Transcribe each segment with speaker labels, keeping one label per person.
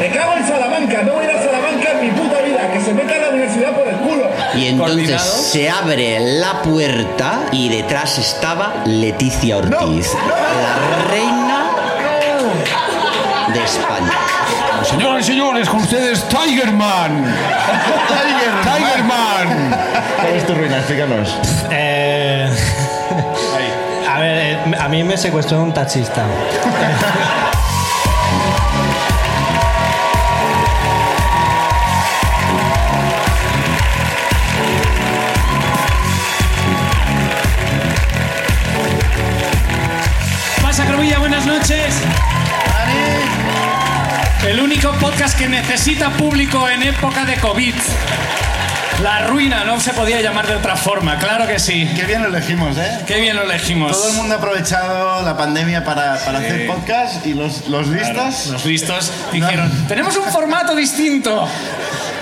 Speaker 1: Me cago en Salamanca, no voy a ir a Salamanca en mi puta vida, que se meta la universidad por el culo.
Speaker 2: Y entonces
Speaker 3: Coordinado.
Speaker 2: se abre la puerta y detrás estaba Leticia Ortiz, la reina de España.
Speaker 4: Señoras y señores, con ustedes Tigerman. Tigerman.
Speaker 5: ¿Cuál es tu ruina? Explícanos.
Speaker 3: Eh, a ver, eh, a mí me secuestró un taxista.
Speaker 6: Pasa, Cromilla, buenas noches. El único podcast que necesita público en época de COVID. La ruina, no se podía llamar de otra forma, claro que sí.
Speaker 5: Qué bien lo elegimos, ¿eh?
Speaker 6: Qué bien lo elegimos.
Speaker 5: Todo el mundo ha aprovechado la pandemia para, para hacer podcast y los, los listas.
Speaker 6: Los listos dijeron, tenemos un formato distinto.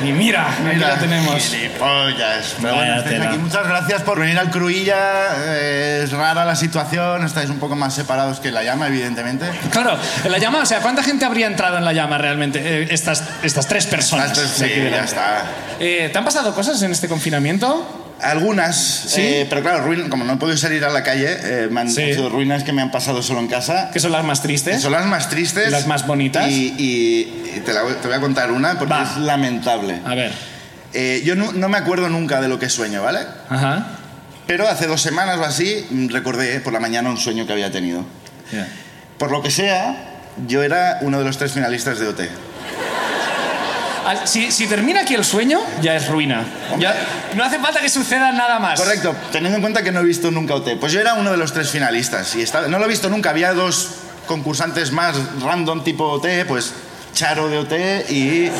Speaker 6: Y mira, aquí
Speaker 5: Mira,
Speaker 6: lo tenemos.
Speaker 5: gilipollas. Pero bueno,
Speaker 6: Vaya
Speaker 5: estáis
Speaker 6: tela.
Speaker 5: aquí. Muchas gracias por venir al Cruilla. eh, es rara la situación, estáis un poco más separados que la llama, evidentemente.
Speaker 6: Claro, en la llama, o sea, ¿cuánta gente habría entrado en la llama realmente? Eh, estas, estas tres personas.
Speaker 5: Las tres-
Speaker 6: de
Speaker 5: sí,
Speaker 6: aquí delante.
Speaker 5: ya está.
Speaker 6: Eh, ¿Te han pasado cosas en este confinamiento?
Speaker 5: Algunas, eh, pero claro, ruin- como no he podido salir a la calle, eh, me han
Speaker 6: Sí.
Speaker 5: sido ruinas que me han pasado solo en casa.
Speaker 6: ¿Qué son las más
Speaker 5: que
Speaker 6: tristes?
Speaker 5: Son las más tristes.
Speaker 6: ¿Las más bonitas?
Speaker 5: Y, y- y te, la voy- te voy a contar una porque
Speaker 6: Va.
Speaker 5: es lamentable.
Speaker 6: A ver.
Speaker 5: Eh, yo no, no me acuerdo nunca de lo que sueño, ¿vale?
Speaker 6: Ajá.
Speaker 5: Pero hace dos semanas o así mm, recordé por la mañana un sueño que había tenido. Por lo que sea, yo era uno de los tres finalistas de OT.
Speaker 6: Al- Si, si termina aquí el sueño, ya es ruina. Ya, no hace falta que suceda nada más.
Speaker 5: Correcto, teniendo en cuenta que no he visto nunca OT. Pues yo era uno de los tres finalistas y estaba- no lo he visto nunca. Había dos concursantes más random tipo OT, pues Charo de OT y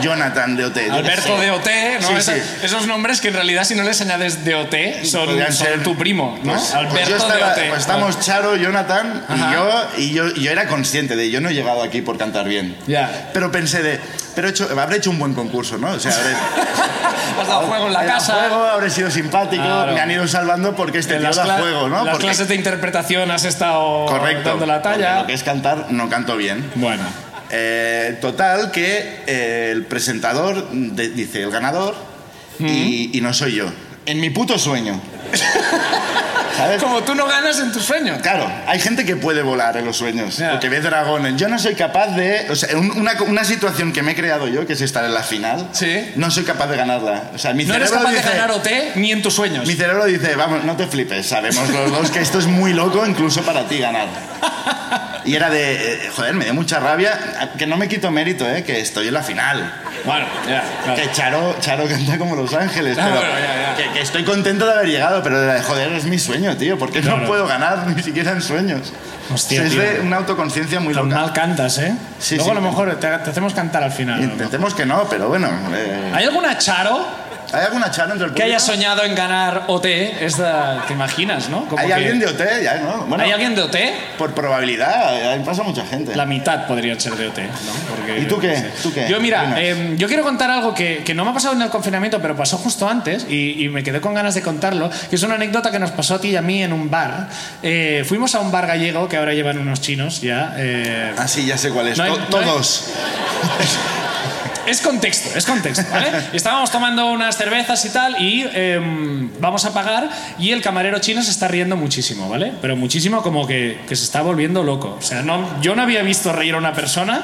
Speaker 5: Jonathan de OT. Eh, Yo qué
Speaker 6: Alberto
Speaker 5: sé.
Speaker 6: de OT, ¿no?
Speaker 5: Sí,
Speaker 6: Esa-
Speaker 5: sí.
Speaker 6: Esos nombres que en realidad si no les añades de OT son,
Speaker 5: Podrían
Speaker 6: son
Speaker 5: ser-
Speaker 6: tu primo, ¿no?
Speaker 5: Pues- pues
Speaker 6: Alberto
Speaker 5: yo estaba-
Speaker 6: de OT.
Speaker 5: pues estamos Charo, Jonathan
Speaker 6: Ajá.
Speaker 5: y yo, y yo, yo era consciente de yo no he llegado aquí por cantar bien.
Speaker 6: Ya.
Speaker 5: Pero pensé de, pero he hecho, habré hecho un buen concurso, ¿no? O sea, habré,
Speaker 6: Has dado juego en la
Speaker 5: he dado
Speaker 6: casa.
Speaker 5: juego, habré sido simpático,
Speaker 6: Claro.
Speaker 5: me han ido salvando porque este
Speaker 6: en
Speaker 5: tío
Speaker 6: las,
Speaker 5: da
Speaker 6: cla-
Speaker 5: juego, ¿no?
Speaker 6: las
Speaker 5: Porque-
Speaker 6: clases de interpretación has estado
Speaker 5: correcto,
Speaker 6: dando la
Speaker 5: porque
Speaker 6: talla.
Speaker 5: Lo que es cantar, no canto bien.
Speaker 6: Bueno.
Speaker 5: Eh, total, que eh, el presentador de- dice el ganador y, y no soy yo. En mi puto sueño. ¿Sabes?
Speaker 6: Como tú no ganas en tu sueño.
Speaker 5: Claro, hay gente que puede volar en los sueños,
Speaker 6: Ya.
Speaker 5: o que ve dragones. Yo no soy capaz de... O sea, un- una, co- una situación que me he creado yo, que es estar en la final,
Speaker 6: Sí.
Speaker 5: no soy capaz de ganarla. O sea, mi
Speaker 6: No eres
Speaker 5: cerebro
Speaker 6: capaz de
Speaker 5: dice...
Speaker 6: ganar OT ni en tus sueños.
Speaker 5: mi cerebro dice, vamos, no te flipes, sabemos los dos que esto es muy loco incluso para ti ganar. Y era de, eh, joder, me dio mucha rabia, que no me quito mérito, eh, que estoy en la final.
Speaker 6: Bueno, ya. claro.
Speaker 5: Que Charo, Charo canta como Los Ángeles,
Speaker 6: Ah,
Speaker 5: pero
Speaker 6: bueno, ya, ya.
Speaker 5: Que, que estoy contento de haber llegado, pero de, joder, es mi sueño, tío, porque
Speaker 6: Claro.
Speaker 5: no puedo ganar ni siquiera en sueños.
Speaker 6: Hostia,
Speaker 5: es
Speaker 6: tío.
Speaker 5: de una autoconciencia muy
Speaker 6: Tan
Speaker 5: loca.
Speaker 6: mal cantas, ¿eh?
Speaker 5: Sí,
Speaker 6: Luego
Speaker 5: sí.
Speaker 6: a lo mejor te, te hacemos cantar al final. a lo mejor.
Speaker 5: Intentemos que no, pero bueno. eh,
Speaker 6: ¿Hay alguna Charo
Speaker 5: ¿Hay alguna Charo entre el
Speaker 6: que
Speaker 5: público?
Speaker 6: haya soñado en ganar OT? Esta, ¿Te imaginas, no? Como
Speaker 5: ¿Hay
Speaker 6: que-
Speaker 5: alguien de OT? Ya, ¿no? Bueno,
Speaker 6: ¿Hay alguien de OT?
Speaker 5: por probabilidad, eh, pasa mucha gente.
Speaker 6: La mitad podrían ser de OT, ¿no? Porque-
Speaker 5: ¿Y tú qué?
Speaker 6: no sé.
Speaker 5: ¿Tú qué?
Speaker 6: Yo, mira,
Speaker 5: Dinos.
Speaker 6: eh, yo quiero contar algo que, que no me ha pasado en el confinamiento, pero pasó justo antes y, y me quedé con ganas de contarlo, que es una anécdota que nos pasó a ti y a mí en un bar. Eh, fuimos a un bar gallego que ahora llevan unos chinos ya. eh,
Speaker 5: Ah, sí, ya sé cuál es.
Speaker 6: No hay-
Speaker 5: To-
Speaker 6: no hay-
Speaker 5: Todos.
Speaker 6: Es contexto, es contexto, ¿vale? Estábamos tomando unas cervezas y tal y em, vamos a pagar y el camarero chino se está riendo muchísimo, ¿vale? Pero muchísimo como que, que se está volviendo loco. O sea, no, yo no había visto reír a una persona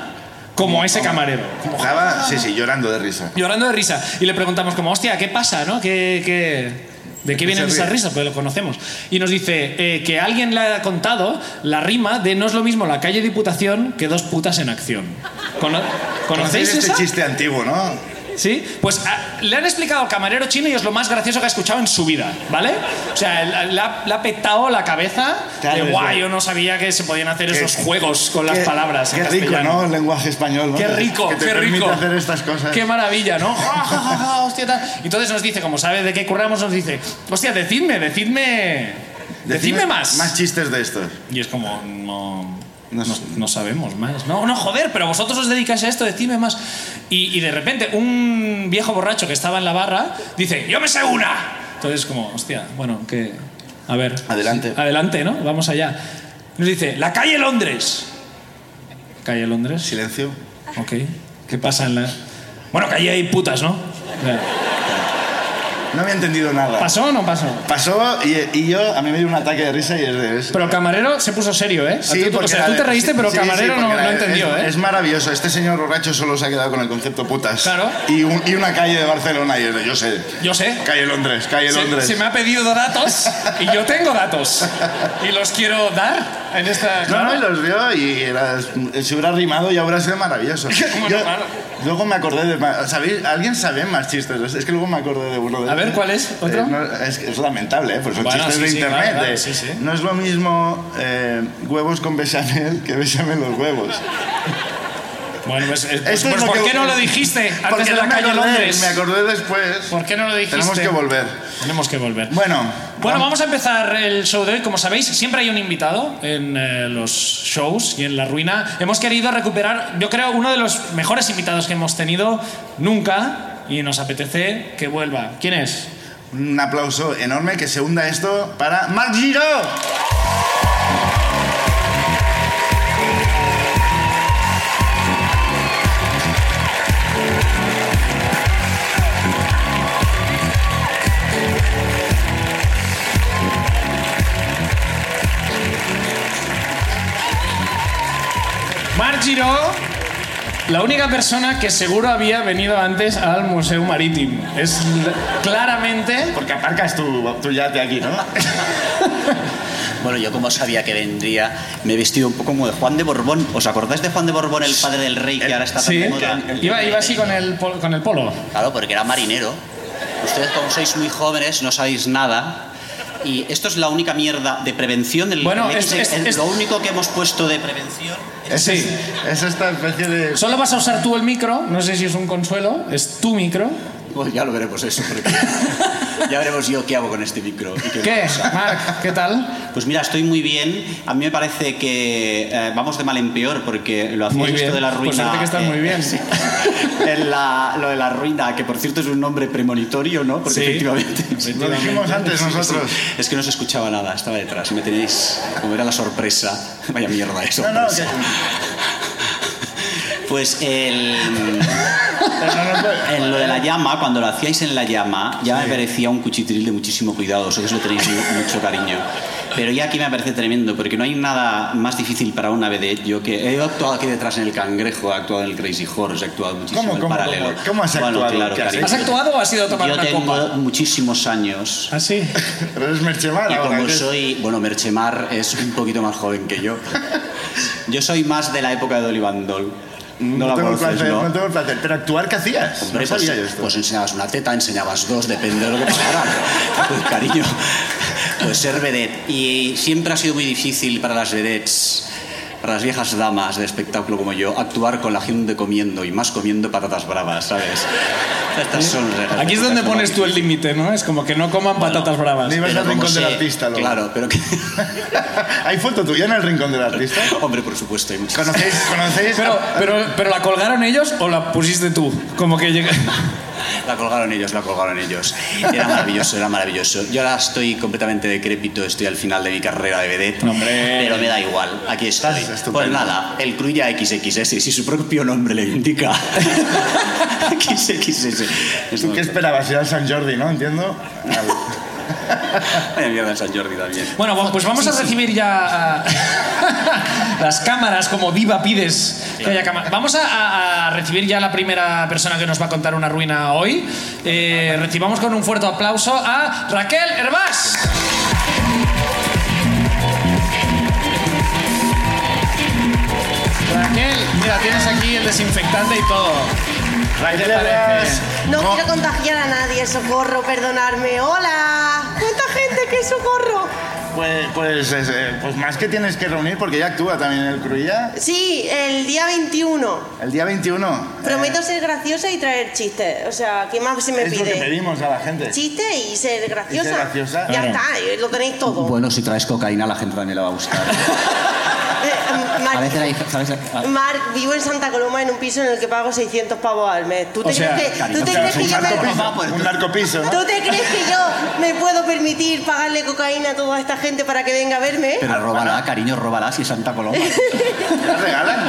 Speaker 6: como a ese camarero.
Speaker 5: Estaba, sí, sí, llorando de risa.
Speaker 6: Llorando de risa. Y le preguntamos como, hostia, ¿qué pasa, no? ¿Qué, qué- de qué vienen
Speaker 5: se
Speaker 6: esas
Speaker 5: ríe?
Speaker 6: risas? Pues lo conocemos. Y nos dice eh, que alguien le ha contado la rima de no es lo mismo la calle Diputación que dos putas en acción. Cono- ¿Conocéis
Speaker 5: este
Speaker 6: esa?
Speaker 5: chiste antiguo, no?
Speaker 6: ¿Sí? Pues ah, le han explicado al camarero chino y es lo más gracioso que ha escuchado en su vida, ¿vale? O sea, le ha- le ha, le ha petado la cabeza
Speaker 5: Claro,
Speaker 6: de
Speaker 5: es
Speaker 6: guay,
Speaker 5: verdad.
Speaker 6: yo no sabía que se podían hacer
Speaker 5: Qué-
Speaker 6: esos juegos con las
Speaker 5: Qué-
Speaker 6: palabras. en
Speaker 5: Qué rico,
Speaker 6: castellano.
Speaker 5: ¿no? El lenguaje español, ¿no?
Speaker 6: Qué rico,
Speaker 5: Que te
Speaker 6: qué
Speaker 5: permite
Speaker 6: rico.
Speaker 5: hacer estas cosas.
Speaker 6: Qué maravilla, ¿no? Ja, ja, ja, ja, hostia, tal. Y Entonces nos dice, como sabe de qué curramos, nos dice, hostia, decidme, decidme. Decidme más.
Speaker 5: Más chistes de estos.
Speaker 6: Y es como, no, no,
Speaker 5: No sé.
Speaker 6: no sabemos más. No, no, joder, pero vosotros os dedicáis a esto, decidme más. Y, y de repente un viejo borracho que estaba en la barra dice, yo me sé una. Entonces como, hostia, bueno, que... A ver.
Speaker 5: Adelante.
Speaker 6: Adelante, ¿no? Vamos allá. Nos dice, la calle Londres. Calle Londres.
Speaker 5: Silencio.
Speaker 6: Ok. que pasa en la... Bueno, que allí hay putas, ¿no?
Speaker 5: No había entendido nada.
Speaker 6: ¿Pasó o no pasó?
Speaker 5: Pasó y, y yo, a mí me dio un ataque de risa y es de... es-
Speaker 6: Pero camarero se puso serio, ¿eh?
Speaker 5: Sí,
Speaker 6: Tú- tú,
Speaker 5: porque
Speaker 6: o sea,
Speaker 5: era
Speaker 6: tú
Speaker 5: de-
Speaker 6: te reíste, pero
Speaker 5: sí, sí,
Speaker 6: camarero no,
Speaker 5: porque era
Speaker 6: no
Speaker 5: de-
Speaker 6: entendió,
Speaker 5: es,
Speaker 6: ¿eh?
Speaker 5: Es maravilloso. Este señor borracho solo se ha quedado con el concepto putas.
Speaker 6: Claro.
Speaker 5: Y, un- y una calle de Barcelona y es de, yo sé.
Speaker 6: Yo sé.
Speaker 5: Calle Londres, calle
Speaker 6: Se,
Speaker 5: Londres.
Speaker 6: se me ha pedido datos y yo tengo datos. Y los quiero dar en
Speaker 5: No,
Speaker 6: esta...
Speaker 5: no,
Speaker 6: claro.
Speaker 5: y los vio y era, se hubiera rimado y hubiera sido maravilloso.
Speaker 6: Bueno, claro.
Speaker 5: Luego me acordé de... más- ¿sabéis? ¿Alguien sabe más chistes? Es que luego me acordé de uno de
Speaker 6: A ver, ¿cuál es? ¿Otro?
Speaker 5: Eh, no, es, es lamentable, ¿eh? Pues son
Speaker 6: Bueno,
Speaker 5: chistes
Speaker 6: sí,
Speaker 5: de
Speaker 6: sí,
Speaker 5: internet.
Speaker 6: claro, claro,
Speaker 5: eh.
Speaker 6: sí, sí.
Speaker 5: No es lo mismo eh, huevos con bechamel que bechamel los huevos.
Speaker 6: Bueno, pues, eh, pues-
Speaker 5: Esto es
Speaker 6: pues,
Speaker 5: lo
Speaker 6: ¿por
Speaker 5: que-
Speaker 6: qué no lo dijiste antes
Speaker 5: Porque
Speaker 6: de la
Speaker 5: no me
Speaker 6: calle
Speaker 5: acordé,
Speaker 6: Londres?
Speaker 5: Me acordé después.
Speaker 6: ¿Por qué no lo dijiste?
Speaker 5: Tenemos que volver.
Speaker 6: Tenemos que volver.
Speaker 5: Bueno,
Speaker 6: Bueno, vamos a empezar el show de hoy. Como sabéis, siempre hay un invitado en eh, los shows y en la ruina. Hemos querido recuperar, yo creo, uno de los mejores invitados que hemos tenido nunca y nos apetece que vuelva. ¿Quién es?
Speaker 5: un aplauso enorme que se hunda esto para Marc Giro.
Speaker 6: Marc Giró, la única persona que seguro había venido antes al Museo Marítimo. Es l- claramente...
Speaker 5: Porque aparcas tu, tu yate aquí, ¿no?
Speaker 2: Bueno, yo como sabía que vendría, me he vestido un poco como de Juan de Borbón. ¿Os acordáis de Juan de Borbón, el padre del rey que ahora está tan
Speaker 6: Sí,
Speaker 2: de moda?
Speaker 6: iba, iba así con el, pol- con el polo.
Speaker 2: Claro, porque era marinero. Ustedes como sois muy jóvenes, no sabéis nada. Y esto es la única mierda de prevención del
Speaker 6: Bueno,
Speaker 2: el-
Speaker 6: es- es-
Speaker 2: el-
Speaker 6: es-
Speaker 2: Lo único que hemos puesto de prevención.
Speaker 6: Sí.
Speaker 5: Es esta especie de...
Speaker 6: Solo vas a usar tú el micro, no sé si es un consuelo, es tu micro. Pues
Speaker 2: Pues ya lo veremos eso, porque ya veremos yo qué hago con este micro. y
Speaker 6: ¿Qué?
Speaker 2: cosa.
Speaker 6: Marc, ¿qué tal?
Speaker 2: Pues mira, estoy muy bien. A mí me parece que eh, vamos de mal en peor porque lo hacemos
Speaker 6: Muy bien.
Speaker 2: esto de la
Speaker 6: Pues
Speaker 2: ruina.
Speaker 6: suerte que estás muy bien.
Speaker 2: sí. En la- lo de la ruina, que por cierto es un nombre premonitorio, ¿no? Porque
Speaker 6: Sí.
Speaker 2: efectivamente.
Speaker 5: Lo dijimos antes nosotros.
Speaker 2: Es que no se escuchaba nada, estaba detrás. Me tenéis. Como era la sorpresa. Vaya mierda de
Speaker 5: No, no,
Speaker 2: sorpresa. Pues el. En lo de la llama, cuando lo hacíais en la llama, ya me parecía un cuchitril de muchísimo cuidado, vosotros lo tenéis mu- mucho cariño. Pero ya aquí me parece tremendo, porque no hay nada más difícil para una vedette. Yo que he actuado aquí detrás en el cangrejo, he actuado en el Crazy Horse, he actuado muchísimo
Speaker 5: ¿Cómo,
Speaker 2: en
Speaker 5: cómo,
Speaker 2: paralelo.
Speaker 5: cómo? ¿Cómo has
Speaker 2: Bueno,
Speaker 5: actuado?
Speaker 2: claro,
Speaker 5: ¿Qué has
Speaker 2: cariño,
Speaker 6: ¿Has actuado o has ido a tomar
Speaker 2: Yo
Speaker 6: una
Speaker 2: tengo
Speaker 6: copa?
Speaker 2: muchísimos años
Speaker 6: Así.
Speaker 5: ¿Ah, Pero es Merchemar
Speaker 2: y
Speaker 5: ahora.
Speaker 2: como
Speaker 5: que es-
Speaker 2: soy, bueno, Merchemar es un poquito más joven que yo. Yo soy más de la época de Olivandol.
Speaker 5: No,
Speaker 2: No, la
Speaker 5: Mm, tengo el
Speaker 2: conoces,
Speaker 5: placer,
Speaker 2: ¿no?
Speaker 5: ¿no? tengo el placer. Pero actuar, ¿qué hacías?
Speaker 2: Hombre,
Speaker 5: no
Speaker 2: pues,
Speaker 5: sabía yo esto.
Speaker 2: pues enseñabas una teta, enseñabas dos, depende de lo que pasara. Pues cariño, pues ser vedette. Y siempre ha sido muy difícil para las vedettes, para las viejas damas de espectáculo como yo, actuar con la gente comiendo y más comiendo patatas bravas, ¿sabes? Estas son reglas.
Speaker 6: Aquí es donde pones tú el límite, ¿no? Es como que no coman patatas bravas.
Speaker 5: Ni vas
Speaker 2: Pero
Speaker 5: al
Speaker 2: como
Speaker 5: rincón del
Speaker 2: sé-
Speaker 5: artista, luego.
Speaker 2: Claro, pero que...
Speaker 5: ¿Hay foto tuya en el rincón del artista?
Speaker 2: Hombre, por supuesto, hay muchas-
Speaker 5: ¿Conocéis? ¿Conocéis?
Speaker 6: Pero, pero, pero la colgaron ellos o la pusiste tú? Como que llega.
Speaker 2: La colgaron ellos, la colgaron ellos. Era maravilloso, era maravilloso. Yo ahora estoy completamente decrépito, estoy al final de mi carrera de vedette. Pero me da igual, aquí estoy.
Speaker 5: Estás estupendo.
Speaker 2: Pues nada, el Cruya XXS, si su propio nombre le indica. XXS. Es
Speaker 5: ¿Tú qué esperabas? Ir al San Jordi, ¿no? Entiendo. Al-
Speaker 2: Vaya mierda en San Jordi también.
Speaker 6: Bueno, bueno, pues vamos a recibir ya ah, las cámaras, como diva pides que haya cámara. Vamos a- a, a recibir ya la primera persona que nos va a contar una ruina hoy. Eh, recibamos con un fuerte aplauso a Raquel Herbás. Raquel, mira, tienes aquí el desinfectante y todo.
Speaker 5: Raquel
Speaker 6: parece?
Speaker 5: Herbás.
Speaker 7: No
Speaker 5: No.
Speaker 7: quiero contagiar a nadie, socorro, perdonarme. ¡Hola! ¿Cuánta gente que socorro?
Speaker 5: Pues, pues, es, eh, pues más que tienes que reunir, porque ya actúa también el Cruilla.
Speaker 7: Sí, el día 21.
Speaker 5: El día 21.
Speaker 7: Prometo ser graciosa y traer chistes. O sea, ¿qué más se me
Speaker 5: Eh. Es lo que
Speaker 7: pide?
Speaker 5: pedimos a la gente.
Speaker 7: Chistes y ser graciosa.
Speaker 5: graciosa.
Speaker 7: Ya
Speaker 5: Claro.
Speaker 2: Pues,
Speaker 7: está, eh, lo tenéis todo.
Speaker 2: Bueno, si traes cocaína la gente también la va a gustar.
Speaker 7: Eh, mm, Mar-
Speaker 2: A veces ahí? ¿Sabes?
Speaker 7: Mar, vivo en Santa Coloma en un piso en el que pago 600 pavos al mes. ¿Tú te
Speaker 5: O sea,
Speaker 7: crees que,
Speaker 2: cariño,
Speaker 7: ¿tú te
Speaker 2: o sea,
Speaker 7: crees que
Speaker 5: Un
Speaker 7: yo me-
Speaker 5: narcopiso, un narcopiso, ¿no?
Speaker 7: ¿Tú te crees que yo me puedo permitir pagarle cocaína a toda esta gente para que venga a verme?
Speaker 2: Pero róbala, cariño, róbala si es Santa Coloma.
Speaker 5: ¿Te la regalan?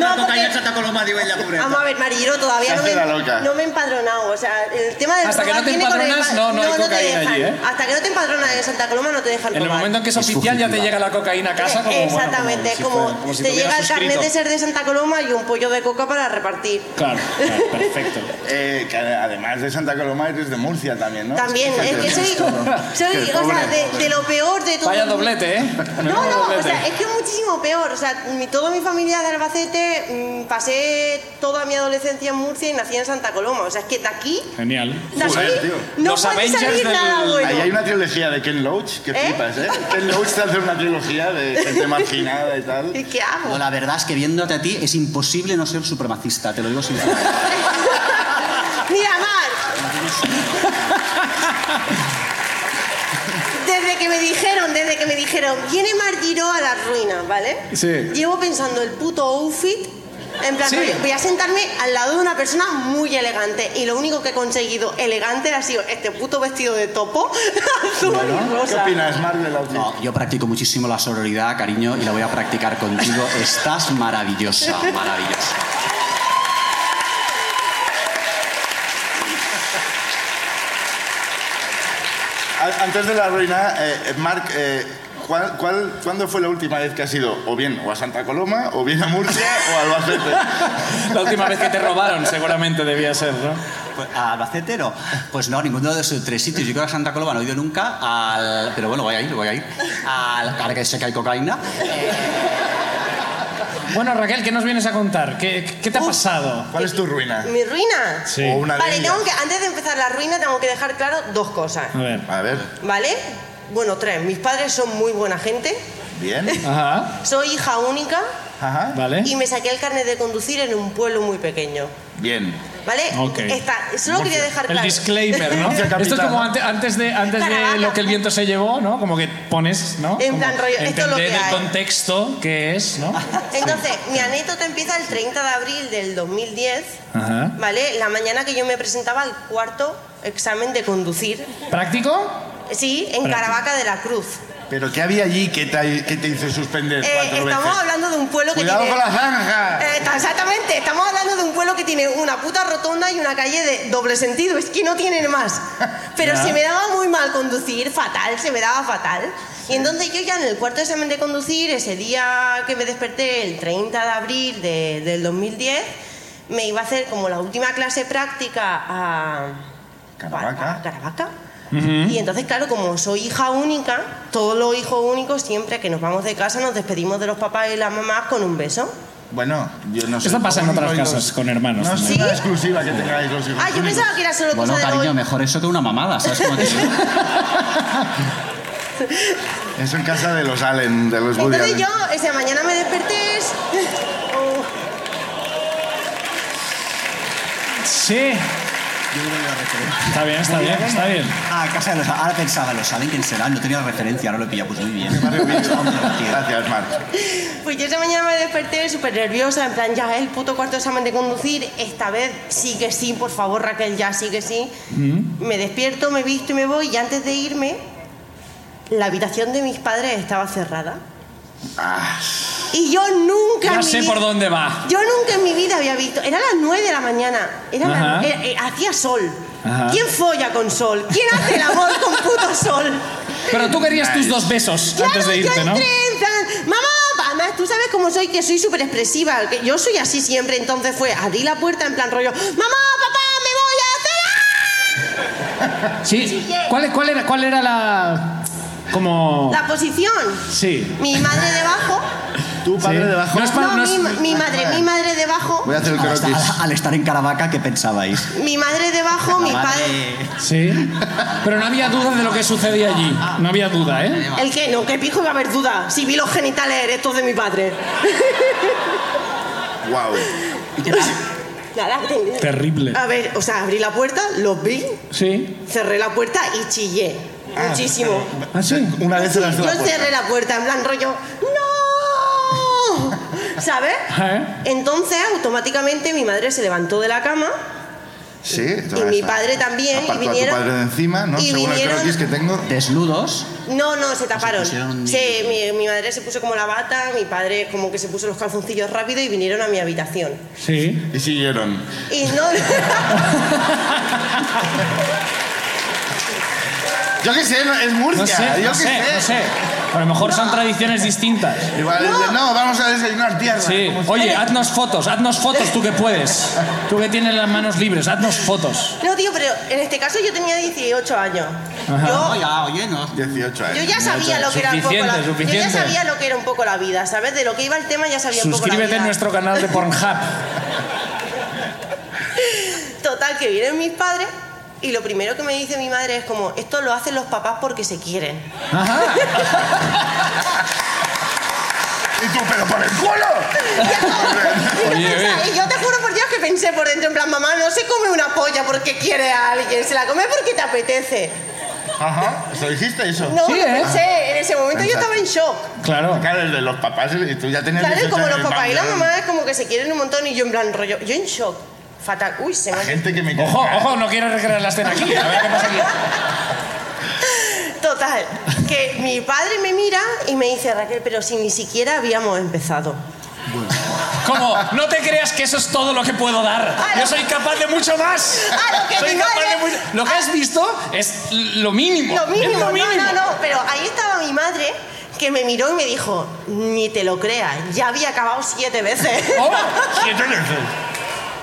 Speaker 7: No, porque-
Speaker 8: Santa Coloma, digo, en la pobreza.
Speaker 7: Vamos a ver, Marillo, todavía
Speaker 5: Se
Speaker 7: no
Speaker 5: hace
Speaker 7: me,
Speaker 5: la loca.
Speaker 7: no me he empadronado. O sea, el tema del
Speaker 6: Hasta que
Speaker 7: robar
Speaker 6: no te
Speaker 7: viene con el
Speaker 6: empadronas,
Speaker 7: pa-
Speaker 6: no, no hay
Speaker 7: te
Speaker 6: cocaína
Speaker 7: dejan.
Speaker 6: allí, ¿eh?
Speaker 7: Hasta que no te empadronas en Santa Coloma no te dejan
Speaker 6: En el
Speaker 7: robar.
Speaker 6: momento en que es, oficial ya te
Speaker 2: fugitiva.
Speaker 6: llega la cocaína a casa como, bueno,
Speaker 7: Exactamente,
Speaker 6: como si
Speaker 7: como,
Speaker 6: fuera- como si
Speaker 7: te
Speaker 6: tuviera
Speaker 7: llega el
Speaker 6: suscrito.
Speaker 7: carnet de ser de Santa Coloma y un pollo de coca para repartir.
Speaker 6: Claro, claro, perfecto.
Speaker 5: Eh, que además de Santa Coloma eres de Murcia también, ¿no?
Speaker 7: También, es que soy, soy
Speaker 5: Qué
Speaker 7: o sea,
Speaker 5: pobre.
Speaker 7: de, de lo peor de todo.
Speaker 6: Vaya doblete, ¿eh?
Speaker 7: No,
Speaker 6: Menudo
Speaker 7: no, o
Speaker 6: doblete.
Speaker 7: sea, es que es muchísimo peor. O sea, mi, toda mi familia de Albacete, mm, pasé toda mi adolescencia en Murcia y nací en Santa Coloma. O sea, es que de aquí,
Speaker 6: Genial.
Speaker 7: de
Speaker 5: Joder,
Speaker 7: aquí,
Speaker 5: tío.
Speaker 7: no
Speaker 6: Los
Speaker 7: puede
Speaker 6: Avengers
Speaker 7: salir
Speaker 6: del-
Speaker 7: nada bueno.
Speaker 5: Ahí hay una trilogía de Ken Loach, que
Speaker 7: ¿Eh?
Speaker 5: flipas, ¿eh? Ken Loach te hace una trilogía de gente marginada y tal.
Speaker 7: ¿Qué- ¿Qué hago?
Speaker 2: No, la verdad es que viéndote a ti es imposible no ser supremacista, te lo digo sinceramente.
Speaker 7: Mira, Mar. Desde que me dijeron, desde que me dijeron, viene Mar Giró a las ruinas, ¿vale?
Speaker 5: Sí.
Speaker 7: Llevo pensando el puto outfit. En plan,
Speaker 6: Sí.
Speaker 7: rollo, voy a sentarme al lado de una persona muy elegante. Y lo único que he conseguido elegante ha sido este puto vestido de topo azul y
Speaker 5: ¿Qué
Speaker 7: rosa.
Speaker 5: opinas, Mar, del outfit?
Speaker 2: No, yo practico muchísimo la sororidad, cariño, y la voy a practicar contigo. Estás maravillosa, maravillosa.
Speaker 5: A- Antes de la ruina, eh, Marc, eh, ¿cuál- cuál- cuándo fue la última vez que has ido o bien o a Santa Coloma, o bien a Murcia, o a Albacete?
Speaker 6: La última vez que te robaron seguramente debía ser, ¿no?
Speaker 2: Pues, ¿A Albacete no? Pues no, ninguno de esos tres sitios. Yo creo que a Santa Coloma no he ido nunca al... Pero bueno, voy a ir, voy a ir. Al... Ahora que sé que hay cocaína.
Speaker 6: Bueno, Raquel, ¿qué nos vienes a contar? ¿Qué, qué te ha pasado?
Speaker 5: ¿Cuál es tu ruina?
Speaker 7: ¿Mi ruina?
Speaker 6: Sí.
Speaker 5: O una de
Speaker 7: Vale,
Speaker 5: ellas.
Speaker 7: tengo que, antes de empezar la ruina tengo que dejar claro dos cosas,
Speaker 6: A ver.
Speaker 5: A ver,
Speaker 7: ¿vale? Bueno, tres. Mis padres son muy buena gente.
Speaker 5: bien.
Speaker 6: Ajá,
Speaker 7: Soy hija única
Speaker 5: Ajá.
Speaker 6: vale.
Speaker 7: y me saqué el carnet de conducir en un pueblo muy pequeño.
Speaker 5: Bien.
Speaker 7: ¿vale?
Speaker 6: Ok.
Speaker 7: Está, solo quería dejar
Speaker 6: El
Speaker 7: claro.
Speaker 6: disclaimer, ¿no?
Speaker 5: Murcia
Speaker 6: Esto es
Speaker 5: capital,
Speaker 6: como
Speaker 5: ¿no?
Speaker 6: ante- antes, de, antes de lo que el viento se llevó, ¿no? Como que pones, ¿no?
Speaker 7: En
Speaker 6: Como
Speaker 7: plan rollo, esto es lo
Speaker 6: entender
Speaker 7: que hay.
Speaker 6: el contexto que es, ¿no?
Speaker 7: Entonces, mi anécdota empieza el 30 de abril del 2010,
Speaker 6: Ajá.
Speaker 7: ¿vale? La mañana que yo me presentaba al cuarto examen de conducir,
Speaker 6: ¿Práctico?
Speaker 7: sí, en Caravaca de la Cruz.
Speaker 5: ¿Pero qué había allí que te, que te hizo suspender
Speaker 7: Eh,
Speaker 5: cuatro
Speaker 7: estamos
Speaker 5: veces?
Speaker 7: hablando de un pueblo que
Speaker 5: ¡Cuidado
Speaker 7: tiene...
Speaker 5: con la zanja!
Speaker 7: Eh, está- exactamente, estamos hablando de un pueblo que tiene una puta rotonda y una calle de doble sentido, es que no tienen más. Pero se me daba muy mal conducir, fatal, se me daba fatal. Y entonces yo ya en el cuarto examen de conducir, ese día que me desperté, el 30 de abril de- del 2010, me iba a hacer como la última clase práctica a...
Speaker 5: Caravaca.
Speaker 7: a Caravaca.
Speaker 2: ¿Mm?
Speaker 7: Y entonces, claro, como soy hija única, todos los hijos únicos siempre que nos vamos de casa nos despedimos de los papás y las mamás con un beso.
Speaker 5: Bueno, yo no sé.
Speaker 6: Esto pasa en
Speaker 5: No,
Speaker 6: otras
Speaker 5: no,
Speaker 6: casas, con hermanos.
Speaker 5: No es
Speaker 7: ¿Sí?
Speaker 5: una exclusiva que tengáis los hijos.
Speaker 7: Ah, yo
Speaker 5: únicos.
Speaker 7: pensaba que era solo
Speaker 2: Bueno,
Speaker 7: cosa de
Speaker 2: cariño,
Speaker 7: hoy.
Speaker 2: mejor eso que una mamada, ¿sabes cómo te digo?
Speaker 5: Eso en casa de los Allen, de los Woody
Speaker 7: Entonces
Speaker 5: Allen.
Speaker 7: yo esa mañana me desperté. es- Oh,
Speaker 6: Sí. Está bien, está bien, está bien.
Speaker 2: Ah, casa de los... Ahora pensaba, ¿lo saben quién será? No tenía referencia, ahora lo he pillado. Pues muy bien.
Speaker 5: Gracias, Marc.
Speaker 7: Pues yo esa mañana me desperté súper nerviosa, en plan, ya es el puto cuarto examen de conducir, esta vez sí que sí, por favor Raquel, ya sí que sí. Me despierto, me visto y me voy, y antes de irme, la habitación de mis padres estaba cerrada.
Speaker 5: Ah,
Speaker 7: Y yo nunca... en
Speaker 6: Ya
Speaker 7: mi
Speaker 6: sé
Speaker 7: vida-
Speaker 6: por dónde va.
Speaker 7: Yo nunca en mi vida había visto. Era las 9 de la mañana. Era la-
Speaker 6: Ajá.
Speaker 7: eh, eh, hacía sol.
Speaker 6: Ajá.
Speaker 7: ¿Quién folla con sol? ¿Quién hace el amor con puto sol?
Speaker 6: Pero tú querías tus dos besos
Speaker 7: Claro,
Speaker 6: antes de
Speaker 7: yo
Speaker 6: irte, ¿no?
Speaker 7: entré en plan, mamá, además tú sabes cómo soy, que soy súper expresiva, que yo soy así siempre, entonces fue, abrí la puerta en plan rollo, mamá, papá, me
Speaker 6: Sí. ¿Cuál, cuál era, cuál era la. como.
Speaker 7: voy a hacer la posición.
Speaker 6: Sí.
Speaker 7: Mi madre debajo,
Speaker 5: tu padre
Speaker 6: Sí.
Speaker 5: debajo.
Speaker 6: No es pa-
Speaker 7: no,
Speaker 6: es-
Speaker 7: mi, ma- mi madre, mi madre debajo,
Speaker 5: Voy a hacer el
Speaker 2: Al estar,
Speaker 5: croquis.
Speaker 2: al estar en Caravaca, ¿qué pensabais?
Speaker 7: mi madre debajo, mi padre...
Speaker 2: Madre-
Speaker 6: Sí. Pero no había duda de lo que sucedía allí. No había duda, ¿eh?
Speaker 7: ¿El qué? No, que pijo iba a haber duda, si vi los genitales erectos de mi padre.
Speaker 5: Wow.
Speaker 7: Nada, te-
Speaker 6: Terrible.
Speaker 7: a ver, o sea, abrí la puerta, los vi,
Speaker 6: Sí.
Speaker 7: cerré la puerta y chillé. Muchísimo.
Speaker 6: Ah, sí.
Speaker 5: Una vez
Speaker 7: Sí,
Speaker 5: se lanzó
Speaker 7: yo
Speaker 5: la puerta.
Speaker 7: cerré la puerta en plan rollo. ¡No! ¿sabes?
Speaker 6: ¿Eh?
Speaker 7: Entonces, automáticamente mi madre se levantó de la cama
Speaker 5: Sí,
Speaker 7: y
Speaker 5: toda
Speaker 7: mi
Speaker 5: esa-
Speaker 7: padre también.
Speaker 5: Apartó
Speaker 7: y vinieron.
Speaker 5: a tu padre de encima, ¿no?
Speaker 7: y
Speaker 5: Según el
Speaker 7: vinieron-
Speaker 5: croquis que tengo.
Speaker 2: Desnudos.
Speaker 7: No, no, se taparon.
Speaker 2: pusieron un
Speaker 7: Se- mi, mi madre se puso como la bata, mi padre como que se puso los calzoncillos rápido y vinieron a mi habitación.
Speaker 6: Sí.
Speaker 5: Y siguieron.
Speaker 7: Y no.
Speaker 5: Yo qué sé, no- es Murcia.
Speaker 6: No sé,
Speaker 5: yo
Speaker 6: no
Speaker 5: qué
Speaker 6: sé, no sé. A lo mejor son tradiciones distintas.
Speaker 5: Igual, no. vamos a desayunar tierra.
Speaker 6: Sí.
Speaker 5: como si-
Speaker 6: Oye, haznos fotos, haznos fotos tú que puedes. Tú que tienes las manos libres, haznos fotos.
Speaker 7: No, tío, pero en este caso yo tenía 18 años. Yo,
Speaker 2: Oiga, oye, no.
Speaker 5: 18 años.
Speaker 7: yo ya sabía lo que era un poco la,
Speaker 6: Suficiente,
Speaker 7: yo ya
Speaker 6: suficiente.
Speaker 7: sabía lo que era un poco la vida, ¿sabes? De lo que iba el tema ya sabía un poco la vida.
Speaker 6: Suscríbete a nuestro canal de Pornhub.
Speaker 7: Total, que vienen mis padres y lo primero que me dice mi madre es como, esto lo hacen los papás porque se quieren.
Speaker 5: ¿Y tú, pero por el culo?
Speaker 7: Y yo,
Speaker 6: eh.
Speaker 7: pensaba- y yo te juro por Dios que pensé por dentro, en plan, mamá, no se come una polla porque quiere a alguien, se la come porque te apetece.
Speaker 5: Ajá. ¿Se lo dijiste eso?
Speaker 7: No,
Speaker 6: Sí,
Speaker 7: no
Speaker 6: ¿eh?
Speaker 7: pensé, en ese momento yo estaba en shock.
Speaker 6: Claro.
Speaker 5: Claro, el de los papás, y tú ya tenías
Speaker 7: Claro, y
Speaker 5: 18
Speaker 7: como
Speaker 5: años,
Speaker 7: los papás y la
Speaker 5: vamos,
Speaker 7: mamá es como que se quieren un montón y yo en plan rollo, yo en shock, fatal, uy, se me ha...
Speaker 5: Gente que me
Speaker 6: Ojo, ojo, no quiero recrear la escena aquí. A ver qué pasa aquí.
Speaker 7: Total, que mi padre me mira y me dice, Raquel, pero si ni siquiera habíamos empezado.
Speaker 6: Como, no te creas que eso es todo lo que puedo dar.
Speaker 7: Ah,
Speaker 6: Yo
Speaker 7: no.
Speaker 6: soy capaz de mucho más.
Speaker 7: Ah, lo que
Speaker 6: soy
Speaker 7: mi
Speaker 6: capaz
Speaker 7: madre-
Speaker 6: de mucho. Lo que has visto es lo mínimo.
Speaker 7: Lo mínimo,
Speaker 6: Es lo mínimo.
Speaker 7: no, no, no, pero ahí estaba mi madre que me miró y me dijo, ni te lo creas, ya había acabado siete veces.
Speaker 6: Oh,
Speaker 5: Siete veces.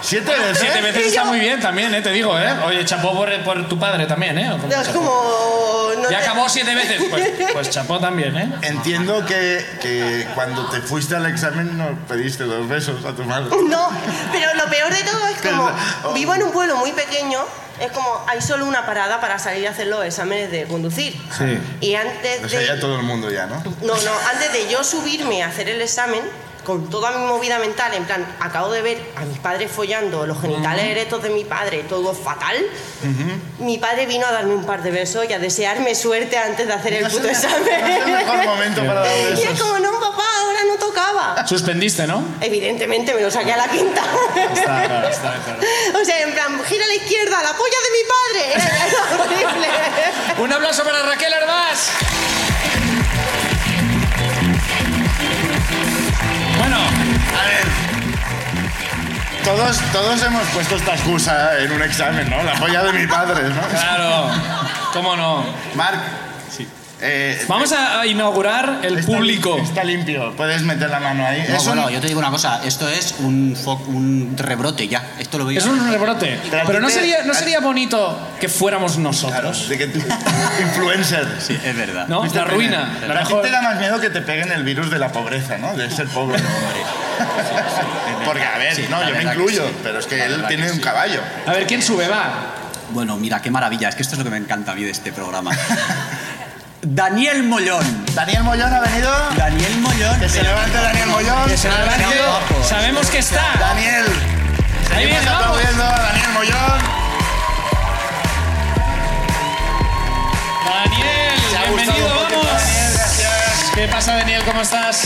Speaker 5: ¿Siete veces?
Speaker 6: siete veces
Speaker 7: Y
Speaker 6: está
Speaker 7: yo-
Speaker 6: muy bien también, eh, te digo, ¿eh? Oye, chapó por, por tu padre también, ¿eh?
Speaker 7: No, es como... no
Speaker 6: Ya
Speaker 7: te-
Speaker 6: acabó siete veces. Pues, pues chapó también, ¿eh?
Speaker 5: Entiendo que, que cuando te fuiste al examen no pediste los besos a tu madre.
Speaker 7: No, pero lo peor de todo es como
Speaker 5: Oh.
Speaker 7: vivo en un pueblo muy pequeño, es como hay solo una parada para salir a hacer los exámenes de conducir.
Speaker 6: Sí.
Speaker 7: Y antes
Speaker 5: O sea, ya
Speaker 7: de
Speaker 5: todo el mundo ya, ¿no?
Speaker 7: no, no, antes de yo subirme a hacer el examen con toda mi movida mental, en plan, acabo de ver a mis padres follando, los genitales erectos de mi padre, todo fatal. Mi padre vino a darme un par de besos y a desearme suerte antes de hacer el puto examen.
Speaker 5: Es el mejor momento para dar
Speaker 7: y es
Speaker 5: besos.
Speaker 7: como, no, papá, ahora no tocaba.
Speaker 6: Suspendiste, ¿no?
Speaker 7: Evidentemente me lo saqué a la quinta.
Speaker 6: Está claro, está claro.
Speaker 7: O sea, en plan, gira a la izquierda, la polla de mi padre. Era, era horrible.
Speaker 6: Un aplauso para Raquel Arbás. Bueno,
Speaker 5: A ver. Todos, todos hemos puesto esta excusa en un examen, ¿no? La polla de mi padre, ¿no?
Speaker 6: claro. ¿Cómo no?
Speaker 5: Marc.
Speaker 6: Sí.
Speaker 5: eh,
Speaker 6: Vamos a a inaugurar el
Speaker 5: está-
Speaker 6: público.
Speaker 5: Está limpio. Puedes meter la mano ahí.
Speaker 2: No,
Speaker 5: Es un-
Speaker 2: bueno, yo te digo una cosa, esto es un, fo- un rebrote ya. Esto lo veo.
Speaker 6: Es un rebrote.
Speaker 5: Pero a
Speaker 6: Pero
Speaker 5: ti
Speaker 6: no
Speaker 5: te-
Speaker 6: sería, no sería bonito que fuéramos
Speaker 5: Claro,
Speaker 6: nosotros.
Speaker 5: de que tú- influencer.
Speaker 2: Sí, es verdad.
Speaker 6: ¿No?
Speaker 5: Fuiste
Speaker 6: La
Speaker 5: el primero.
Speaker 6: ruina. La
Speaker 5: A ti
Speaker 6: mejor-
Speaker 5: te da más miedo que te peguen el virus de la pobreza, ¿no? De ser pobre. Porque, a ver,
Speaker 2: Sí,
Speaker 5: no,
Speaker 2: la
Speaker 5: yo me
Speaker 2: verdad que
Speaker 5: incluyo,
Speaker 2: sí.
Speaker 5: pero es que
Speaker 2: La
Speaker 5: él
Speaker 2: verdad
Speaker 5: tiene
Speaker 2: que
Speaker 5: un
Speaker 2: sí.
Speaker 5: caballo.
Speaker 6: A ver, ¿quién sube? Va.
Speaker 2: Bueno, mira, qué maravilla. Es que esto es lo que me encanta a mí de este programa. Daniel Mollón.
Speaker 5: Daniel Mollón ha venido.
Speaker 2: Daniel Mollón.
Speaker 5: Que se
Speaker 2: pero-
Speaker 5: levante Daniel Mollón.
Speaker 2: Que se levante.
Speaker 5: Daniel.
Speaker 2: Guapo.
Speaker 6: Sabemos que está.
Speaker 5: Daniel.
Speaker 6: Ahí
Speaker 5: Seguimos
Speaker 6: viene, vamos.
Speaker 5: aplaudiendo a Daniel Mollón.
Speaker 6: Daniel,
Speaker 5: Te ha gustado
Speaker 6: bienvenido,
Speaker 5: un poquito,
Speaker 6: vamos.
Speaker 5: Daniel, gracias.
Speaker 6: ¿Qué pasa, Daniel? ¿Cómo estás?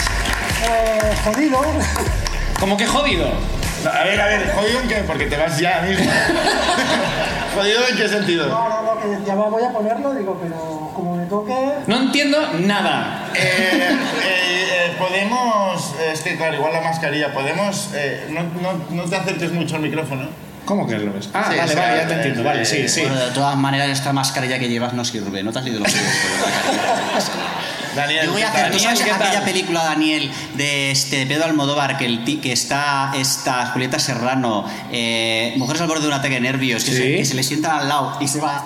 Speaker 4: jodido.
Speaker 6: Como que jodido.
Speaker 5: A ver, a ver, jodido en qué, porque te vas ya mismo. jodido en qué sentido.
Speaker 4: No, no, no, que ya voy a ponerlo, digo, pero como me toque.
Speaker 6: No entiendo nada.
Speaker 5: Eh, eh, eh, podemos, eh, es que claro, igual la mascarilla, podemos, eh, no, no, no te acerques mucho al micrófono.
Speaker 6: ¿Cómo que lo ves? Ah,
Speaker 5: Sí,
Speaker 6: vale,
Speaker 5: sí,
Speaker 6: vale, ya
Speaker 5: sí,
Speaker 6: te entiendo.
Speaker 5: sí,
Speaker 6: Vale, sí,
Speaker 5: sí.
Speaker 6: sí.
Speaker 2: Bueno, de todas maneras, esta mascarilla que llevas no sirve. No te has leído los libros, pero la mascarilla.
Speaker 5: Daniel,
Speaker 2: Yo voy a
Speaker 5: ¿qué tal?
Speaker 2: hacer, ¿tú sabes
Speaker 6: ¿qué tal?
Speaker 2: aquella película, Daniel, de este de Pedro Almodóvar, que, el ti- que está esta Julieta Serrano, eh, mujeres al borde de un ataque de nervios, que,
Speaker 6: Sí.
Speaker 2: se, que se le sientan al lado y se va,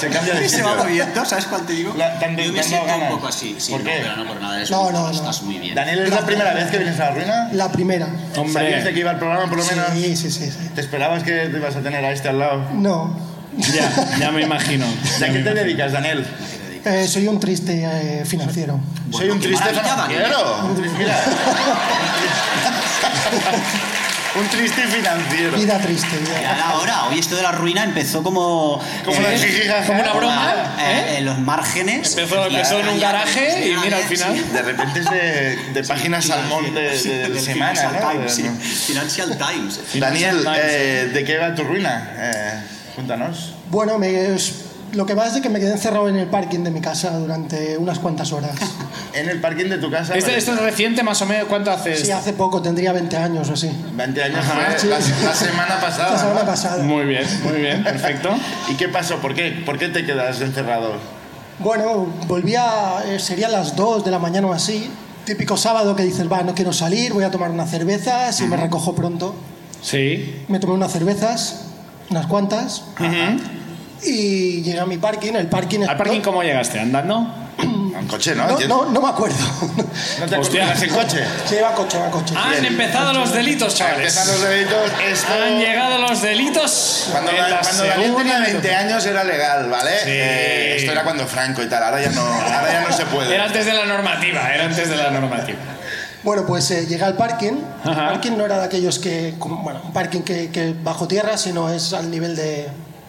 Speaker 5: Se cambia de
Speaker 2: y se va
Speaker 5: sitio.
Speaker 2: moviendo, ¿sabes cuál te digo?
Speaker 5: La- tan de-
Speaker 2: Yo me
Speaker 5: tan
Speaker 2: siento
Speaker 5: ganas.
Speaker 2: un poco así, sí,
Speaker 5: ¿Por
Speaker 2: no,
Speaker 5: qué?
Speaker 2: pero no por nada, es
Speaker 4: No, no, no.
Speaker 2: estás muy bien.
Speaker 5: Daniel, ¿es la primera vez que vienes a la ruina?
Speaker 4: La primera.
Speaker 5: ¿Sabías de
Speaker 6: Hombre.
Speaker 5: que iba al programa, por lo menos?
Speaker 4: Sí, sí, sí. sí.
Speaker 5: ¿Te esperabas que te ibas a tener a este al lado?
Speaker 4: No.
Speaker 6: Ya, ya me imagino.
Speaker 5: ¿Y
Speaker 6: Ya
Speaker 5: a
Speaker 6: me
Speaker 5: qué te
Speaker 6: imagino.
Speaker 5: dedicas, Daniel?
Speaker 4: Eh, soy un triste eh, financiero.
Speaker 5: Soy un
Speaker 2: qué
Speaker 5: triste
Speaker 2: maravilla, Daniel.
Speaker 5: financiero. Un triste- Mira. Un triste financiero.
Speaker 8: Vida triste.
Speaker 2: Ya era hora. Hoy esto de la ruina empezó como...
Speaker 5: Como la jijijaja.
Speaker 6: Como una broma,
Speaker 2: eh,
Speaker 6: ¿eh?
Speaker 2: En los márgenes.
Speaker 6: Empezó-
Speaker 2: Y
Speaker 6: empezó en
Speaker 2: ahora
Speaker 6: un
Speaker 2: ya
Speaker 6: garaje
Speaker 2: tenemos
Speaker 6: y mira, al final-
Speaker 2: finales, sí.
Speaker 5: De repente es de, eh, de páginas salmón de, de- de
Speaker 2: Del
Speaker 5: semana,
Speaker 2: Financial
Speaker 5: ¿no?
Speaker 2: Times, sí.
Speaker 5: De-
Speaker 2: Financial Times.
Speaker 5: Daniel,
Speaker 6: Times,
Speaker 5: eh, ¿de qué va tu ruina? Eh, cuéntanos.
Speaker 8: Bueno, me- es- lo que pasa es que me quedé encerrado en el parking de mi casa durante unas cuantas horas.
Speaker 5: En el parking de tu casa.
Speaker 6: Este-
Speaker 5: vale.
Speaker 6: esto es reciente, más o menos. ¿Cuánto hace
Speaker 8: Sí,
Speaker 6: esto?
Speaker 8: hace poco, tendría 20 años o así.
Speaker 5: 20 años
Speaker 8: Ajá,
Speaker 5: fue
Speaker 8: sí.
Speaker 5: la, la semana pasada.
Speaker 8: La semana
Speaker 5: ¿no?
Speaker 8: pasada.
Speaker 6: Muy bien, muy bien, perfecto.
Speaker 5: ¿Y qué pasó? ¿Por qué? ¿Por qué te quedas encerrado?
Speaker 8: Bueno, volvía, eh, serían las 2 de la mañana o así. Típico sábado que dices, va, no quiero salir, voy a tomar una cerveza, si me recojo pronto.
Speaker 6: Sí.
Speaker 8: Me tomé unas cervezas, unas cuantas, y llegué a mi parking. El parking es-
Speaker 6: ¿Al parking cómo llegaste? ¿Andando?
Speaker 5: En coche, ¿no?
Speaker 8: No,
Speaker 5: Yo-
Speaker 8: no, no me acuerdo.
Speaker 5: ¿No te
Speaker 6: Hostia. Ah,
Speaker 5: acostumbras en coche?
Speaker 8: Se iba coche, va coche.
Speaker 6: Han empezado los delitos,
Speaker 5: Empiezan los
Speaker 6: chavales.
Speaker 5: delitos. Esto...
Speaker 6: Han llegado los delitos.
Speaker 5: Cuando,
Speaker 6: en la
Speaker 5: cuando Daniel
Speaker 6: segunda
Speaker 5: tenía
Speaker 6: minuto.
Speaker 5: 20 años era legal, ¿vale? Eh, esto era cuando Franco y tal. Ahora ya no, ahora ya no se puede.
Speaker 6: Era antes de la normativa, era antes de la normativa.
Speaker 8: Bueno, pues eh, llegué al parking. El
Speaker 6: Ajá.
Speaker 8: parking no era de aquellos que, como, bueno, un parking que, que bajo tierra, sino es al nivel de,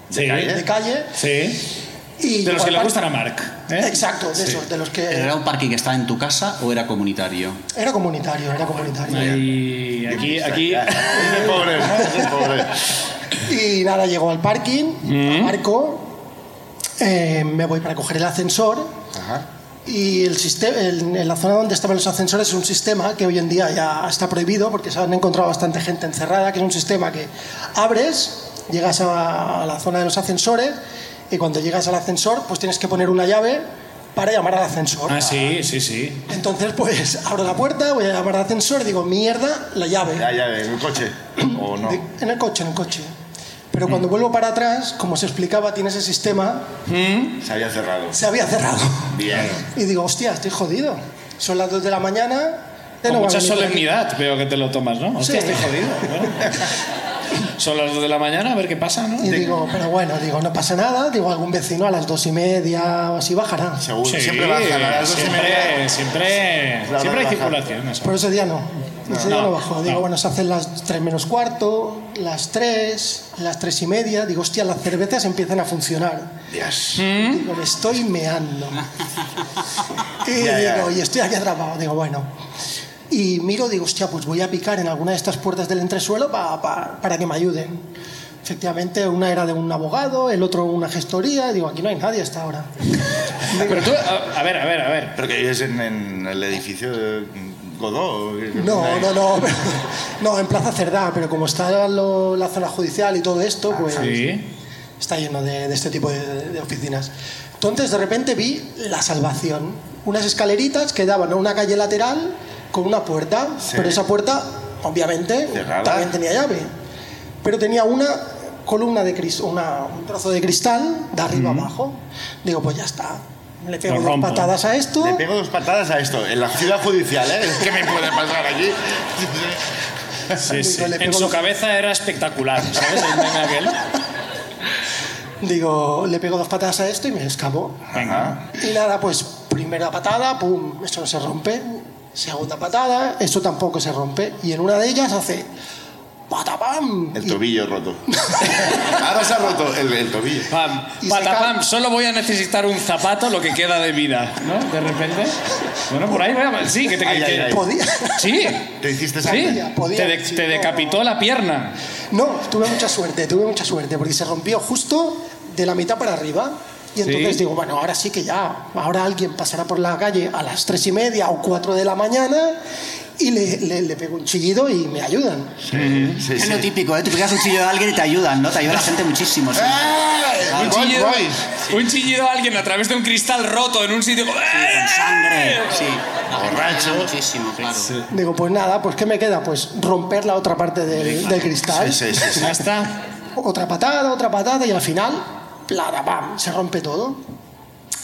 Speaker 6: Sí.
Speaker 8: de calle.
Speaker 6: Sí.
Speaker 8: Y
Speaker 6: De los que le
Speaker 8: llego al
Speaker 6: gustan a
Speaker 8: parking-
Speaker 6: Mark. ¿eh?
Speaker 8: Exacto, de esos, de los que...
Speaker 2: ¿Era un parking que estaba en tu casa o era comunitario?
Speaker 8: Era comunitario, era comunitario.
Speaker 6: Y aquí, aquí.
Speaker 5: Qué pobre, ¿no? Qué pobre.
Speaker 8: Y nada, llego al parking, aparco, eh, me voy para coger el ascensor. Y el sistema, en la zona donde estaban los ascensores es un sistema que hoy en día ya está prohibido porque se han encontrado bastante gente encerrada, que es un sistema que abres, llegas a, a la zona de los ascensores y cuando llegas al ascensor pues tienes que poner una llave para llamar al ascensor.
Speaker 6: Ah, sí, sí, sí.
Speaker 8: Entonces pues abro la puerta, voy a llamar al ascensor y digo, mierda, la llave.
Speaker 5: Ya, ya, en el coche. O no.
Speaker 8: De- en el coche, en el coche. Pero cuando vuelvo para atrás, como se explicaba, tiene ese sistema,
Speaker 6: Mm.
Speaker 5: Se había cerrado.
Speaker 8: se había cerrado.
Speaker 5: Bien.
Speaker 8: Y digo, hostia, estoy jodido. Son las 2 de la mañana. ya
Speaker 6: Con
Speaker 8: no va a venir
Speaker 6: mucha
Speaker 8: nadie.
Speaker 6: solemnidad veo que te lo tomas, ¿no? Hostia,
Speaker 8: Sí.
Speaker 6: estoy jodido. bueno. Son las 2 de la mañana, a ver qué pasa, ¿no?
Speaker 8: Y
Speaker 6: De-
Speaker 8: digo, pero bueno, digo, no pasa nada. Digo, algún vecino a las dos y media o así bajará.
Speaker 5: Seguro.
Speaker 6: Sí,
Speaker 5: Siempre baja. A las doce y
Speaker 6: siempre,
Speaker 5: media.
Speaker 6: Siempre,
Speaker 5: hora
Speaker 6: siempre hay
Speaker 5: de bajar.
Speaker 6: circulación. eso.
Speaker 8: Pero ese día no. Ese día
Speaker 6: No,
Speaker 8: no bajó. Digo,
Speaker 6: no.
Speaker 8: bueno, se hacen las 3 menos cuarto, las 3, las 3 y media. Digo, hostia, las cervezas empiezan a funcionar.
Speaker 5: Dios.
Speaker 8: Digo, me estoy meando. y
Speaker 5: Ya, ya.
Speaker 8: digo, y estoy aquí atrapado. Digo, bueno. Y miro, digo, hostia, pues voy a picar en alguna de estas puertas del entresuelo pa- pa- para que me ayuden. Efectivamente, una era de un abogado, el otro una gestoría. Digo, aquí no hay nadie hasta ahora.
Speaker 6: Pero tú, a, a ver, a ver, a ver.
Speaker 5: Pero que vives en, en el edificio de Godó.
Speaker 8: No, no, no. No, en Plaza Cerdá, pero como está lo- la zona judicial y todo esto, pues
Speaker 6: Sí.
Speaker 8: está lleno de, de este tipo de, de oficinas. Entonces, de repente vi la salvación. Unas escaleritas que daban a una calle lateral con una puerta, pero esa puerta, obviamente,
Speaker 5: Cerrada.
Speaker 8: también tenía llave. Pero tenía una columna de cristal, un trozo de cristal de arriba abajo. Digo, pues ya está. Le pego
Speaker 6: Lo
Speaker 8: dos
Speaker 6: rompo.
Speaker 8: patadas a esto.
Speaker 5: Le pego dos patadas a esto. En la ciudad judicial, ¿eh? ¿Qué me puede pasar aquí?
Speaker 6: sí, sí.
Speaker 8: Digo, le
Speaker 6: En
Speaker 8: pego
Speaker 6: su
Speaker 8: dos-
Speaker 6: cabeza era espectacular, ¿sabes? El meme aquel.
Speaker 8: Digo, le pego dos patadas a esto y me escapo.
Speaker 6: Venga.
Speaker 8: Y nada, pues primera patada, pum, esto no se rompe. Segunda patada, esto tampoco se rompe. Y en una de ellas hace patapam.
Speaker 5: El
Speaker 8: Y-
Speaker 5: tobillo roto. Ahora se ha roto el, el tobillo.
Speaker 6: Pam,
Speaker 8: Y se
Speaker 6: patapam,
Speaker 8: cae.
Speaker 6: solo voy a necesitar un zapato lo que queda de vida, ¿no? De repente. Bueno, por ahí, vaya, sí, que te
Speaker 5: Ay, ay,
Speaker 6: que-
Speaker 5: ay.
Speaker 8: Podía.
Speaker 6: Sí.
Speaker 5: ¿Te hiciste
Speaker 6: Sí,
Speaker 5: sangre?
Speaker 8: Podía, podía,
Speaker 6: te, de-
Speaker 8: sí,
Speaker 6: te
Speaker 8: no.
Speaker 6: decapitó la pierna.
Speaker 8: No, tuve mucha suerte, tuve mucha suerte, porque se rompió justo de la mitad para arriba. Y entonces
Speaker 6: Sí.
Speaker 8: digo, bueno, ahora sí que ya, ahora alguien pasará por la calle a las tres y media o cuatro de la mañana y le, le, le pego un chillido y me ayudan.
Speaker 5: Sí,
Speaker 2: Es
Speaker 5: sí.
Speaker 2: lo típico, ¿eh? Tú pegas un chillo a alguien y te ayudan, ¿no? Te ayuda la gente muchísimo. sí.
Speaker 5: ¡Ay!
Speaker 6: Un
Speaker 5: Rolls
Speaker 6: chillido,
Speaker 5: Royce.
Speaker 6: un chillido a alguien a través de un cristal roto en un sitio. ¡Eh!
Speaker 2: Con sangre, sí.
Speaker 5: Borracho.
Speaker 2: Borracho. Muchísimo, claro.
Speaker 8: Digo, pues nada, pues ¿qué me queda? Pues romper la otra parte del, del cristal.
Speaker 5: Sí, sí, sí, sí.
Speaker 6: Ya está.
Speaker 8: otra patada, otra patada y al final, plada, pam, se rompe todo.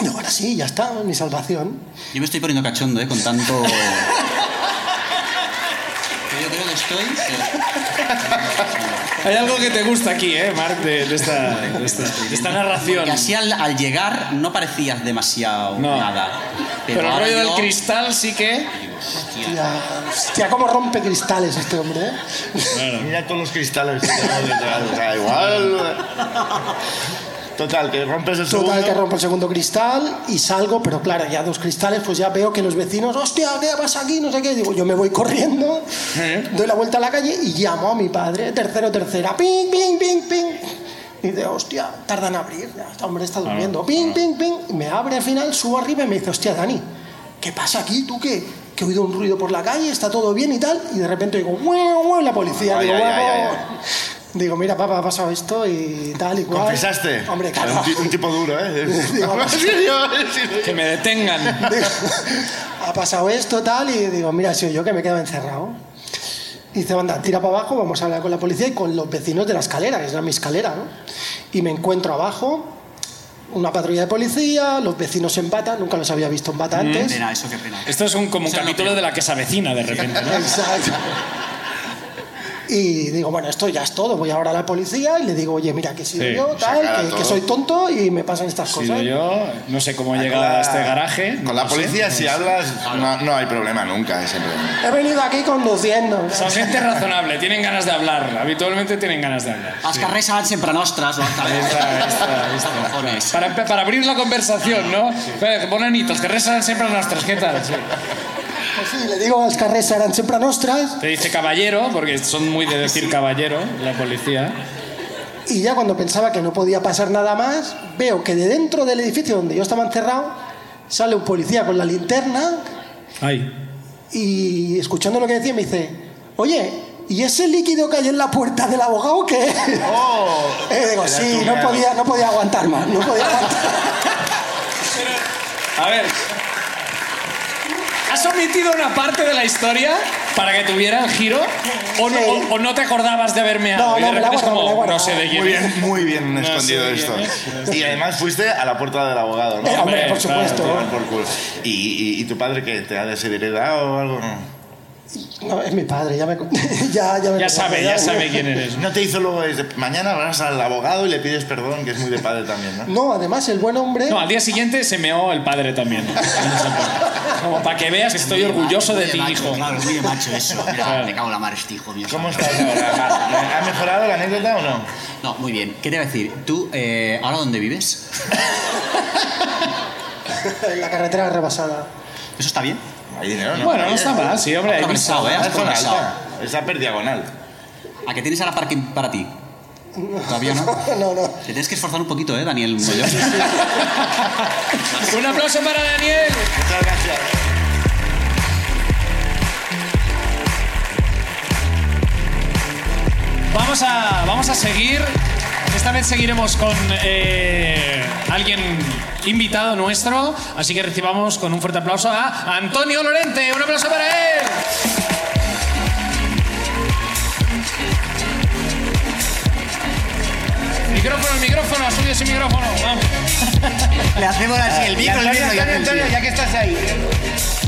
Speaker 8: Digo, ahora sí, ya está, mi salvación.
Speaker 2: Yo me estoy poniendo cachondo, ¿eh? Con tanto... Yo creo que estoy...
Speaker 6: Hay algo que te gusta aquí, ¿eh, Marc, de, de esta, de esta, de esta narración.
Speaker 2: Y así al, al llegar no parecías demasiado
Speaker 6: No.
Speaker 2: nada.
Speaker 6: Pero el
Speaker 2: ahora
Speaker 6: rollo del
Speaker 2: yo-
Speaker 6: cristal sí que.
Speaker 8: Hostia, hostia, cómo rompe cristales este hombre, ¿eh?
Speaker 5: Mira todos los cristales que tenemos detrás. O sea, igual. Total, que rompes el
Speaker 8: Total, que
Speaker 5: segundo.
Speaker 8: rompo el segundo cristal y salgo, pero claro, ya dos cristales, pues ya veo que los vecinos, hostia, ¿qué pasa aquí? No sé qué. Digo, yo me voy corriendo, doy la vuelta a la calle y llamo a mi padre, tercero, tercera, ping, ping, ping, ping. Dice, hostia, tardan en abrir, ya, este hombre
Speaker 5: Ah,
Speaker 8: está durmiendo, ping, ping, ping. Y Me abre al final, subo arriba y me dice, hostia, Dani, ¿qué pasa aquí? ¿Tú qué? Que he oído un ruido por la calle, está todo bien y tal, y de repente digo, ¡guau, guau! La policía,
Speaker 5: Ay,
Speaker 8: digo,
Speaker 5: ay,
Speaker 8: "Guau,
Speaker 5: ay, ay,
Speaker 8: guau". Digo, mira, papá, ha pasado esto y tal y cual.
Speaker 5: ¿Confesaste?
Speaker 8: Hombre, claro.
Speaker 5: Un, ti- un tipo duro, ¿eh?
Speaker 8: Digo,
Speaker 5: Es que yo- sí, sí.
Speaker 6: Que me detengan.
Speaker 8: Digo, ha pasado esto, tal, y digo, mira, soy yo que me he quedado encerrado. Y dice, anda, tira para abajo, vamos a hablar con la policía y con los vecinos de la escalera, que es mi escalera, ¿no? Y me encuentro abajo, una patrulla de policía, los vecinos en bata, nunca los había visto en
Speaker 6: Mm,
Speaker 8: bata antes.
Speaker 2: Pena, eso qué pena.
Speaker 6: Esto es un, como un capítulo de la que se avecina de repente, ¿no?
Speaker 8: Exacto. Y digo, bueno, esto ya es todo. Voy ahora a la policía y le digo, oye, mira, que he sido
Speaker 6: Sí,
Speaker 8: yo,
Speaker 5: acaba
Speaker 8: tal, que, que
Speaker 5: todo.
Speaker 8: soy tonto y me pasan estas
Speaker 6: Sí,
Speaker 8: cosas.
Speaker 6: yo no sé cómo he llegado a este garaje.
Speaker 5: Ah, Con la policía, si hablas, no, no hay problema nunca. es siempre.
Speaker 8: He venido aquí conduciendo.
Speaker 6: Son gente razonable, tienen ganas de hablar. Habitualmente tienen ganas de hablar.
Speaker 2: Las carreras van siempre nostras, ¿no? Ahí
Speaker 6: está, ahí está, ahí está. Para, empe- para abrir la conversación, ¿no? Eh, Bonanitos, que rezan siempre a nuestras, ¿qué tal? Sí.
Speaker 8: Pues sí, le digo, las carreras eran siempre nuestras.
Speaker 6: Te dice caballero, porque son muy de decir caballero, la policía.
Speaker 8: Y ya cuando pensaba que no podía pasar nada más, veo que de dentro del edificio donde yo estaba encerrado, sale un policía con la linterna
Speaker 6: Ay.
Speaker 8: y escuchando lo que decía me dice, oye, ¿y ese líquido que hay en la puerta del abogado qué? es?".
Speaker 5: Oh.
Speaker 8: Eh, digo, sí, no podía, no podía aguantar más, no podía aguantar.
Speaker 6: A ver. ¿Has omitido una parte de la historia para que tuviera el giro? ¿O no,
Speaker 8: Sí.
Speaker 6: o- o no te acordabas de haberme
Speaker 8: No,
Speaker 6: algo? Y de
Speaker 8: no, me la
Speaker 6: repente es
Speaker 8: guardo, me la
Speaker 6: como,
Speaker 8: guardo.
Speaker 6: no sé de quién
Speaker 5: Muy
Speaker 6: es.
Speaker 5: bien, muy bien escondido
Speaker 6: sí,
Speaker 5: esto.
Speaker 6: bien,
Speaker 5: Y además fuiste a la puerta del abogado, ¿no?
Speaker 8: Eh, hombre, por
Speaker 6: claro,
Speaker 8: supuesto.
Speaker 5: Tomar por culo. ¿Y, y, y tu padre que te ha desheredado o algo? No.
Speaker 8: No, es mi padre, ya me... ya, ya, me
Speaker 6: Ya sabe, ya sabe quién eres.
Speaker 5: ¿No te hizo luego desde mañana vas al abogado y le pides perdón, que es muy de padre también, ¿no?
Speaker 8: No, además el buen hombre...
Speaker 6: No, al día siguiente se meó el padre también. Como para que veas que estoy orgulloso de ti, hijo.
Speaker 2: Claro, es muy de macho eso. Mira, me cago en la mar este hijo mío.
Speaker 5: ¿Cómo estás ahora? ¿Ha mejorado la anécdota o no?
Speaker 2: No, muy bien. ¿Qué te iba a decir? ¿Tú eh, ahora dónde vives?
Speaker 8: en La carretera rebasada.
Speaker 2: ¿Eso está bien?
Speaker 5: Hay dinero, ¿no?
Speaker 6: Bueno, no está mal, sí, hombre.
Speaker 2: Has
Speaker 6: hay visto.
Speaker 2: progresado, ¿eh? Has
Speaker 5: Es zona
Speaker 2: progresado.
Speaker 5: alta. Está per diagonal.
Speaker 2: ¿A qué tienes ahora parking para ti? Todavía no.
Speaker 8: No, no.
Speaker 2: Te tienes que esforzar un poquito, ¿eh, Daniel Mollón?
Speaker 6: Un aplauso para Daniel.
Speaker 5: Muchas gracias.
Speaker 6: Vamos a, vamos a seguir. Esta vez seguiremos con eh, alguien invitado nuestro. Así que recibamos con un fuerte aplauso a Antonio Lorente. Un aplauso para él. Micrófono, micrófono, suyo sin micrófono. Vamos. Eh,
Speaker 2: Le hacemos así el
Speaker 6: Ah,
Speaker 2: micro, el micro. y hace el
Speaker 5: Antonio, ya que estás ahí.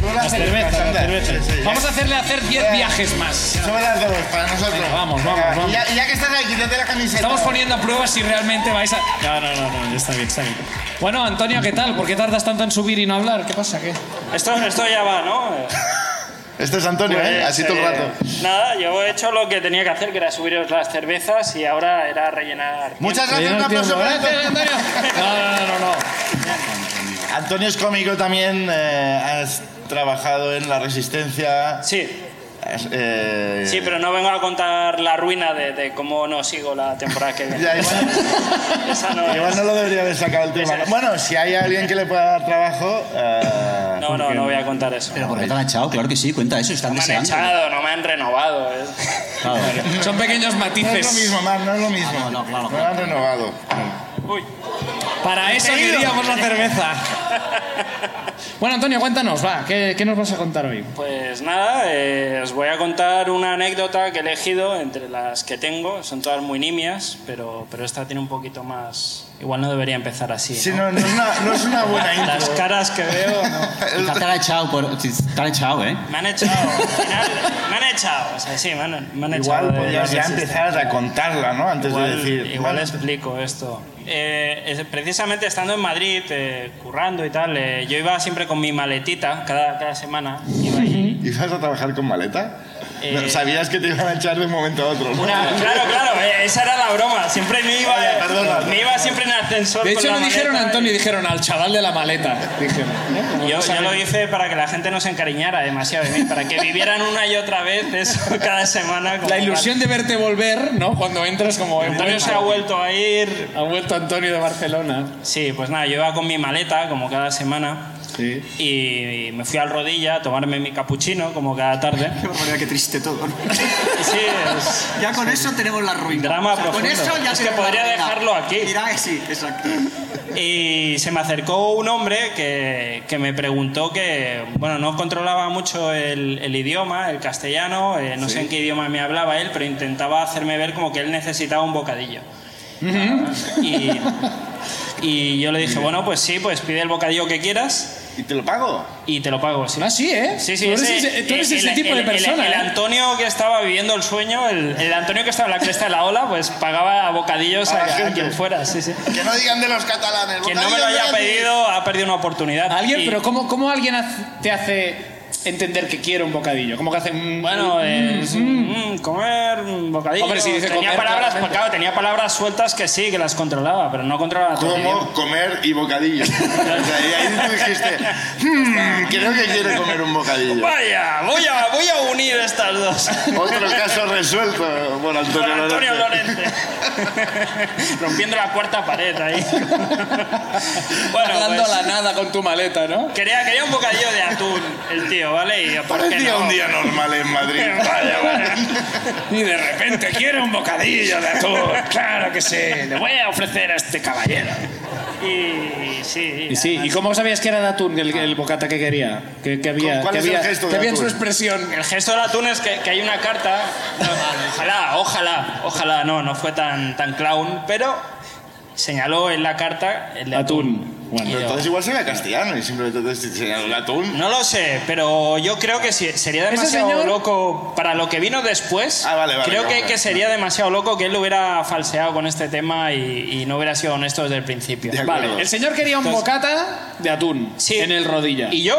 Speaker 5: No
Speaker 6: La cerveza, la cerveza. Vamos a hacerle hacer 10 viajes más.
Speaker 5: Sobre Eh, las dos, para nosotros.
Speaker 6: Venga, vamos, vamos,
Speaker 5: Venga,
Speaker 6: vamos.
Speaker 5: Y ya, y ya que estás ahí, quítate la camiseta.
Speaker 6: Estamos poniendo a prueba si realmente vais a. No, no, no, no, ya está bien, está bien. Bueno, Antonio, ¿qué tal? ¿Por qué tardas tanto en subir y no hablar? ¿Qué pasa? ¿Qué?
Speaker 9: Esto, esto ya va, ¿no?
Speaker 5: Este es Antonio,
Speaker 6: Pues
Speaker 5: ¿eh? Así todo el
Speaker 9: Eh,
Speaker 5: rato.
Speaker 9: Nada, yo he hecho lo que tenía que hacer, que era subiros las cervezas y ahora era rellenar.
Speaker 5: Muchas gracias, un
Speaker 6: Rellenar
Speaker 5: aplauso
Speaker 6: tiempo.
Speaker 5: para
Speaker 6: Gracias,
Speaker 5: Antonio.
Speaker 6: Antonio. No, no, no, no. no.
Speaker 5: Antonio es cómico también. eh, has trabajado en La Resistencia.
Speaker 9: Sí,
Speaker 5: has, eh,
Speaker 9: sí, pero no vengo a contar la ruina de, de cómo no sigo la temporada que viene.
Speaker 5: ya, igual,
Speaker 9: Esa no
Speaker 5: igual
Speaker 9: es.
Speaker 5: no lo debería haber sacado el tema. Bueno, si hay alguien que le pueda dar trabajo. eh,
Speaker 9: No, no, no voy a contar eso.
Speaker 2: Pero ¿por qué te han echado? Claro que sí, cuenta eso, están
Speaker 9: No me han
Speaker 2: deseando.
Speaker 9: echado, no me han renovado. ¿eh?
Speaker 2: Claro.
Speaker 6: Son pequeños
Speaker 5: no es lo
Speaker 6: matices.
Speaker 5: mismo, Mar, no es lo mismo.
Speaker 2: Ah, No, no, no, claro.
Speaker 5: Me lo han renovado.
Speaker 9: Uy,
Speaker 6: Para eso
Speaker 5: Querido.
Speaker 6: queríamos la cerveza. Bueno, Antonio, cuéntanos, va. ¿Qué, qué nos vas a contar hoy?
Speaker 9: pues nada, eh, os voy a contar una anécdota que he elegido entre las que tengo. Son todas muy nimias, pero, pero esta tiene un poquito más. Igual no debería empezar así.
Speaker 5: Sí, no,
Speaker 9: ¿no?
Speaker 5: no es una, no es una buena
Speaker 9: Las
Speaker 5: intro.
Speaker 9: caras que veo, no.
Speaker 2: Quizá te han echado, por... te han echado, ¿eh?
Speaker 9: Me han echado. Al final, me han echado. O sea, sí, me han, me han echado.
Speaker 5: Igual
Speaker 9: de
Speaker 5: podrías
Speaker 9: Dark
Speaker 5: ya
Speaker 9: System.
Speaker 5: empezar a contarla, ¿no? Antes
Speaker 9: Igual,
Speaker 5: de decir.
Speaker 9: igual
Speaker 5: bueno,
Speaker 9: explico esto. Eh, es- precisamente estando en Madrid, eh, currando y tal, eh, yo iba siempre con mi maletita cada, cada semana. Iba allí.
Speaker 5: ¿Ibas a trabajar con maleta?
Speaker 9: Eh,
Speaker 5: No, Sabías que te iban a echar de un momento a otro. ¿no?
Speaker 9: Una- claro, claro, eh, esa era la broma. Siempre me iba,
Speaker 5: Oye, perdona.
Speaker 9: me iba siempre en ascensor.
Speaker 10: De hecho,
Speaker 9: con
Speaker 10: no
Speaker 9: la
Speaker 10: dijeron a
Speaker 9: maleta.
Speaker 10: Antonio, dijeron al chaval de la maleta.
Speaker 5: Dijeron, ¿eh?
Speaker 9: Yo, yo lo hice para que la gente no se encariñara demasiado de mí, para que vivieran una y otra vez eso cada semana. como
Speaker 10: La ilusión de verte volver, ¿no? Cuando entras como...
Speaker 9: tal. Antonio se ha vuelto a ir.
Speaker 10: Ha vuelto Antonio de Barcelona.
Speaker 9: Sí, pues nada, yo iba con mi maleta como cada semana.
Speaker 5: Sí.
Speaker 9: y me fui al rodilla a tomarme mi capuchino como cada tarde.
Speaker 11: Qué barbaridad, qué triste todo. ¿no?
Speaker 9: Sí, es-
Speaker 11: Ya con eso tenemos la ruina.
Speaker 9: Drama
Speaker 11: con
Speaker 9: profundo.
Speaker 11: eso ya
Speaker 9: Es que
Speaker 11: tenemos la
Speaker 9: podría
Speaker 11: ruina.
Speaker 9: dejarlo aquí.
Speaker 11: Mira, eh, sí, exacto.
Speaker 9: Y se me acercó un hombre que, que me preguntó que, bueno, no controlaba mucho el, el idioma, el castellano, eh, no sé en qué idioma me hablaba él, pero intentaba hacerme ver como que él necesitaba un bocadillo. y, y yo le dije, bueno, pues sí, pues pide el bocadillo que quieras
Speaker 5: ¿Y te lo pago?
Speaker 9: y te lo pago. sí.
Speaker 10: Ah, sí, ¿eh?
Speaker 9: Sí, sí,
Speaker 10: Tú eres
Speaker 9: ese-
Speaker 10: ese, tú eres
Speaker 9: el-
Speaker 10: ese
Speaker 9: el-
Speaker 10: tipo de
Speaker 9: el- el-
Speaker 10: persona.
Speaker 9: El,
Speaker 10: ¿eh?
Speaker 9: Antonio que estaba viviendo el sueño, el, el Antonio que estaba en la cresta de la ola, pues pagaba a bocadillos
Speaker 5: A
Speaker 9: a,
Speaker 5: la
Speaker 9: a
Speaker 5: gente.
Speaker 9: quien fuera. Sí, sí.
Speaker 5: Que no digan de los catalanes.
Speaker 9: Quien no me lo
Speaker 5: bocadillo
Speaker 9: haya
Speaker 5: gratis.
Speaker 9: pedido ha perdido una oportunidad.
Speaker 10: Alguien,
Speaker 9: Y,
Speaker 10: pero ¿cómo, cómo alguien haz- te hace entender que quiere un bocadillo? ¿Cómo que hace un...
Speaker 9: Bueno, es, mm, comer un bocadillo.
Speaker 10: Hombre, si dice
Speaker 9: tenía
Speaker 10: comer,
Speaker 9: palabras,
Speaker 10: claramente.
Speaker 9: claro, tenía palabras sueltas que sí, que las controlaba, pero no controlaba todo el idioma.
Speaker 5: Como comer y bocadillo. o sea, y ahí tú dijiste, "Hmm, creo que quiere comer un bocadillo.
Speaker 9: Vaya, voy a, voy a unir estas dos.
Speaker 5: Otro caso resuelto por Antonio,
Speaker 9: Con Antonio
Speaker 5: Lorenzo.
Speaker 9: Lorente. Rompiendo la cuarta pared ahí. bueno,
Speaker 10: Hablando
Speaker 9: pues,
Speaker 10: a la nada con tu maleta, ¿no?
Speaker 9: quería, quería un bocadillo de atún el tío, ¿vale? Y ¿por qué
Speaker 5: Parecía
Speaker 9: no?
Speaker 5: un día normal en Madrid.
Speaker 9: Vaya, vaya.
Speaker 10: Y de repente quiere un bocadillo de atún. Claro que sí. Le voy a ofrecer a este caballero.
Speaker 9: Y sí,
Speaker 10: Y sí, ¿y
Speaker 9: además,
Speaker 10: cómo sabías que era de atún el, el bocata que quería? Que, que había,
Speaker 5: ¿Cuál
Speaker 10: Ah, que
Speaker 5: es el
Speaker 10: había,
Speaker 5: gesto
Speaker 10: que
Speaker 5: de
Speaker 10: había en
Speaker 5: atún?
Speaker 10: su expresión.
Speaker 9: El gesto del atún es que, que hay una carta. Ojalá, ojalá, ojalá, no, no fue tan, tan clown, pero señaló en la carta el de
Speaker 10: Atún.
Speaker 9: Y
Speaker 10: Bueno.
Speaker 9: yo,
Speaker 5: Entonces igual sería castellano y simplemente te enseñaron el atún.
Speaker 9: No lo sé, pero yo creo que si- sería demasiado
Speaker 10: señor?
Speaker 9: loco para lo que vino después.
Speaker 5: Ah, vale, vale,
Speaker 9: creo que,
Speaker 5: vale.
Speaker 9: que sería demasiado loco que él lo hubiera falseado con este tema y, y no hubiera sido honesto desde el principio.
Speaker 5: De acuerdo.
Speaker 10: Vale, el señor quería un bocata de atún
Speaker 9: Sí.
Speaker 10: en el rodilla.
Speaker 9: Y yo.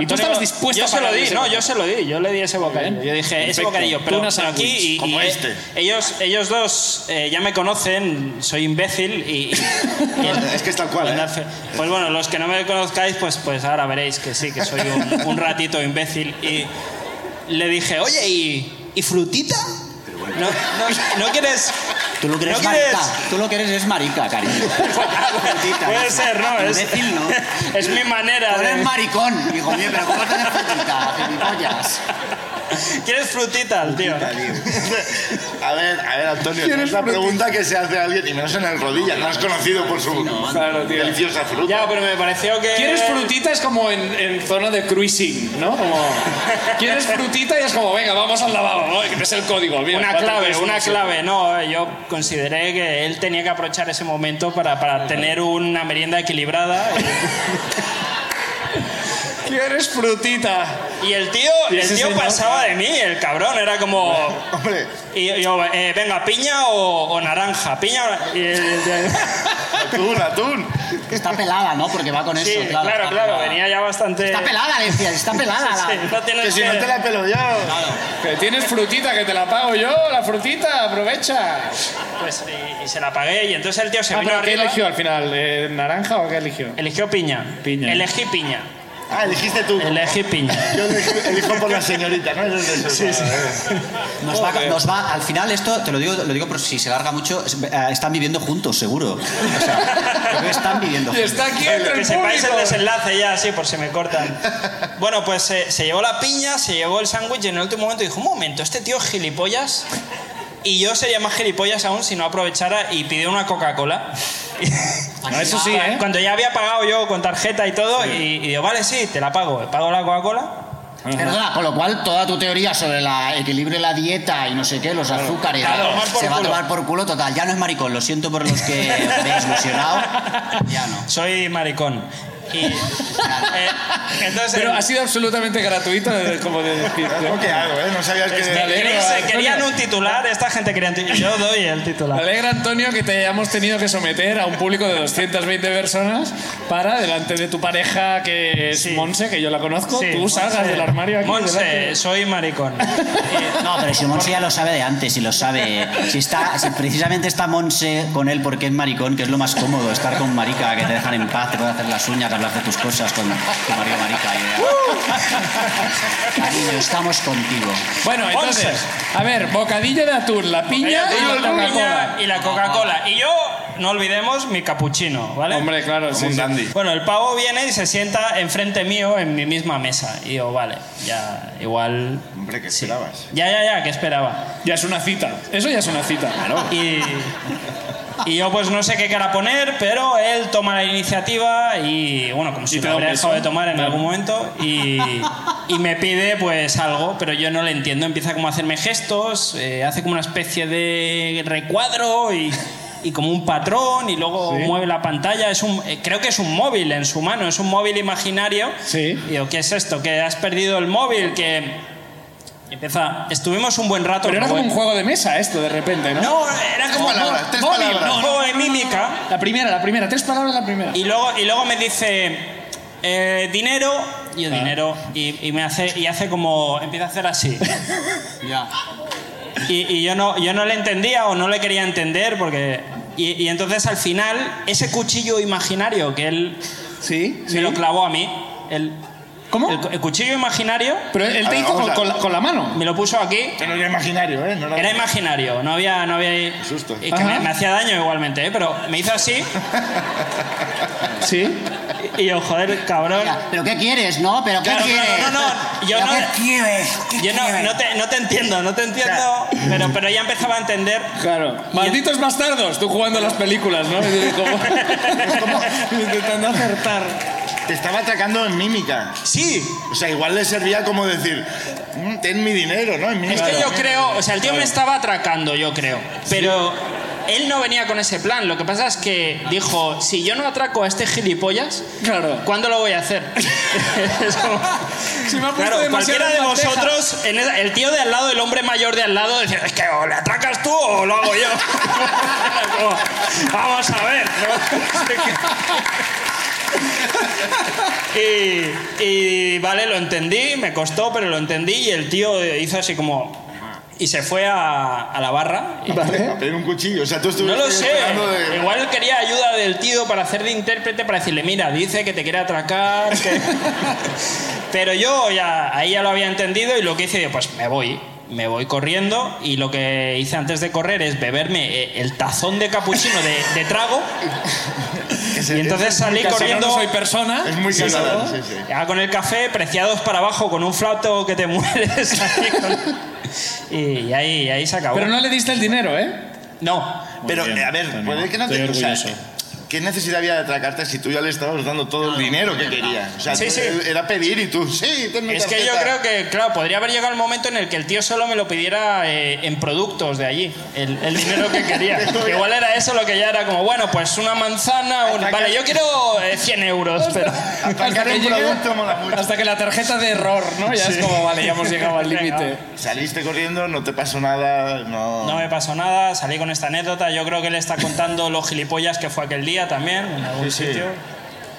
Speaker 10: Y tú estabas dispuesto
Speaker 9: Ah, yo
Speaker 10: a
Speaker 9: se lo
Speaker 10: pagar
Speaker 9: di,
Speaker 10: ese
Speaker 9: no,
Speaker 10: bocadillo.
Speaker 9: yo se lo di, yo le di ese bocadillo.
Speaker 10: bien.
Speaker 9: Yo dije, ese
Speaker 10: Perfecto.
Speaker 9: bocadillo,
Speaker 10: Tú
Speaker 9: pero
Speaker 10: una
Speaker 9: pero aquí
Speaker 10: sándwich,
Speaker 9: y- y-
Speaker 5: como
Speaker 9: eh,
Speaker 5: este.
Speaker 9: ellos, ellos dos eh, ya me conocen, soy imbécil y, y-
Speaker 5: Es que es tal cual, ¿eh?
Speaker 9: Pues bueno, los que no me conozcáis, pues, pues ahora veréis que sí, que soy un, un ratito imbécil. Y le dije, oye, ¿y, y frutita? No, no, ¿no quieres...?
Speaker 2: Tú lo que eres
Speaker 9: ¿No
Speaker 2: es
Speaker 9: quieres?
Speaker 2: marica. Tú lo que eres es marica, cariño. Frutita.
Speaker 9: Puede ser, ¿no? Es,
Speaker 2: Imbécil, ¿no?
Speaker 9: es mi manera
Speaker 2: Tú
Speaker 9: de...
Speaker 2: eres maricón. Digo, oye, pero ¿cómo te frutita, gilipollas?
Speaker 9: ¿Quieres frutitas, tío?
Speaker 5: A ver, a ver, Antonio, no es la pregunta que se hace a alguien, y menos en el rodilla, no has conocido por su deliciosa fruta.
Speaker 9: Ya, pero me pareció que...
Speaker 10: ¿Quieres frutita? Es como en, en zona de cruising, ¿no? Como, ¿Quieres frutita? Y es como, venga, vamos al lavabo, ¿no? Que es el código. mira,
Speaker 5: Pues
Speaker 9: Una
Speaker 10: cuatro,
Speaker 9: clave,
Speaker 10: tres,
Speaker 9: una
Speaker 10: uno, siete.
Speaker 9: clave. No, eh, yo consideré que él tenía que aprovechar ese momento para, para tener una merienda equilibrada.
Speaker 10: ¿Quieres frutita?
Speaker 9: Y el tío,
Speaker 10: Y
Speaker 9: el
Speaker 10: ese
Speaker 9: tío
Speaker 10: señor,
Speaker 9: pasaba
Speaker 10: claro.
Speaker 9: de mí, el cabrón. Era como...
Speaker 5: ah. Hombre,
Speaker 9: Y yo, eh, venga, piña o, o naranja. Piña o na- y el- el- el-
Speaker 5: atún, atún.
Speaker 2: Está pelada, ¿no? Porque va con eso.
Speaker 9: Sí, claro, claro,
Speaker 2: está pelada.
Speaker 9: venía ya bastante...
Speaker 2: Está pelada, le decía, está pelada. la-
Speaker 9: Sí, no tienes
Speaker 5: Que si no
Speaker 9: que-
Speaker 5: te la pelo yo.
Speaker 10: Que tienes frutita, que te la pago yo, la frutita, aprovecha.
Speaker 9: Pues, y, y se la pagué y entonces el tío se
Speaker 10: Ah,
Speaker 9: vino
Speaker 10: pero ¿qué
Speaker 9: arriba.
Speaker 10: eligió al final? ¿Eh, ¿Naranja o qué eligió?
Speaker 9: Eligió piña.
Speaker 10: Piña.
Speaker 9: Elegí piña.
Speaker 5: Ah, elegiste tú.
Speaker 9: Elegí piña.
Speaker 5: Yo elijo- elijo por la señorita, ¿no? Sí, sí.
Speaker 2: Nos va, nos va- al final esto, te lo digo, lo digo por si se larga mucho, es- eh, están viviendo juntos, seguro. O sea, creo que están viviendo
Speaker 10: Y
Speaker 2: juntos.
Speaker 10: está aquí
Speaker 9: Bueno,
Speaker 10: entre
Speaker 9: que
Speaker 10: el
Speaker 9: sepáis el
Speaker 10: público.
Speaker 9: desenlace ya, sí, por si me cortan. Bueno, pues se, se llevó la piña, se llevó el sándwich y en el último momento dijo, un momento, este tío es gilipollas. Y yo sería más gilipollas aún si no aprovechara y pidió una Coca-Cola.
Speaker 10: Ah, eso sí, ¿eh?
Speaker 9: Cuando ya había pagado yo con tarjeta y todo, y, y digo, vale, sí, te la pago. Pago la Coca-Cola.
Speaker 2: Perdona, con lo cual toda tu teoría sobre el equilibrio de la dieta y no sé qué, los azúcares,
Speaker 9: Claro,
Speaker 2: eh,
Speaker 9: tomar por
Speaker 2: se va a
Speaker 9: culo.
Speaker 2: tomar por culo total. Ya no es maricón, lo siento por los que os habéis ilusionado. Ya no.
Speaker 9: Soy maricón. Y, eh, entonces,
Speaker 6: Pero
Speaker 9: el-
Speaker 6: ha sido absolutamente gratuito, eh, como de decir.
Speaker 5: ¿Cómo que hago, eh? No sabías que.
Speaker 6: Es que queréis-
Speaker 9: se querían un titular, esta gente quería un titular. Yo doy el
Speaker 6: Me
Speaker 9: titular.
Speaker 6: alegra, Antonio, que te hayamos tenido que someter a un público de 220 personas para, delante de tu pareja, que es Monse, que yo la conozco,
Speaker 9: Sí,
Speaker 6: tú salgas
Speaker 9: Monse.
Speaker 6: del armario aquí.
Speaker 9: Monse,
Speaker 6: delante.
Speaker 9: soy maricón.
Speaker 5: Eh,
Speaker 2: No, pero si Monse ya lo sabe de antes, si lo sabe. Si está, si precisamente está Monse con él porque es maricón, que es lo más cómodo, estar con marica, que te dejan en paz, te pueden hacer las uñas, hablar de tus cosas con tu marido marica.
Speaker 5: eh.
Speaker 2: y- Cariño, estamos contigo.
Speaker 6: Bueno, entonces, a ver, bocadillo de atún, la piña
Speaker 9: Ella
Speaker 6: y
Speaker 9: tuvo
Speaker 6: la Coca-Cola.
Speaker 9: piña y la Coca-Cola. Y yo, no olvidemos, mi capuchino, ¿vale?
Speaker 6: Hombre, claro, sí, sí.
Speaker 9: Bueno, el pavo viene y se sienta enfrente mío en mi misma mesa. Y yo, vale, ya, ah, igual.
Speaker 5: Hombre, ¿qué esperabas?
Speaker 9: Ya, ya, ya, que esperaba.
Speaker 6: Ya es una cita. Eso ya es una cita.
Speaker 9: Y, y yo, pues no sé qué cara poner, pero él toma la iniciativa y, bueno, como si
Speaker 6: te
Speaker 9: lo
Speaker 6: da un
Speaker 9: hubiera
Speaker 6: beso.
Speaker 9: dejado de tomar en
Speaker 6: Claro.
Speaker 9: algún momento. Y, y me pide, pues algo, pero yo no le entiendo. Empieza como a hacerme gestos, eh, hace como una especie de recuadro y. y como un patrón, y luego mueve la pantalla. Es un, eh, creo que es un móvil en su mano, es un móvil imaginario.
Speaker 6: Sí.
Speaker 9: Y digo, ¿qué es esto? ¿Que has perdido el móvil? Que empieza. Estuvimos un buen rato.
Speaker 6: Pero era
Speaker 9: pero
Speaker 6: como un
Speaker 9: bueno.
Speaker 6: juego de mesa esto, de repente, ¿no?
Speaker 9: No, era como
Speaker 5: palabras, tres
Speaker 9: móvil,
Speaker 5: palabras.
Speaker 9: no, juego de mímica.
Speaker 6: La primera, la primera. Tres palabras la primera.
Speaker 9: Y luego, y luego me dice eh, dinero y
Speaker 6: Ah.
Speaker 9: yo, dinero y, y me hace y hace como empieza a hacer así.
Speaker 12: Ya.
Speaker 9: Y, y yo no yo no le entendía o no le quería entender porque y, y entonces al final ese cuchillo imaginario que él
Speaker 6: Sí,
Speaker 9: me lo clavó a mí el
Speaker 6: ¿Cómo?
Speaker 9: el, cu- el cuchillo imaginario
Speaker 6: Pero él
Speaker 5: A
Speaker 6: te
Speaker 5: ver,
Speaker 6: hizo
Speaker 5: vamos
Speaker 6: con,
Speaker 5: a-
Speaker 6: con la, con la mano.
Speaker 9: me lo puso aquí
Speaker 5: Pero era imaginario, ¿eh? No
Speaker 9: era imaginario, no había. No había
Speaker 5: susto.
Speaker 9: Y que
Speaker 6: Ajá.
Speaker 9: me, me hacía daño igualmente, ¿eh? pero me hizo así
Speaker 6: Sí.
Speaker 9: y yo, joder, cabrón.
Speaker 12: Mira, ¿Pero qué quieres, no? ¿Pero qué
Speaker 9: Claro,
Speaker 12: quieres?
Speaker 9: claro, no, no, yo
Speaker 12: ¿Pero
Speaker 9: no-
Speaker 12: ¿Qué quieres? ¿Qué
Speaker 9: Yo no,
Speaker 12: quieres?
Speaker 9: no te, no te entiendo, no te entiendo, pero, pero ya empezaba a entender.
Speaker 6: Claro. Malditos bastardos, tú jugando a las películas, ¿no? Y yo como- Intentando acertar.
Speaker 5: Te estaba atacando en mímica.
Speaker 9: Sí,
Speaker 5: O sea, igual le servía como decir, "Mm, ten mi dinero, ¿no? En
Speaker 9: es
Speaker 5: mímica.
Speaker 9: que yo creo, o sea, el tío me estaba atracando, yo creo, pero él no venía con ese plan. Lo que pasa es que dijo: si yo no atraco a este gilipollas,
Speaker 6: Claro.
Speaker 9: ¿cuándo lo voy a hacer? Es como-
Speaker 6: Si me ha puesto
Speaker 9: Claro,
Speaker 6: demasiado
Speaker 9: cualquiera de
Speaker 6: en bandeja.
Speaker 9: vosotros, en esa- el tío de al lado, el hombre mayor de al lado, decía, es que o le atracas tú o lo hago yo. Era como, Vamos a ver. ¿no? y, y, vale, lo entendí, me costó, pero lo entendí y el tío hizo así como... Y se fue a, a la barra. y-
Speaker 5: A pedir un cuchillo. O sea, tú
Speaker 9: no
Speaker 5: estuviste
Speaker 9: lo sé.
Speaker 5: esperando de...
Speaker 9: Igual él quería ayuda del tío para hacer de intérprete, para decirle, mira, dice que te quiere atracar. que-". Pero yo ya, ahí ya lo había entendido y lo que hice, yo, pues me voy. Me voy corriendo y lo que hice antes de correr es beberme eh, el tazón de capuchino de, de trago.
Speaker 5: Ese-
Speaker 9: Y entonces salí
Speaker 6: Casi
Speaker 9: corriendo.
Speaker 6: no soy persona.
Speaker 5: Es muy casado. Sí, sí.
Speaker 9: Ya con el café, preciados para abajo, con un flauto que te mueres. ahí con- Y ahí, ahí se acabó.
Speaker 6: Pero no le diste el dinero, ¿eh?
Speaker 9: no,
Speaker 5: Pero,
Speaker 6: bien,
Speaker 5: eh, a ver,
Speaker 6: Antonio,
Speaker 5: puede que no te...
Speaker 6: estoy
Speaker 5: o sea,
Speaker 6: orgulloso.
Speaker 5: ¿Qué necesidad había de atracarte si tú ya le estabas dando todo el dinero que querías? O sea,
Speaker 9: Sí,
Speaker 5: tú-
Speaker 9: sí.
Speaker 5: era pedir y tú, sí, ten mi
Speaker 9: Es que yo
Speaker 5: tarjeta".
Speaker 9: creo que, claro, podría haber llegado el momento en el que el tío solo me lo pidiera eh, en productos de allí, el, el dinero que quería. Que Igual era eso lo que ya era como, bueno, pues una manzana, un- vale, yo quiero eh, 100 euros, pero...
Speaker 5: Atracar un
Speaker 6: llegue-
Speaker 5: producto mola mucho.
Speaker 6: Hasta que la tarjeta de error, ¿no? Ya es como, vale, ya hemos llegado al
Speaker 9: Venga.
Speaker 6: límite.
Speaker 5: Saliste corriendo, no te pasó nada, no...
Speaker 9: No me pasó nada, salí con esta anécdota, yo creo que le está contando los gilipollas que fue aquel día también, en algún
Speaker 5: Sí, sí.
Speaker 9: sitio.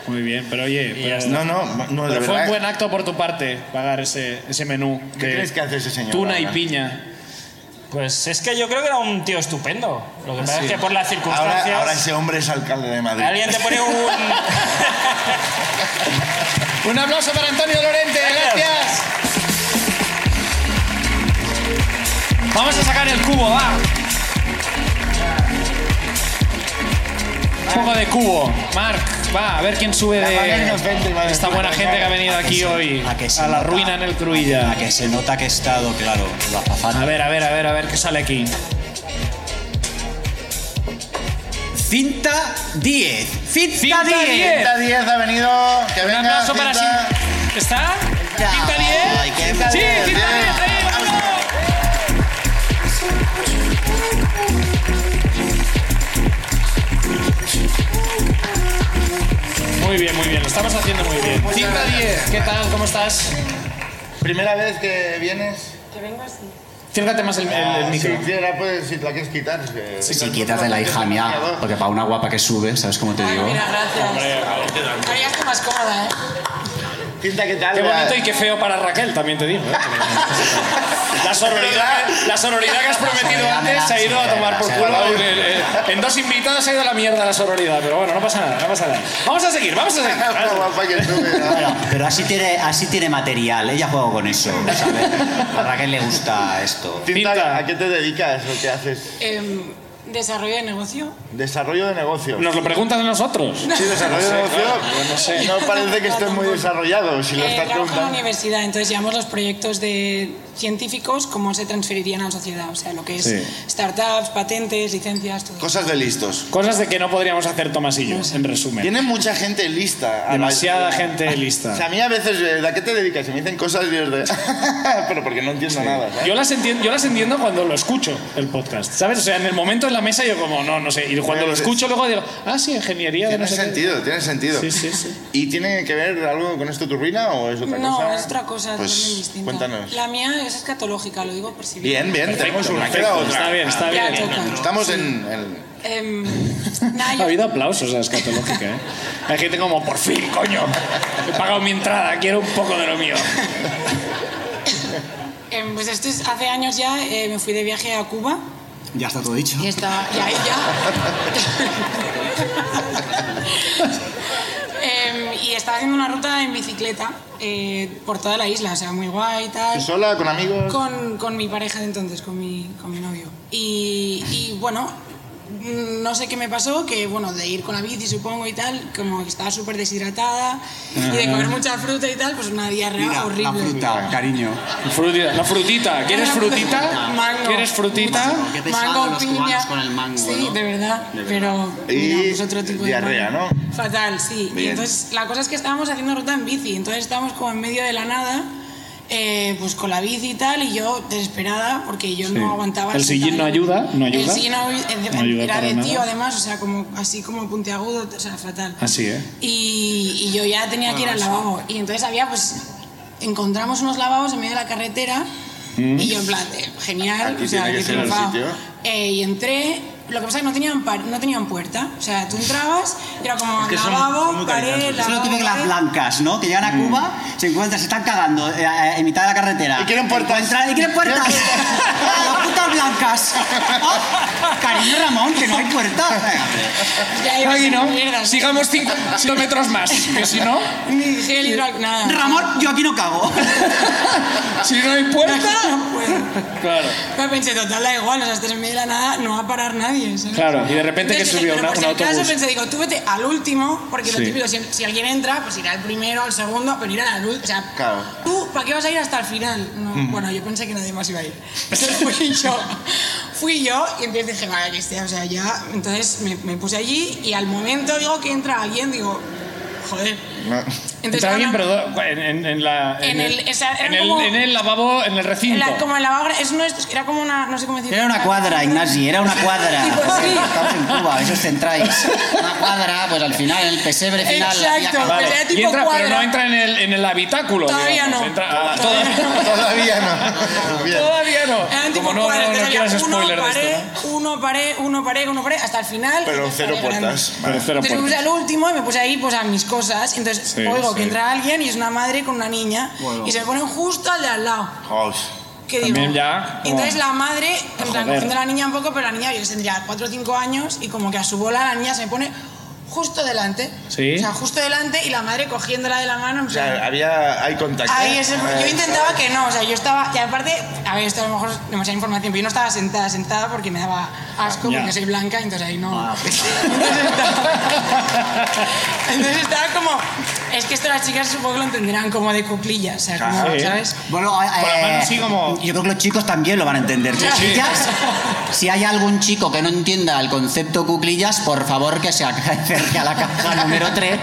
Speaker 6: Muy bien, pero oye,
Speaker 9: Y ya
Speaker 6: pero-
Speaker 5: No, no, no, de
Speaker 6: pero fue
Speaker 5: verdad.
Speaker 6: un buen acto por tu parte pagar ese, ese menú
Speaker 5: ¿Qué
Speaker 6: de
Speaker 5: crees que hace ese señor?
Speaker 6: tuna y
Speaker 5: ahora?
Speaker 6: piña.
Speaker 9: Pues es que yo creo que era un tío estupendo. Lo que pasa es que por las circunstancias...
Speaker 5: Ahora, ahora ese hombre es alcalde de Madrid.
Speaker 9: Alguien te pone un...
Speaker 6: Un aplauso para Antonio Lorente, gracias. Vamos a sacar el cubo, va. Un poco de cubo. Marc, va, a ver quién sube
Speaker 5: La manera inocente,
Speaker 6: de
Speaker 5: madre
Speaker 6: Eh, esta
Speaker 5: mía,
Speaker 6: buena
Speaker 5: venga.
Speaker 6: gente que ha venido aquí hoy
Speaker 2: a que se
Speaker 6: a la
Speaker 2: nota.
Speaker 6: ruina en el
Speaker 2: A
Speaker 6: Cruilla.
Speaker 2: que se nota que he estado, claro, la azafata.
Speaker 6: A ver, a ver, a ver, a ver qué sale aquí.
Speaker 2: Cinta 10.
Speaker 6: Cinta 10.
Speaker 5: Cinta 10 ha venido. Que
Speaker 6: Un
Speaker 5: venga,
Speaker 6: aplauso para
Speaker 5: Cinta.
Speaker 6: Sin- ¿Está?
Speaker 2: Ya.
Speaker 6: ¿Cinta 10?
Speaker 2: Ay, qué
Speaker 6: Sí,
Speaker 2: bien.
Speaker 6: Cinta 10. ahí, vámonos. Muy bien, muy bien. Los estamos haciendo muy bien.
Speaker 5: Muchas
Speaker 6: Cinta
Speaker 5: gracias.
Speaker 6: 10, ¿qué tal? ¿Cómo estás?
Speaker 5: Primera vez que vienes.
Speaker 7: Que vengo así.
Speaker 6: Cércate más el, el- el
Speaker 5: Ah,
Speaker 6: micro.
Speaker 5: Si, quieres, pues, si la quieres quitar. eh,
Speaker 2: Sí,
Speaker 5: tal-
Speaker 2: quítate la hija mía, porque para una guapa que sube, ¿sabes cómo te digo?
Speaker 11: Ahora ya estoy más cómoda, ¿eh?
Speaker 5: Cinta, ¿qué tal?
Speaker 6: Qué bonito y qué feo para Raquel, también te digo. ¿eh? La sororidad, la sororidad que has prometido
Speaker 2: Sororidad me
Speaker 6: antes
Speaker 2: da-
Speaker 6: se ha ido a tomar por
Speaker 2: se
Speaker 6: culo.
Speaker 2: me da-
Speaker 6: porque, eh, En dos invitados se ha ido a la mierda la sororidad, pero bueno, no pasa nada, no pasa nada. Vamos a seguir, vamos a seguir.
Speaker 5: Una guapa que sube, ¿no?
Speaker 2: Bueno, pero así tiene, así tiene material, ella juega con eso, ¿sabes? A Raquel le gusta esto.
Speaker 5: Cinta, ¿a qué te dedicas o qué haces?
Speaker 11: Em, Desarrollo de negocio.
Speaker 5: Desarrollo de negocios.
Speaker 6: Nos lo preguntan a nosotros.
Speaker 5: Sí, desarrollo de negocio. No parece que estés muy desarrollado si lo
Speaker 11: Eh,
Speaker 5: estás
Speaker 11: trabajo en la
Speaker 5: preguntando.
Speaker 11: universidad, entonces llevamos los proyectos de científicos, cómo se transferirían a la sociedad, o sea, lo que es
Speaker 6: Sí.
Speaker 11: startups, patentes, licencias, todo.
Speaker 5: Cosas de listos.
Speaker 6: Cosas de que no podríamos hacer Tomás y yo, en resumen.
Speaker 5: Tiene mucha gente lista.
Speaker 6: Demasiada
Speaker 5: Además,
Speaker 6: gente
Speaker 5: O sea, a
Speaker 6: lista.
Speaker 5: mí a veces, eh, ¿a qué te dedicas? Y me dicen cosas y es de... Pero porque no entiendo nada, ¿sabes?
Speaker 6: Yo las, entiendo, yo las entiendo cuando lo escucho, el podcast. ¿Sabes? O sea, en el momento en la mesa yo como, no, no sé. Y cuando lo escucho luego digo, ah, sí, ingeniería de
Speaker 5: Eh, Tiene
Speaker 6: no sé qué".
Speaker 5: sentido, tiene sentido.
Speaker 6: Sí, sí, sí.
Speaker 5: ¿Y tiene que ver algo con esto tu ruina o es otra
Speaker 11: No,
Speaker 5: cosa?
Speaker 11: es otra cosa
Speaker 5: Pues,
Speaker 11: totalmente distinta.
Speaker 5: cuéntanos.
Speaker 11: La mía es escatológica, lo digo por si
Speaker 5: Bien, bien, tenemos una
Speaker 6: Pues perfecto,
Speaker 5: queda otra.
Speaker 6: está bien, está
Speaker 11: Ya
Speaker 6: bien.
Speaker 11: toca.
Speaker 5: Estamos en... en-
Speaker 11: Em, nada,
Speaker 6: Ha
Speaker 11: yo-
Speaker 6: habido aplausos a Escatológica, ¿eh? Hay gente como, por fin, coño, he pagado mi entrada, quiero un poco de lo mío.
Speaker 11: em, pues esto es, hace años ya eh, me fui de viaje a Cuba
Speaker 2: Ya está todo dicho.
Speaker 11: y estaba... Ya, ya. Em, y estaba haciendo una ruta en bicicleta eh, por toda la isla, o sea, muy guay y tal.
Speaker 5: ¿tú sola, con amigos?
Speaker 11: Con, con mi pareja de entonces, con mi, con mi novio. Y, y, bueno, mm, no sé qué me pasó, que bueno, de ir con la bici supongo y tal, como que estaba súper deshidratada y de comer mucha fruta y tal, pues una diarrea
Speaker 2: Mira,
Speaker 11: horrible.
Speaker 2: la fruta, cariño.
Speaker 6: Frutita, la frutita, ¿quieres frutita?
Speaker 11: Mango.
Speaker 6: ¿Quieres frutita?
Speaker 2: Qué pesado
Speaker 11: Mango,
Speaker 2: los
Speaker 11: piña.
Speaker 2: cubanos con el mango,
Speaker 11: sí,
Speaker 2: ¿no?
Speaker 11: de verdad.
Speaker 2: De verdad.
Speaker 11: Pero mira,
Speaker 5: Y
Speaker 11: pues otro tipo de
Speaker 5: diarrea,
Speaker 11: mango.
Speaker 5: ¿no?
Speaker 11: Fatal, sí. Y
Speaker 5: Bien.
Speaker 11: entonces la cosa es que estábamos haciendo ruta en bici, entonces estábamos como en medio de la nada. eh, pues con la bici y tal, y yo desesperada porque yo no aguantaba.
Speaker 6: El sillín no
Speaker 11: absolutamente-
Speaker 6: ayuda, no ayuda.
Speaker 11: El sillín no, eh,
Speaker 6: No ayuda
Speaker 11: era
Speaker 6: para
Speaker 11: de
Speaker 6: nada.
Speaker 11: tío, además, o sea, como, así como puntiagudo, o sea, fatal.
Speaker 6: Así, ¿eh?
Speaker 11: Y, y yo ya tenía que ir al lavabo. Y entonces había, pues, encontramos unos lavabos en medio de la carretera. Mm.
Speaker 6: Mm.
Speaker 11: Y yo en plan, de, genial,
Speaker 5: Aquí
Speaker 11: o sea,
Speaker 5: tiene que
Speaker 11: qué
Speaker 5: ser el
Speaker 11: triunfado.
Speaker 5: sitio.
Speaker 11: Eh, y entré, lo que pasa es que no tenían, par- no tenían puerta. O sea, tú entrabas, y era como
Speaker 5: que son-
Speaker 11: lavabo,
Speaker 5: son muy
Speaker 11: pared,
Speaker 5: cariñosos. Mm.
Speaker 2: Eso lo
Speaker 11: lavabo,
Speaker 2: tienen las
Speaker 11: pared.
Speaker 2: blancas, ¿no? Que llegan a Cuba, se encuentran, se están cagando eh, eh, en mitad de la carretera.
Speaker 5: Y quieren puertas.
Speaker 2: Encuentran- y quieren puertas. las putas blancas. Ah, cariño Ramón, que no hay puerta. Venga, hombre.
Speaker 11: Ya iba
Speaker 6: Ay,
Speaker 11: siendo
Speaker 6: no,
Speaker 11: mierda, ¿no?
Speaker 6: sigamos 50 metros más, que si no,
Speaker 11: Ni gel hidro- nada.
Speaker 2: Ramón, yo aquí no cago.
Speaker 6: si no hay puerta...
Speaker 11: No puedo.
Speaker 6: Claro,
Speaker 11: Pero pensé, total, da igual, o sea, este estás en medio de la nada, no va a parar nadie, ¿sabes?
Speaker 6: claro, y de repente que
Speaker 11: Entonces,
Speaker 6: subió
Speaker 11: pero
Speaker 6: una-
Speaker 11: por
Speaker 6: un
Speaker 11: si acaso
Speaker 6: autobús.
Speaker 11: pensé, digo, tú vete al último, porque
Speaker 6: Sí.
Speaker 11: lo típico, si, si alguien entra, pues irá al primero, al segundo, pero irá al último. O sea,
Speaker 5: Claro.
Speaker 11: tú, ¿para qué vas a ir hasta el final? No, Bueno, yo pensé que nadie más iba a ir. Entonces fui yo. Fui yo y entonces dije, vaya que esté, o sea, ya. Entonces me, me puse allí y al momento digo que entra alguien, digo, joder.
Speaker 5: No.
Speaker 11: Entonces,
Speaker 6: Entra alguien,
Speaker 11: cuando-
Speaker 6: pero en, en- en la...
Speaker 11: En el- esa- era
Speaker 6: en el-
Speaker 11: como-
Speaker 6: en el lavabo, en el recinto.
Speaker 11: la- como el lavabo, es una- era como una, no sé cómo decirlo.
Speaker 2: Era una cuadra, Ignasi, era una cuadra.
Speaker 11: Sí, pues sí.
Speaker 2: Estamos en Cuba, eso os centráis. Una cuadra, pues al final, el pesebre final. la
Speaker 11: Exacto.
Speaker 2: vieja-
Speaker 6: Vale,
Speaker 11: Pues era
Speaker 6: y
Speaker 11: tipo
Speaker 6: entra, pero
Speaker 11: cuadra.
Speaker 6: no entra en el, en el habitáculo.
Speaker 11: Todavía
Speaker 6: digamos.
Speaker 11: no.
Speaker 6: Entra- ah,
Speaker 11: Todavía
Speaker 6: todavía-
Speaker 5: Todavía no. Bien.
Speaker 6: Todavía no.
Speaker 11: Eran tipo
Speaker 6: Como no, no,
Speaker 11: cuadras,
Speaker 6: no
Speaker 11: entonces
Speaker 6: quieras
Speaker 11: había uno,
Speaker 6: spoiler de
Speaker 11: paré,
Speaker 6: esto, ¿no?
Speaker 11: uno paré, uno paré, uno paré, hasta el final.
Speaker 5: Pero
Speaker 11: y
Speaker 5: cero
Speaker 11: paré
Speaker 5: puertas.
Speaker 11: grande.
Speaker 5: Vale.
Speaker 6: Tercera
Speaker 11: Entonces me puse
Speaker 6: puerta.
Speaker 11: al último y me puse ahí pues a mis cosas. Entonces
Speaker 6: Sí,
Speaker 11: oigo
Speaker 6: sí.
Speaker 11: que entra alguien y es una madre con una niña y se ponen justo al de al lado.
Speaker 5: Oh,
Speaker 11: ¿Qué
Speaker 6: También
Speaker 11: digo?
Speaker 6: ya, oh. como-
Speaker 11: Entonces la madre, en
Speaker 6: Joder.
Speaker 11: plan, cogiendo a la niña un poco, pero la niña yo tendría 4 o 5 años y como que a su bola la niña se me pone justo delante.
Speaker 6: Sí.
Speaker 11: O sea, justo delante y la madre cogiéndola de la mano. en
Speaker 5: o
Speaker 11: plan,
Speaker 5: sea, había... Hay contacto.
Speaker 11: Ahí es el- yo
Speaker 5: Eh,
Speaker 11: intentaba que no, o sea, yo estaba, y aparte, a ver, esto a lo mejor es demasiada información, pero yo no estaba sentada, sentada porque me daba asco,
Speaker 6: Ya. Ah,
Speaker 11: porque soy blanca, entonces ahí no. entonces, estaba, entonces estaba como, es que esto las chicas supongo que lo entenderán como de cuclillas, o sea, como,
Speaker 6: Sí.
Speaker 11: ¿sabes?
Speaker 2: Bueno, eh,
Speaker 6: Con la mano
Speaker 2: eh,
Speaker 6: así como-
Speaker 2: Yo creo que los chicos también lo van a entender.
Speaker 11: Sí, sí.
Speaker 2: Chicas,
Speaker 13: Si hay algún chico que no entienda el concepto cuclillas, por favor que se acerque a la caja número 3.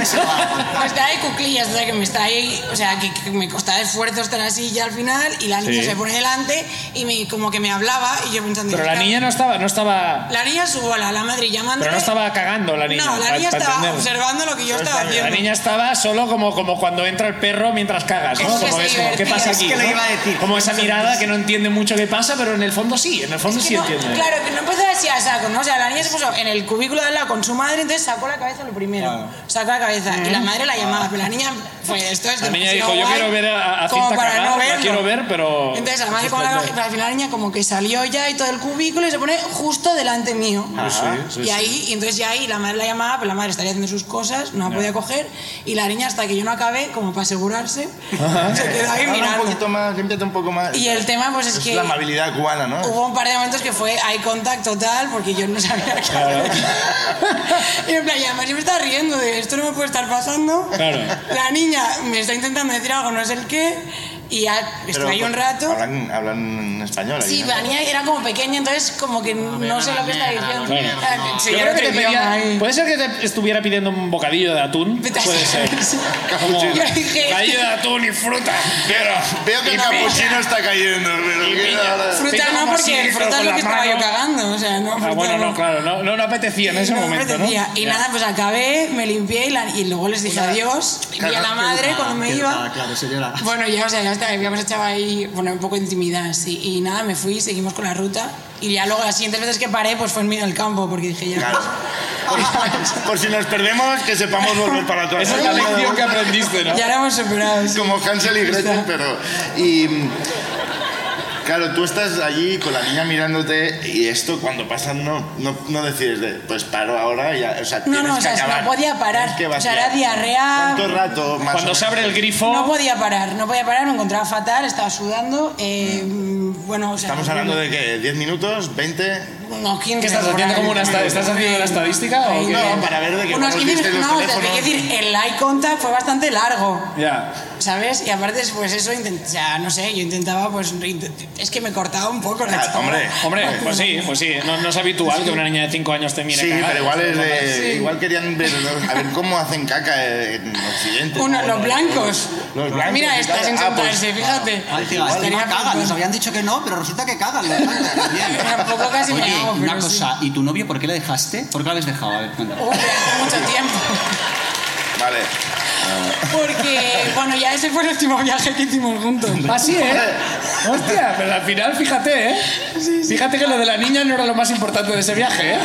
Speaker 11: Estaba Pues de cuclillas, o sea, que me está ahí, o sea, que, que me costaba esfuerzo estar así ya al final y la niña
Speaker 6: Sí.
Speaker 11: se pone delante y me, como que me hablaba y yo pensando...
Speaker 6: Pero la
Speaker 11: "Claro".
Speaker 6: niña no estaba, no estaba.
Speaker 11: La niña su bola, la madre llamando.
Speaker 6: Pero no estaba cagando la niña.
Speaker 11: No, la
Speaker 6: pa-
Speaker 11: niña
Speaker 6: pa
Speaker 11: estaba
Speaker 6: entender.
Speaker 11: observando lo que yo estaba haciendo.
Speaker 6: La niña estaba solo como, como cuando entra el perro mientras cagas, ¿no?
Speaker 11: Es que
Speaker 6: Como
Speaker 11: se
Speaker 6: ves, como, ¿qué
Speaker 11: divertía,
Speaker 6: pasa
Speaker 11: es
Speaker 6: aquí?
Speaker 11: que lo
Speaker 6: no?
Speaker 11: iba a decir.
Speaker 6: Como esa mirada que no entiende mucho qué pasa, pero en el fondo sí, en el fondo
Speaker 11: Es que
Speaker 6: sí
Speaker 11: no,
Speaker 6: entiende.
Speaker 11: Claro, que no empezó así a saco, ¿no? O sea, la niña se puso en el cubículo de al lado con su madre, entonces sacó la cabeza lo primero. Sacó la cabeza. Y la madre la llamaba, pero la niña fue esto es
Speaker 6: La niña dijo,
Speaker 11: demasiado
Speaker 6: yo
Speaker 11: guay
Speaker 6: quiero ver a, a
Speaker 11: como
Speaker 6: Cinta
Speaker 11: para
Speaker 6: cagar,
Speaker 11: no
Speaker 6: la
Speaker 11: verlo".
Speaker 6: quiero ver, pero...
Speaker 11: Entonces la madre como la cabeza, pero al final la niña como que salió ya y todo el cubículo y se pone justo delante mío.
Speaker 6: Ah, sí, sí,
Speaker 11: y
Speaker 6: sí.
Speaker 11: ahí, y entonces ya ahí la madre la llamaba, pero la madre estaría haciendo sus cosas, no la
Speaker 6: Ya.
Speaker 11: podía coger, y la niña hasta que yo no acabé, como para asegurarse, se quedó ahí
Speaker 5: Habla
Speaker 11: mirando.
Speaker 5: un poquito más, límpiate un poco más.
Speaker 11: Y el tema, pues, es que-
Speaker 5: la amabilidad cubana, ¿no?
Speaker 11: Hubo un par de momentos que fue eye contact total porque yo no sabía qué
Speaker 5: Claro.
Speaker 11: hacer. Y en plan, y además yo me estaba riendo de esto no me puede estar pasando.
Speaker 5: Claro.
Speaker 11: La niña me está intentando decir algo, no sé el qué, y ya
Speaker 5: Pero
Speaker 11: estoy ahí un rato.
Speaker 5: Hablan, hablan en español. ahí,
Speaker 11: Sí,
Speaker 5: ¿no?
Speaker 11: pero la niña era como pequeña, entonces como que no sé lo que está diciendo. Ah,
Speaker 6: Yo
Speaker 11: seguía
Speaker 6: creo que
Speaker 11: otro
Speaker 6: te pedía-
Speaker 11: idioma ahí.
Speaker 6: Puede ser que te estuviera pidiendo un bocadillo de atún. Puede ser. Como,
Speaker 11: Yo dije-
Speaker 6: bocadillo de atún y fruta.
Speaker 5: Veo que el capuchino está cayendo, pero
Speaker 6: Y
Speaker 5: que
Speaker 6: piña.
Speaker 5: ahora-
Speaker 11: Fruta
Speaker 6: Tengo
Speaker 11: no,
Speaker 6: como así,
Speaker 11: porque
Speaker 6: pero
Speaker 11: fruta es
Speaker 6: con
Speaker 11: lo
Speaker 6: la
Speaker 11: que estaba yo
Speaker 6: mano.
Speaker 11: cagando, o sea, no, fruta
Speaker 6: Ah, bueno, no, claro, no, no, no apetecía en ese
Speaker 11: no me
Speaker 6: momento, ¿no?
Speaker 11: apetecía. Y
Speaker 6: Ya.
Speaker 11: nada, pues acabé, me limpié y, la- y luego les dije adiós. Vi a la madre cuando me iba.
Speaker 13: Claro, señora.
Speaker 11: Bueno, ya, o sea, ya está, habíamos echado ahí, bueno, un poco de intimidad, sí. Y nada, me fui, seguimos con la ruta. Y ya luego las siguientes veces que paré, pues fue en medio del campo, porque dije ya.
Speaker 5: Claro. Por, por si nos perdemos, que sepamos volver para atrás.
Speaker 11: Esa es la lección que
Speaker 5: aprendiste,
Speaker 11: ¿no? Ya la hemos superado.
Speaker 5: Como Hansel y Gretel, pero... Y... mm, Claro, tú estás allí con la niña mirándote y esto cuando pasa no, no, no decides de, pues paro ahora, ya, o sea,
Speaker 11: No,
Speaker 5: tienes
Speaker 11: no, o
Speaker 5: que
Speaker 11: sea,
Speaker 5: acabar.
Speaker 11: no podía parar.
Speaker 5: Tienes que
Speaker 11: O sea,
Speaker 5: vaciar.
Speaker 11: era diarrea.
Speaker 5: ¿Cuánto rato más
Speaker 6: Cuando
Speaker 5: o
Speaker 6: se
Speaker 5: menos?
Speaker 6: abre el grifo.
Speaker 11: No podía parar, no podía parar, me encontraba fatal, estaba sudando. eh, bueno, o sea.
Speaker 5: Estamos hablando de que 10 minutos, 20,
Speaker 11: Unos 15.
Speaker 6: ¿Qué estás
Speaker 11: por
Speaker 6: haciendo
Speaker 11: ahí.
Speaker 6: como una esta- estás haciendo una estadística o
Speaker 11: Ahí,
Speaker 6: qué?
Speaker 11: bien. Unos 15 No, o
Speaker 5: este
Speaker 11: sea, te quiero decir, el eye contact fue bastante largo.
Speaker 6: Ya.
Speaker 11: ¿Sabes? Y aparte, pues eso, intent- o sea, no sé, yo intentaba, pues, intent- es que me cortaba un poco
Speaker 5: Ah,
Speaker 11: la chavala.
Speaker 6: Ah, Hombre, hombre, pues sí, pues sí. No, no es habitual que una niña de 5 años te mire
Speaker 5: Sí,
Speaker 6: cagar.
Speaker 5: pero igual es de-
Speaker 6: Sí.
Speaker 5: igual querían ver, a ver cómo hacen caca en Occidente.
Speaker 11: Uno,
Speaker 5: Bueno,
Speaker 11: los blancos.
Speaker 5: Los blancos.
Speaker 11: Mira,
Speaker 5: y tal.
Speaker 11: estás en
Speaker 5: Ah, pues,
Speaker 11: sentarse, fíjate.
Speaker 5: Ah,
Speaker 13: Tío,
Speaker 5: igual.
Speaker 13: encima cagan, nos habían dicho que no, pero resulta que cagan. los blancos también.
Speaker 11: Tampoco casi me
Speaker 13: Oye,
Speaker 11: hago, pero
Speaker 13: una cosa, ¿y tu novio por qué la dejaste? ¿Por qué la habéis dejado? A ver, cuéntame.
Speaker 11: Uy, hace mucho tiempo.
Speaker 5: Vale.
Speaker 11: Porque, bueno, ya ese fue el último viaje que hicimos juntos.
Speaker 6: Así, ¿eh? Hostia, pero al final, fíjate, ¿eh? Fíjate que lo de la niña no era lo más importante de ese viaje, ¿eh?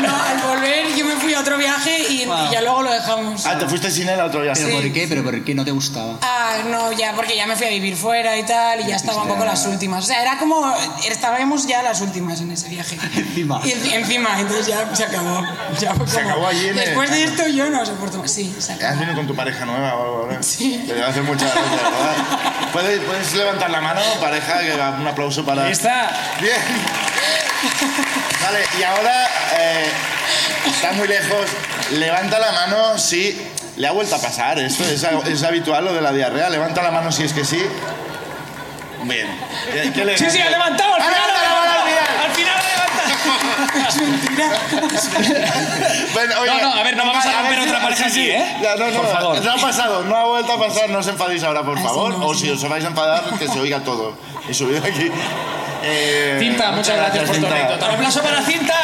Speaker 11: No, al volver yo me fui a otro viaje y, y
Speaker 13: Wow.
Speaker 11: ya luego lo dejamos.
Speaker 5: Ah, te fuiste sin él a otro viaje.
Speaker 13: ¿Pero
Speaker 11: Sí.
Speaker 13: por qué? ¿Pero por qué no te gustaba?
Speaker 11: Ah, no, ya, porque ya me fui a vivir fuera y tal, y ya estaba un poco las últimas. O sea, era como, estábamos ya las últimas en ese viaje.
Speaker 13: Encima.
Speaker 11: Y enci- encima, entonces ya se acabó. Ya fue
Speaker 5: Se
Speaker 11: como-
Speaker 5: acabó allí en el-
Speaker 11: Después de esto yo no soporto más. Sí, se acabó.
Speaker 5: ¿Has venido con tu pareja nueva o algo, ¿verdad? Sí. Te hace mucha gracia, ¿verdad? ¿Puedes, puedes levantar la mano, pareja, que va- un aplauso para...
Speaker 6: Ahí está.
Speaker 5: Bien. Vale, y ahora, eh, estás muy lejos, levanta la mano si... Le ha vuelto a pasar esto, es, es habitual lo de la diarrea. Levanta la mano si es que sí. Bien. ¿Qué- qué le-
Speaker 6: Sí, sí, ha levantado, al
Speaker 5: Ha
Speaker 6: final
Speaker 5: levantado la mano, mira.
Speaker 6: al final ha levantado.
Speaker 5: Bueno, oye,
Speaker 6: No, no, a ver, no vamos a romper
Speaker 5: ver,
Speaker 6: otra pareja
Speaker 5: sí, sí.
Speaker 6: aquí, ¿eh?
Speaker 5: Ya, no, no,
Speaker 6: Por favor.
Speaker 5: No ha pasado, no ha vuelto a pasar, no os enfadéis ahora, por
Speaker 11: Así
Speaker 5: favor.
Speaker 11: no,
Speaker 5: o
Speaker 11: así
Speaker 5: si
Speaker 11: no.
Speaker 5: os vais a enfadar, que se oiga todo. Y subido aquí. Eh,
Speaker 6: Cinta, muchas gracias por tu
Speaker 5: Cinta.
Speaker 6: anécdota. Un aplauso para Cinta.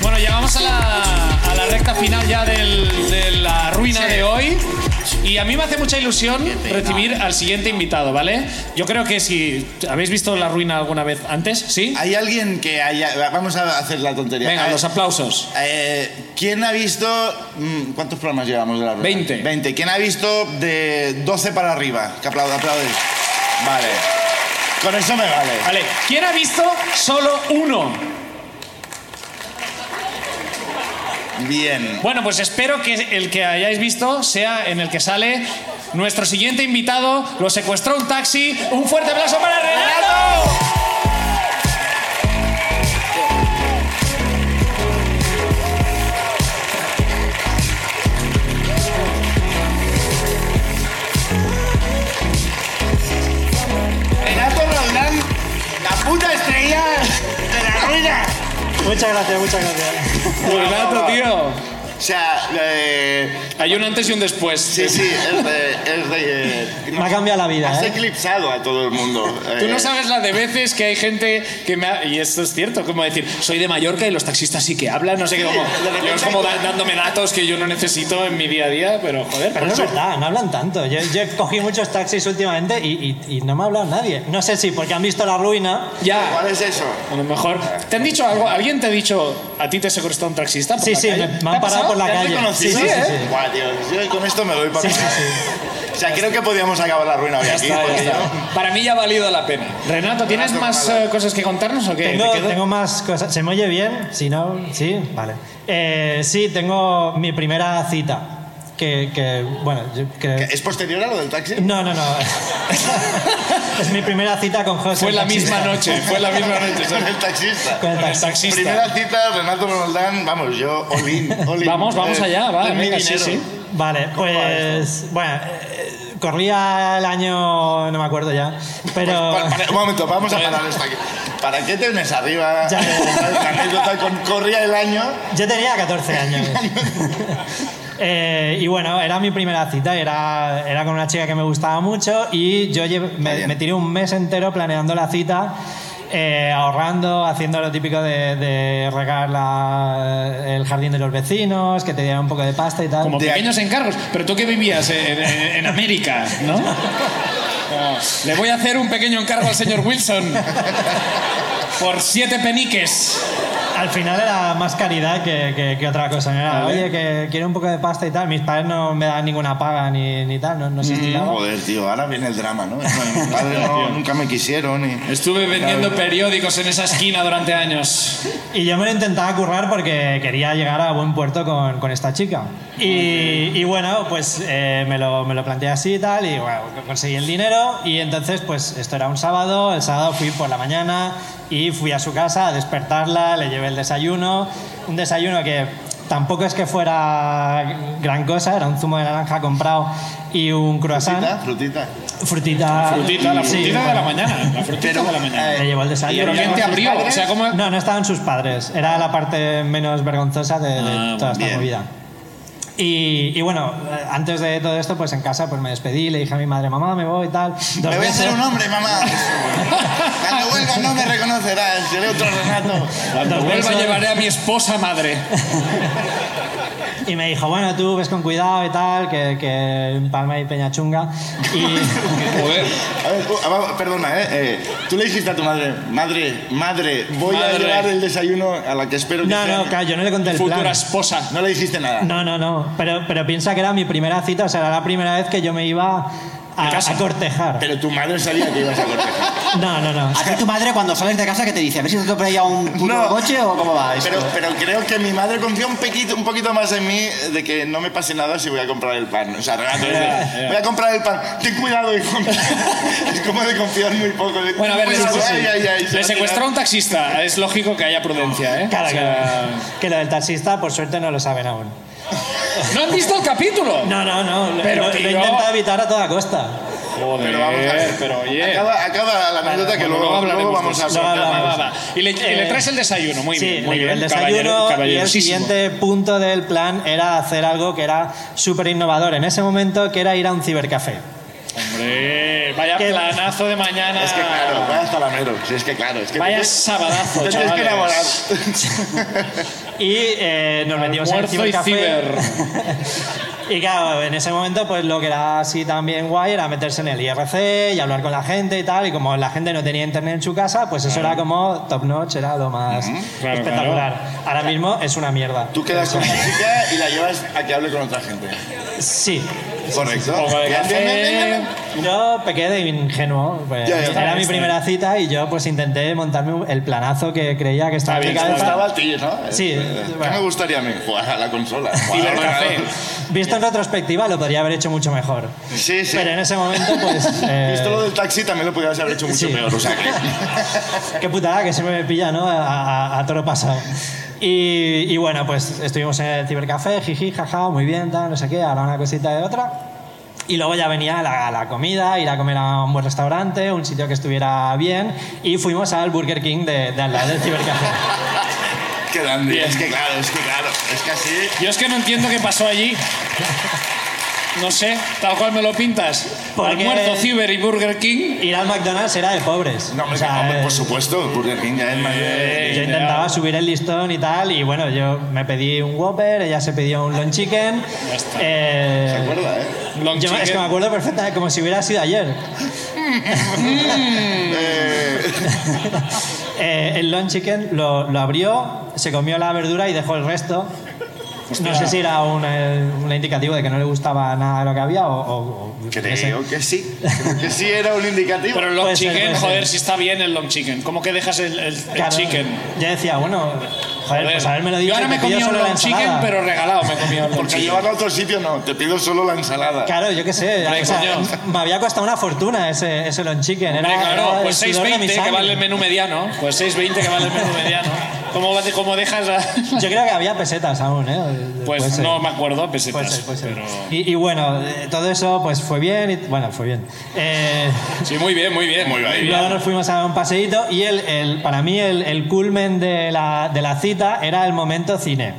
Speaker 6: Bueno, llegamos a la, a la recta final ya del- de la ruina de hoy. Y a mí me hace mucha ilusión recibir al siguiente invitado, ¿vale? Yo creo que si habéis visto la ruina alguna vez antes, ¿sí?
Speaker 5: Hay alguien que haya. Vamos a hacer la tontería.
Speaker 6: Venga,
Speaker 5: Eh,
Speaker 6: los aplausos.
Speaker 5: eh, ¿Quién ha visto. mm, ¿Cuántos programas llevamos de la rueda?
Speaker 6: 20.
Speaker 5: 20. ¿Quién ha visto de 12 para arriba? Que aplauda, aplaudéis. Vale. Con eso me vale.
Speaker 6: Vale, ¿quién ha visto solo uno?
Speaker 5: Bien.
Speaker 6: Bueno, pues espero que el que hayáis visto sea en el que sale nuestro siguiente invitado. Lo secuestró un taxi. Un fuerte aplauso para Renato.
Speaker 3: Muchas gracias, muchas gracias.
Speaker 6: Pues gato, tío.
Speaker 5: O sea, eh,
Speaker 6: hay un antes y un después.
Speaker 5: Sí, sí, es de. Es de eh,
Speaker 3: Me ha cambiado la vida,
Speaker 5: has
Speaker 3: ¿eh?
Speaker 5: eclipsado a todo el mundo.
Speaker 6: Tú
Speaker 5: Eh,
Speaker 6: no sabes la de veces que hay gente que me ha- Y esto es cierto, como decir, soy de Mallorca y los taxistas sí que hablan, no sé qué, como... yo es como da- dándome datos que yo no necesito en mi día a día, pero joder,
Speaker 3: Pero no es
Speaker 6: macho.
Speaker 3: verdad, no hablan tanto. Yo, yo he cogido muchos taxis últimamente y, y- y no me ha hablado nadie. No sé si porque han visto la ruina.
Speaker 6: Ya.
Speaker 5: ¿Cuál es eso?
Speaker 6: A lo mejor. ¿Te han dicho algo? ¿Alguien te ha dicho a ti te secuestró un taxista? por
Speaker 3: Sí,
Speaker 6: la
Speaker 3: sí,
Speaker 6: calle?
Speaker 3: me- me han
Speaker 6: ¿Te ha
Speaker 3: parado
Speaker 6: pasado?
Speaker 3: por la
Speaker 6: ¿Te has
Speaker 3: calle.
Speaker 6: reconocido?
Speaker 3: Sí, sí, sí,
Speaker 6: ¿eh?
Speaker 3: sí.
Speaker 5: Buah, tío, yo con esto me doy para casa. O sea, creo que podíamos acabar la ruina hoy
Speaker 6: Ya
Speaker 5: aquí.
Speaker 6: está, ya
Speaker 5: porque
Speaker 6: está.
Speaker 5: yo-
Speaker 6: Para mí ya ha valido la pena. Renato, ¿tienes
Speaker 5: Renato,
Speaker 6: más eh, cosas que contarnos o qué?
Speaker 3: Tengo,
Speaker 6: ¿Te quedas?
Speaker 3: tengo más cosas. ¿Se me oye bien? Si no, sí, vale. Eh, sí, tengo mi primera cita. Que, que, bueno, yo- que...
Speaker 5: ¿Es posterior a lo del taxi?
Speaker 3: No, no, no. es mi primera cita con José.
Speaker 6: Fue
Speaker 3: el
Speaker 6: la
Speaker 3: taxista.
Speaker 6: misma noche, fue la misma noche.
Speaker 5: Con el taxista.
Speaker 3: Con el
Speaker 6: Con el
Speaker 3: taxi.
Speaker 6: taxista.
Speaker 5: Primera cita, Renato Monoldán, vamos, yo, Olin.
Speaker 6: Vamos, vamos allá, va,
Speaker 5: mi
Speaker 6: venga, sí,
Speaker 5: Eh, dinero.
Speaker 6: sí.
Speaker 3: Vale, pues. Bueno, eh, corría el año. No me acuerdo ya. Pero.
Speaker 5: Pues, pa- para- un momento, vamos a parar esto aquí. ¿Para qué te unes arriba?
Speaker 3: Ya.
Speaker 5: La anécdota con corría el año.
Speaker 3: Yo tenía 14 años. Eh, y bueno, era mi primera cita, era, era con una chica que me gustaba mucho y yo lle- me, me tiré un mes entero planeando la cita, eh, ahorrando, haciendo lo típico de, de regar la- el jardín de los vecinos, que te dieran un poco de pasta y tal.
Speaker 6: Como
Speaker 5: De-
Speaker 6: pequeños encargos. Pero tú que vivías en, en- en América, ¿no? Como, Le voy a hacer un pequeño encargo al señor Wilson. Por siete peniques.
Speaker 3: Al final era más caridad que, que- que otra cosa. ¿no? Era,
Speaker 6: Vale.
Speaker 3: Oye, que quiero un poco de pasta y tal. Mis padres no me dan ninguna paga ni, ni tal, no, no
Speaker 6: Mm,
Speaker 3: se estiraban.
Speaker 5: Mm, Joder, tío, ahora viene el drama, ¿no? Mis padres no, nunca me quisieron y...
Speaker 6: Estuve vendiendo periódicos en esa esquina durante años.
Speaker 3: Y yo me lo intentaba currar porque quería llegar a buen puerto con, con esta chica. Y, y bueno, pues eh, me, lo, me lo planteé así y tal, y bueno, conseguí el dinero. Y entonces, pues esto era un sábado, el sábado fui por la mañana y fui a su casa a despertarla, le llevé el desayuno, un desayuno que tampoco es que fuera gran cosa, era un zumo de naranja comprado y un
Speaker 5: Frutita,
Speaker 3: croissant,
Speaker 5: frutita.
Speaker 3: frutita.
Speaker 6: Frutita, la
Speaker 3: sí,
Speaker 6: frutita de la
Speaker 3: bueno,
Speaker 6: mañana. La frutita de la mañana.
Speaker 3: Me llevó el
Speaker 6: Eh, ¿Y
Speaker 3: desayuno.
Speaker 6: alguien te abrió? O sea, ¿cómo-
Speaker 3: No, no estaban sus padres. Era la parte menos vergonzosa de, de
Speaker 6: Ah,
Speaker 3: toda esta
Speaker 5: bien.
Speaker 3: movida. Y, y bueno, eh, antes de todo esto, pues en casa pues me despedí, le dije a mi madre, mamá, me voy y tal. Dos
Speaker 5: Me voy a
Speaker 3: veces.
Speaker 5: hacer un hombre, mamá. Cuando vuelvas no me reconocerás, seré otro Renato.
Speaker 6: Cuando
Speaker 3: Dos
Speaker 6: vuelva
Speaker 3: besos.
Speaker 6: llevaré a mi esposa madre.
Speaker 3: Y me dijo, bueno, tú ves con cuidado y tal, que, que en Palma hay Peñachunga. Y
Speaker 6: Joder.
Speaker 5: A ver, uh, vamos, perdona, ¿eh? Eh, Tú le dijiste a tu madre, madre, madre, voy
Speaker 6: Madre.
Speaker 5: a llevar el desayuno a la que espero que
Speaker 3: no,
Speaker 5: sea.
Speaker 3: no, claro, yo no le conté el plan.
Speaker 6: Futura esposa.
Speaker 5: No le dijiste nada.
Speaker 3: No, no, no. Pero, pero piensa que era mi primera cita, o sea, era la primera vez que yo me iba a,
Speaker 6: De casa.
Speaker 3: a cortejar.
Speaker 5: Pero tu madre sabía que ibas a cortejar.
Speaker 3: No, no, no.
Speaker 13: ¿A ti tu madre cuando sales de casa que te dice? ¿A ver si te compras ya un puto
Speaker 5: No.
Speaker 13: coche o cómo va esto?
Speaker 5: Pero, pero creo que mi madre confía un poquito, un poquito más en mí eh, de que no me pase nada si voy a comprar el pan. O sea, Renato, es de,
Speaker 6: Ya, ya.
Speaker 5: voy a comprar el pan. Ten cuidado, hijo mío. Es como de confiar muy poco. de,
Speaker 6: Bueno, a ver, le,
Speaker 5: cuidado, ay, ay, ay, se va
Speaker 6: le
Speaker 5: a
Speaker 6: secuestró a un taxista. Es lógico que haya prudencia, ¿eh?
Speaker 3: Claro,
Speaker 6: O sea,
Speaker 3: claro. Que lo del taxista, por suerte, no lo saben aún.
Speaker 6: ¿No han visto el capítulo?
Speaker 3: No, no, no. lo-
Speaker 6: Pero,
Speaker 3: lo, lo
Speaker 6: tío.
Speaker 3: he intentado evitar a toda costa.
Speaker 6: Joder,
Speaker 5: Pero vamos a ver.
Speaker 6: pero oye.
Speaker 5: Acaba, acaba la anécdota que
Speaker 6: Bueno,
Speaker 5: luego, luego
Speaker 6: hablaremos
Speaker 5: vamos
Speaker 6: de
Speaker 5: a Eh,
Speaker 6: eso.
Speaker 5: hablar.
Speaker 3: Luego
Speaker 6: Va, va,
Speaker 3: hablamos.
Speaker 6: va. Y le, y le traes el desayuno, muy
Speaker 3: Eh, sí,
Speaker 6: bien,
Speaker 3: le
Speaker 6: muy bien.
Speaker 3: llevé el desayuno
Speaker 6: caballero-
Speaker 3: y el
Speaker 6: caballerosísimo.
Speaker 3: siguiente punto del plan era hacer algo que era súper innovador en ese momento, que era ir a un cibercafé.
Speaker 6: Hombre, vaya
Speaker 3: Que-
Speaker 6: planazo de mañana.
Speaker 5: Es que claro, vaya zalamero. Sí, es que claro. Es que
Speaker 6: Vaya
Speaker 5: te-
Speaker 6: sabadazo,
Speaker 5: te tienes que
Speaker 6: chavales.
Speaker 5: enamorar.
Speaker 3: Y eh, nos metimos en el
Speaker 6: Almuerzo y
Speaker 3: cibercafé. Y claro, en ese momento, pues lo que era así también guay era meterse en el IRC y hablar con la gente y tal. Y como la gente no tenía internet en su casa, pues eso era como top notch, era lo más
Speaker 6: claro,
Speaker 3: espectacular. Ahora mismo es una mierda.
Speaker 5: Tú quedas con la chica y la llevas a que hable con otra gente.
Speaker 3: Sí.
Speaker 5: Correcto.
Speaker 6: Poco de
Speaker 5: Ya,
Speaker 6: café.
Speaker 5: ya, ya, ya, ya.
Speaker 3: Yo pequé de ingenuo. pues,
Speaker 5: Ya, ya está,
Speaker 3: era
Speaker 5: ya
Speaker 3: mi
Speaker 5: está.
Speaker 3: primera cita y yo pues intenté montarme el planazo que creía que
Speaker 6: Ah,
Speaker 3: estaba en mi
Speaker 5: Te
Speaker 3: cabeza.
Speaker 5: gustaba a ti, ¿no? Eh,
Speaker 3: Sí,
Speaker 5: ¿Qué
Speaker 3: bueno.
Speaker 5: me gustaría a mí? Jugar a la consola. Jugar al
Speaker 6: Cibercafé.
Speaker 5: ordenador.
Speaker 3: Visto en retrospectiva, lo podría haber hecho mucho mejor.
Speaker 5: Sí, sí.
Speaker 3: Pero en ese momento, pues... eh,
Speaker 5: Visto lo del taxi también lo podrías haber hecho mucho
Speaker 3: Sí.
Speaker 5: peor. O sea que...
Speaker 3: Qué putada que se me pilla, ¿no? A, a- a toro pasado. Y, y bueno, pues estuvimos en el cibercafé, jiji, jaja, muy bien, tal, no sé qué, ahora una cosita de otra. Y luego ya venía la, la comida, ir a comer a un buen restaurante, un sitio que estuviera bien, y fuimos al Burger King de, de al lado del cibercafé.
Speaker 5: Qué grande.
Speaker 6: Bien.
Speaker 5: Es que claro, es que claro. Es que así.
Speaker 6: Yo es que no entiendo qué pasó allí. No sé, tal cual me lo pintas. Almuerzo, ciber y Burger King.
Speaker 3: Ir al McDonald's era de pobres.
Speaker 5: No,
Speaker 3: O sea,
Speaker 5: por supuesto, Burger King ya es más.
Speaker 3: eh, yo intentaba subir el listón y tal, y bueno, yo me pedí un Whopper, ella se pidió un Long Chicken. Eh,
Speaker 5: ¿Se acuerda, eh?
Speaker 3: yo- Es que me acuerdo perfectamente, como si hubiera sido ayer. Eh, el Long Chicken lo, lo abrió, se comió la verdura y dejó el resto.
Speaker 5: Hostia.
Speaker 3: No sé si era un, eh, un indicativo de que no le gustaba nada lo que había o... o- o-
Speaker 5: Creo
Speaker 3: no sé.
Speaker 5: que sí. Creo que sí era un indicativo.
Speaker 6: Pero el long
Speaker 3: Puede ser,
Speaker 6: chicken,
Speaker 3: puede
Speaker 6: joder,
Speaker 3: ser.
Speaker 6: si está bien el long chicken. ¿Cómo que dejas el, el- el
Speaker 3: Claro,
Speaker 6: chicken?
Speaker 3: Ya decía, bueno, joder,
Speaker 6: Joder.
Speaker 3: pues haberme lo
Speaker 6: Yo
Speaker 3: dicho.
Speaker 6: ahora
Speaker 3: te
Speaker 6: me
Speaker 3: pido
Speaker 6: comía un
Speaker 3: solo la
Speaker 6: long chicken,
Speaker 3: ensalada.
Speaker 6: pero regalado me comía un long
Speaker 5: Porque
Speaker 6: chicken.
Speaker 5: llevarlo a otro sitio no, te pido solo la ensalada.
Speaker 3: Claro, yo qué sé.
Speaker 5: Hombre,
Speaker 3: o sea,
Speaker 5: coño.
Speaker 3: me había costado una fortuna ese, ese long chicken. Era,
Speaker 6: Hombre, claro,
Speaker 3: era el
Speaker 6: pues
Speaker 3: sudor de mi
Speaker 6: 6.20 que
Speaker 3: sangre.
Speaker 6: vale el menú mediano. Pues 6.20 que vale el menú mediano. ¿Cómo, va- cómo dejas la...?
Speaker 3: Yo creo que había pesetas aún, ¿eh? Puede
Speaker 6: Pues
Speaker 3: ser.
Speaker 6: no me acuerdo, pesetas.
Speaker 3: Puede ser, puede ser.
Speaker 6: pero-
Speaker 3: Y, y bueno, eh, todo eso pues fue bien. Y, bueno, fue bien. Eh,
Speaker 6: Sí, muy bien, muy bien. Muy
Speaker 3: Y luego nos fuimos a dar un paseíto y el, el- para mí el, el culmen de la, de la cita era el momento cine.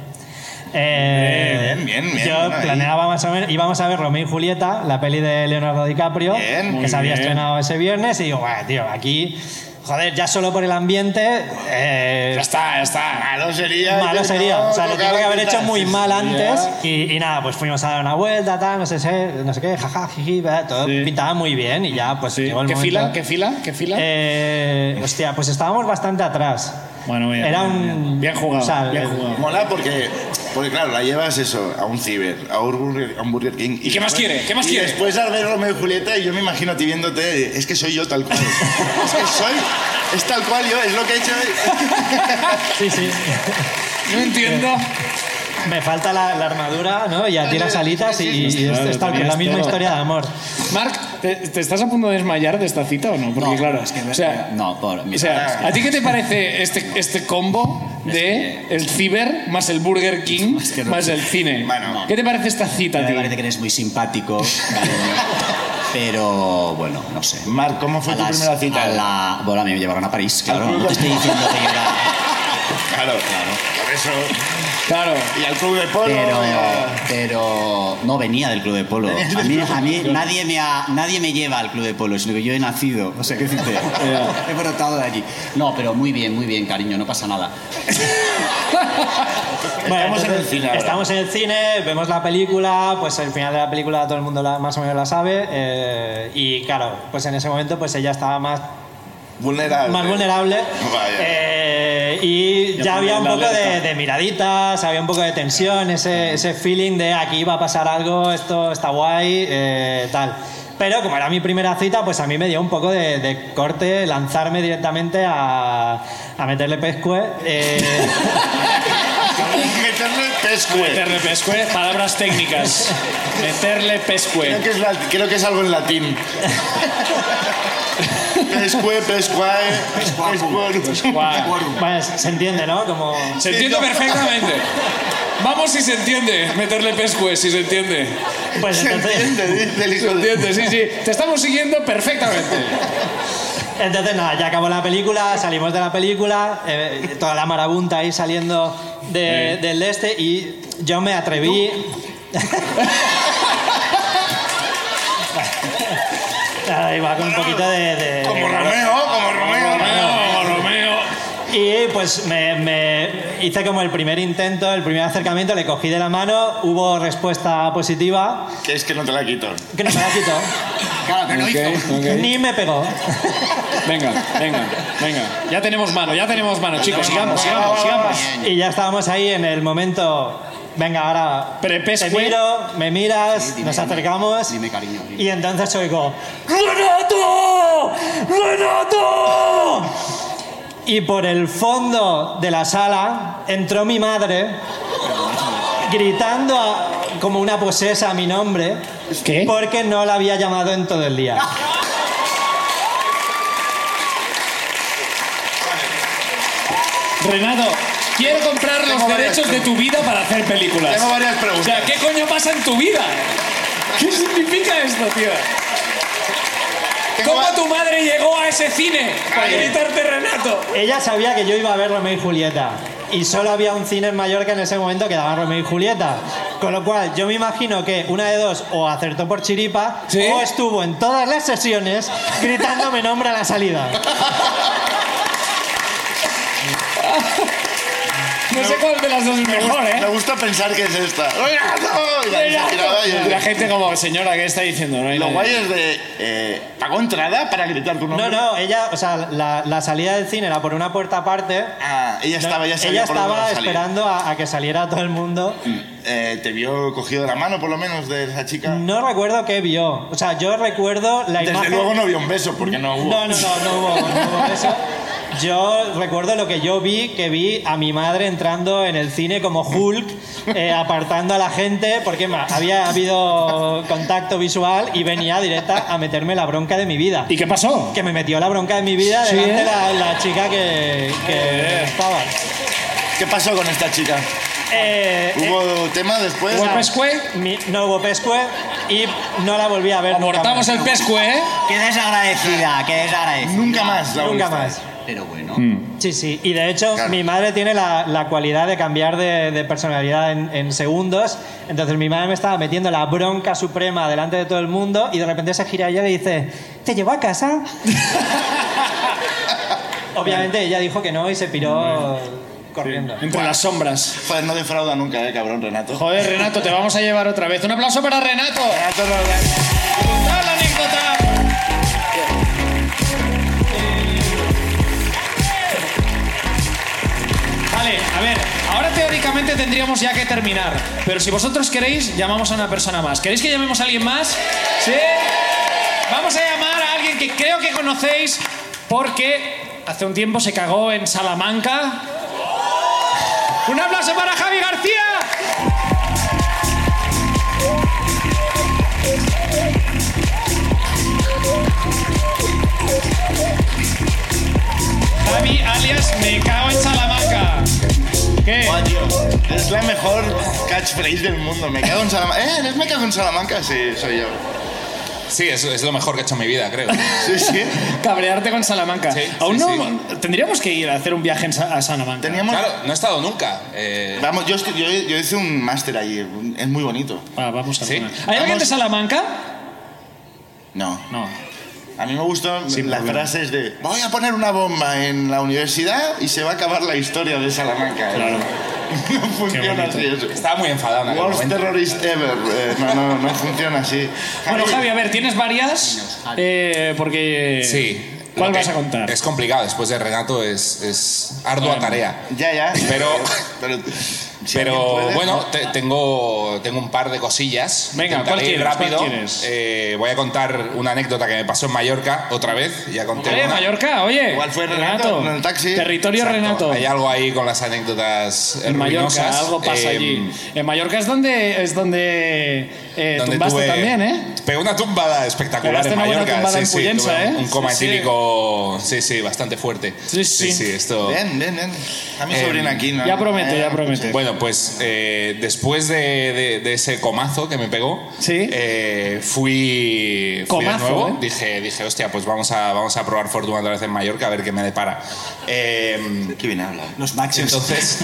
Speaker 3: Eh,
Speaker 5: Bien, bien, bien, bien,
Speaker 3: Yo
Speaker 5: ahí.
Speaker 3: planeaba más o menos, íbamos a ver Romeo y Julieta, la peli de Leonardo DiCaprio,
Speaker 5: muy
Speaker 3: que se había
Speaker 5: bien.
Speaker 3: estrenado ese viernes, y digo, "Buah, tío, aquí, joder, ya solo por el ambiente... eh,
Speaker 6: Ya está, ya está.
Speaker 5: Malo sería.
Speaker 3: Malo
Speaker 5: que
Speaker 3: sería.
Speaker 5: no
Speaker 3: o sea, lo tengo
Speaker 5: tocaran
Speaker 3: que haber hecho
Speaker 5: quizás.
Speaker 3: muy
Speaker 5: Sí,
Speaker 3: mal
Speaker 5: sí,
Speaker 3: antes.
Speaker 5: ya.
Speaker 3: Y, y nada, pues fuimos a dar una vuelta, tal, no sé, sé- no sé qué, jaja, jiji, ¿verdad? todo pintaba muy bien y ya, pues llegó el
Speaker 6: ¿Qué
Speaker 3: momento.
Speaker 6: fila? ¿Qué fila? ¿Qué fila?
Speaker 3: Eh, hostia, pues estábamos bastante atrás.
Speaker 6: Bueno, bien.
Speaker 3: Era
Speaker 6: bien,
Speaker 3: un.
Speaker 6: bien. Bien jugado.
Speaker 3: o sea,
Speaker 6: bien jugado.
Speaker 5: Mola porque, porque claro, la llevas eso, a un ciber, a un Burger, a un Burger King.
Speaker 6: ¿Y qué más quiere? ¿Qué más
Speaker 5: y
Speaker 6: quiere?
Speaker 5: después al ver Romeo y Julieta, y yo me imagino a ti viéndote, es que soy yo tal cual. es que soy, es tal cual yo, es lo que he hecho.
Speaker 3: Sí, sí.
Speaker 6: No entiendo.
Speaker 3: eh, Me falta la, la armadura, Ah, ¿no? Y a tiras alitas y, y es,
Speaker 6: Claro,
Speaker 3: es tal, que la
Speaker 6: tenías
Speaker 3: misma
Speaker 6: todo.
Speaker 3: historia de amor.
Speaker 6: Marc, ¿te, te estás a punto de desmayar de esta cita o no? Porque claro, o
Speaker 5: Eh,
Speaker 6: sea,
Speaker 13: No, por mi
Speaker 6: o sea, ¿a ti qué te parece este, este combo de el ciber más el Burger King más el cine?
Speaker 5: Bueno.
Speaker 6: ¿Qué te parece esta cita,
Speaker 2: Me
Speaker 6: tío?
Speaker 2: parece que eres muy simpático. Pero bueno, no sé.
Speaker 5: Marc, ¿cómo fue
Speaker 2: A
Speaker 5: tu
Speaker 2: las-
Speaker 5: primera cita?
Speaker 2: A la... Bueno, a mí me llevaron a París, claro. No te estoy diciendo que yo era...
Speaker 5: Claro, claro. Por eso.
Speaker 6: Claro.
Speaker 5: Y al club de polo.
Speaker 2: Pero,
Speaker 5: y a-
Speaker 2: pero no venía del club de polo. A mí, a mí nadie, me ha- nadie me lleva al club de polo, sino que yo he nacido. O sea, ¿qué decirte? He brotado de allí. No, pero muy bien, muy bien, cariño, no pasa nada.
Speaker 5: Estamos en el
Speaker 3: entonces,
Speaker 5: cine ahora.
Speaker 3: Estamos en el cine, vemos la película, pues el final de la película todo el mundo la- más o menos la sabe. eh, y claro, pues en ese momento pues ella estaba más
Speaker 5: Vulnerable.
Speaker 3: más vulnerable.
Speaker 5: Vaya.
Speaker 3: Eh, y ya,
Speaker 6: Ya
Speaker 3: había un
Speaker 6: la
Speaker 3: poco de,
Speaker 6: alerta.
Speaker 3: de miraditas, había un poco de tensión, ese, ese feeling de aquí va a pasar algo, esto está guay, eh, tal. Pero como era mi primera cita, pues a mí me dio un poco de, de corte lanzarme directamente a, a meterle pescue. eh,
Speaker 5: Meterle pescue.
Speaker 6: Meterle pescue, palabras técnicas. Meterle
Speaker 5: Creo
Speaker 6: pescue.
Speaker 5: que, es la- creo que es algo en latín. Pescue, pescuae, pescuarum.
Speaker 6: Guau.
Speaker 3: bueno, se entiende, ¿no? Como...
Speaker 6: Se entiende perfectamente.
Speaker 10: Vamos si se entiende, meterle pescue, si se entiende.
Speaker 3: Pues
Speaker 5: Se
Speaker 3: entonces...
Speaker 5: entiende, dice el hijo de...
Speaker 10: Entiende, sí, sí. Te estamos siguiendo perfectamente.
Speaker 3: Entonces nada, ya acabó la película, salimos de la película, eh, toda la marabunta ahí saliendo de- del este y yo me atreví... Nada, Iba con un poquito de... de-
Speaker 5: Como Romeo, como Romeo.
Speaker 10: Romeo, Romeo.
Speaker 3: y pues me, me hice como el primer intento, el primer acercamiento, le cogí de la mano, hubo respuesta positiva,
Speaker 5: Que es que no te la quito.
Speaker 3: que no me la quitó,
Speaker 13: Claro, pero no hizo.
Speaker 10: Ok, ok.
Speaker 3: ni me pegó.
Speaker 6: Venga, venga, venga. Ya tenemos mano, ya tenemos mano, chicos. Sigamos, sigamos, sigamos.
Speaker 3: Y ya estábamos ahí en el momento. Venga, ahora.
Speaker 6: Prepesque.
Speaker 3: Te miro, me miras, nos acercamos.
Speaker 13: Dime, cariño. dime.
Speaker 3: Y entonces oigo. ¡Renato! ¡Renato! Y por el fondo de la sala entró mi madre gritando a- como una posesa mi nombre
Speaker 6: ¿Qué?
Speaker 3: porque no la había llamado en todo el día.
Speaker 6: Renato, quiero comprar los
Speaker 5: Tengo varias
Speaker 6: derechos de tu vida para hacer películas.
Speaker 5: Tengo varias
Speaker 6: O sea,
Speaker 5: preguntas.
Speaker 6: ¿qué coño pasa en tu vida? ¿Qué significa esto, tío?
Speaker 5: Tengo
Speaker 6: ¿Cómo
Speaker 5: va-
Speaker 6: tu madre llegó a ese cine para
Speaker 5: Ahí.
Speaker 6: gritarte Renato?
Speaker 3: Ella sabía que yo iba a ver Romeo y Julieta. y solo había un cine en Mallorca en ese momento que daba Romeo y Julieta. Con lo cual, yo me imagino que una de dos o acertó por chiripa o estuvo en todas las sesiones gritando mi nombre a la salida.
Speaker 6: No sé cuál de las dos es mejor, ¿eh?
Speaker 5: Me gusta pensar que es esta. ¡Oiga, no! Y la
Speaker 6: Oiga,
Speaker 5: gente tiraba y-
Speaker 6: Y la gente como, señora, ¿qué está diciendo? No hay
Speaker 5: Lo
Speaker 6: nadie".
Speaker 5: guay es de. Eh, ¿Pagó entrada para gritar tu
Speaker 3: No,
Speaker 5: nombre?
Speaker 3: no, ella, o sea, la, la salida del cine era por una puerta aparte.
Speaker 5: Ah, ella estaba ya sabía
Speaker 3: Ella
Speaker 5: por dónde
Speaker 3: estaba
Speaker 5: iba a salir.
Speaker 3: esperando a, a que saliera todo el mundo.
Speaker 5: Eh, ¿Te vio cogido de la mano, por lo menos, de esa chica?
Speaker 3: No recuerdo qué vio. O sea, yo recuerdo la
Speaker 5: Desde
Speaker 3: imagen.
Speaker 5: luego no vio un beso, porque no hubo.
Speaker 3: No, no, no, no hubo, no hubo eso. Yo recuerdo lo que yo vi, que vi a mi madre entrando en el cine como Hulk, eh, apartando a la gente, porque ma, había habido contacto visual y venía directa a meterme la bronca de mi vida.
Speaker 6: ¿Y qué pasó?
Speaker 3: Que me metió la bronca de mi vida
Speaker 6: Sí,
Speaker 3: delante
Speaker 6: ¿eh?
Speaker 3: la, la chica que, que estaba.
Speaker 5: Eh, ¿Qué pasó con esta chica?
Speaker 3: Eh,
Speaker 5: ¿Hubo tema después? Ah.
Speaker 3: o sea, mi- no hubo pescue y no la volví a ver. nunca
Speaker 6: Abortamos
Speaker 3: más.
Speaker 6: el pescue, ¿eh?
Speaker 13: Qué desagradecida, qué desagradecida.
Speaker 5: Nunca más
Speaker 3: Nunca
Speaker 5: la volviste a ver.
Speaker 3: más.
Speaker 13: Pero bueno.
Speaker 6: Mm.
Speaker 3: Sí, sí. Y de hecho, mi madre tiene la, la cualidad de cambiar de, de personalidad en, en segundos. Entonces, mi madre me estaba metiendo la bronca suprema delante de todo el mundo y de repente se gira ella y le dice: ¿Te llevo a casa? Obviamente, ella dijo que no y se piró corriendo.
Speaker 6: Entre las sombras.
Speaker 5: Joder, no defrauda nunca, eh, cabrón, Renato.
Speaker 6: Joder, Renato, te vamos a llevar otra vez. Un aplauso para Renato.
Speaker 5: Renato no-
Speaker 6: ¡Contad la anécdota! Vale, a ver, ahora teóricamente tendríamos ya que terminar. Pero si vosotros queréis, llamamos a una persona más. ¿Queréis que llamemos a alguien más? ¿Sí? Vamos a llamar a alguien que creo que conocéis porque hace un tiempo se cagó en Salamanca. ¡Un aplauso para Javi García! Javi, alias Me Cago en Salamanca. ¿Qué?
Speaker 5: Buah, tío, Es la mejor catchphrase del mundo. Me cago en Salamanca. ¿Eh? ¿Eres me cago en Salamanca? Sí, soy yo.
Speaker 14: Sí, es, es lo mejor que he hecho en mi vida, creo.
Speaker 5: Sí, sí.
Speaker 6: Cabrearte con Salamanca. Aún
Speaker 14: sí,
Speaker 6: no. Tendríamos que ir a hacer un viaje en Sa- a Salamanca.
Speaker 5: Teníamos...
Speaker 14: Claro, no he estado nunca. Eh,
Speaker 5: Vamos, yo, estu- yo, yo hice un máster allí. Es muy bonito.
Speaker 6: Ah, vamos a
Speaker 14: ¿Sí?
Speaker 6: ¿Hay alguien de Salamanca?
Speaker 5: No.
Speaker 6: No.
Speaker 5: A mí me gustan
Speaker 6: Sin
Speaker 5: las
Speaker 6: problema.
Speaker 5: frases de voy a poner una bomba en la universidad y se va a acabar la historia de Salamanca.
Speaker 6: Claro.
Speaker 5: No funciona así eso.
Speaker 14: estaba muy enfadado en aquel
Speaker 5: Worst
Speaker 14: momento.
Speaker 5: terrorist ever. Eh, no, no, no funciona así.
Speaker 6: Bueno, Javi, a ver, tienes varias. Eh, porque.
Speaker 14: Sí.
Speaker 6: ¿Cuál
Speaker 14: Lo que
Speaker 6: vas a contar?
Speaker 14: Es complicado, después de Renato es, es ardua
Speaker 6: Bueno.
Speaker 14: tarea.
Speaker 5: Ya, ya.
Speaker 14: Pero,
Speaker 5: Pero, si alguien
Speaker 14: pero
Speaker 5: puede,
Speaker 14: bueno, te- tengo, tengo un par de cosillas.
Speaker 6: Venga,
Speaker 14: Intentaré
Speaker 6: ¿cuál
Speaker 14: ir
Speaker 6: quieres? ¿Cuál
Speaker 14: rápido.
Speaker 6: quieres?
Speaker 14: Eh, voy a contar una anécdota que me pasó en Mallorca otra vez. Ya conté
Speaker 6: Eh,
Speaker 14: una.
Speaker 6: Mallorca, oye.
Speaker 5: Igual fue Renato, en el taxi.
Speaker 6: Territorio
Speaker 14: Exacto,
Speaker 6: Renato.
Speaker 14: Hay algo ahí con las anécdotas eh,
Speaker 6: En Mallorca,
Speaker 14: ruinosas.
Speaker 6: algo pasa
Speaker 14: Eh,
Speaker 6: allí. En Mallorca es donde, es donde, eh, tumbaste
Speaker 14: tuve-
Speaker 6: también, ¿eh?
Speaker 14: Pegó una tumbada espectacular
Speaker 6: Pegaste
Speaker 14: en
Speaker 6: una buena
Speaker 14: Mallorca.
Speaker 6: tumbada
Speaker 14: sí,
Speaker 6: en
Speaker 14: sí,
Speaker 6: Pollensa,
Speaker 14: tuve un-
Speaker 6: ¿eh?
Speaker 14: Un coma
Speaker 6: Sí, sí.
Speaker 14: etílico, sí, sí, bastante fuerte.
Speaker 6: Sí, sí.
Speaker 14: esto.
Speaker 5: Ven, ven, ven. A mi
Speaker 14: Eh,
Speaker 5: sobrina aquí, ¿no? Eh,
Speaker 6: Ya prometo, ya prometo.
Speaker 14: Bueno, pues eh, después de, de- de ese comazo que me pegó,
Speaker 6: Sí.
Speaker 14: eh, fui, fui
Speaker 6: Comazo,
Speaker 14: de nuevo.
Speaker 6: ¿eh?
Speaker 14: Dije, dije, hostia, pues vamos a, vamos a probar fortuna otra vez en Mallorca a ver qué me depara. Eh,
Speaker 5: Qué bien habla.
Speaker 2: Los machos.
Speaker 14: entonces,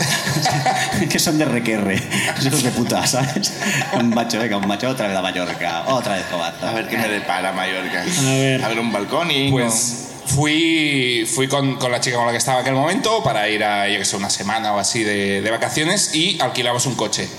Speaker 2: que son de requerre. Son hijos de puta, ¿sabes? Un macho, venga, un macho, otra vez a Mallorca, Oh. otra vez cobazo.
Speaker 5: A ver
Speaker 6: Eh.
Speaker 5: qué me depara Mallorca.
Speaker 6: A ver.
Speaker 5: un balcón y...
Speaker 14: pues fui, fui con, con la chica con la que estaba en aquel momento para ir a, yo que sé, una semana o así de, de vacaciones y alquilamos un coche.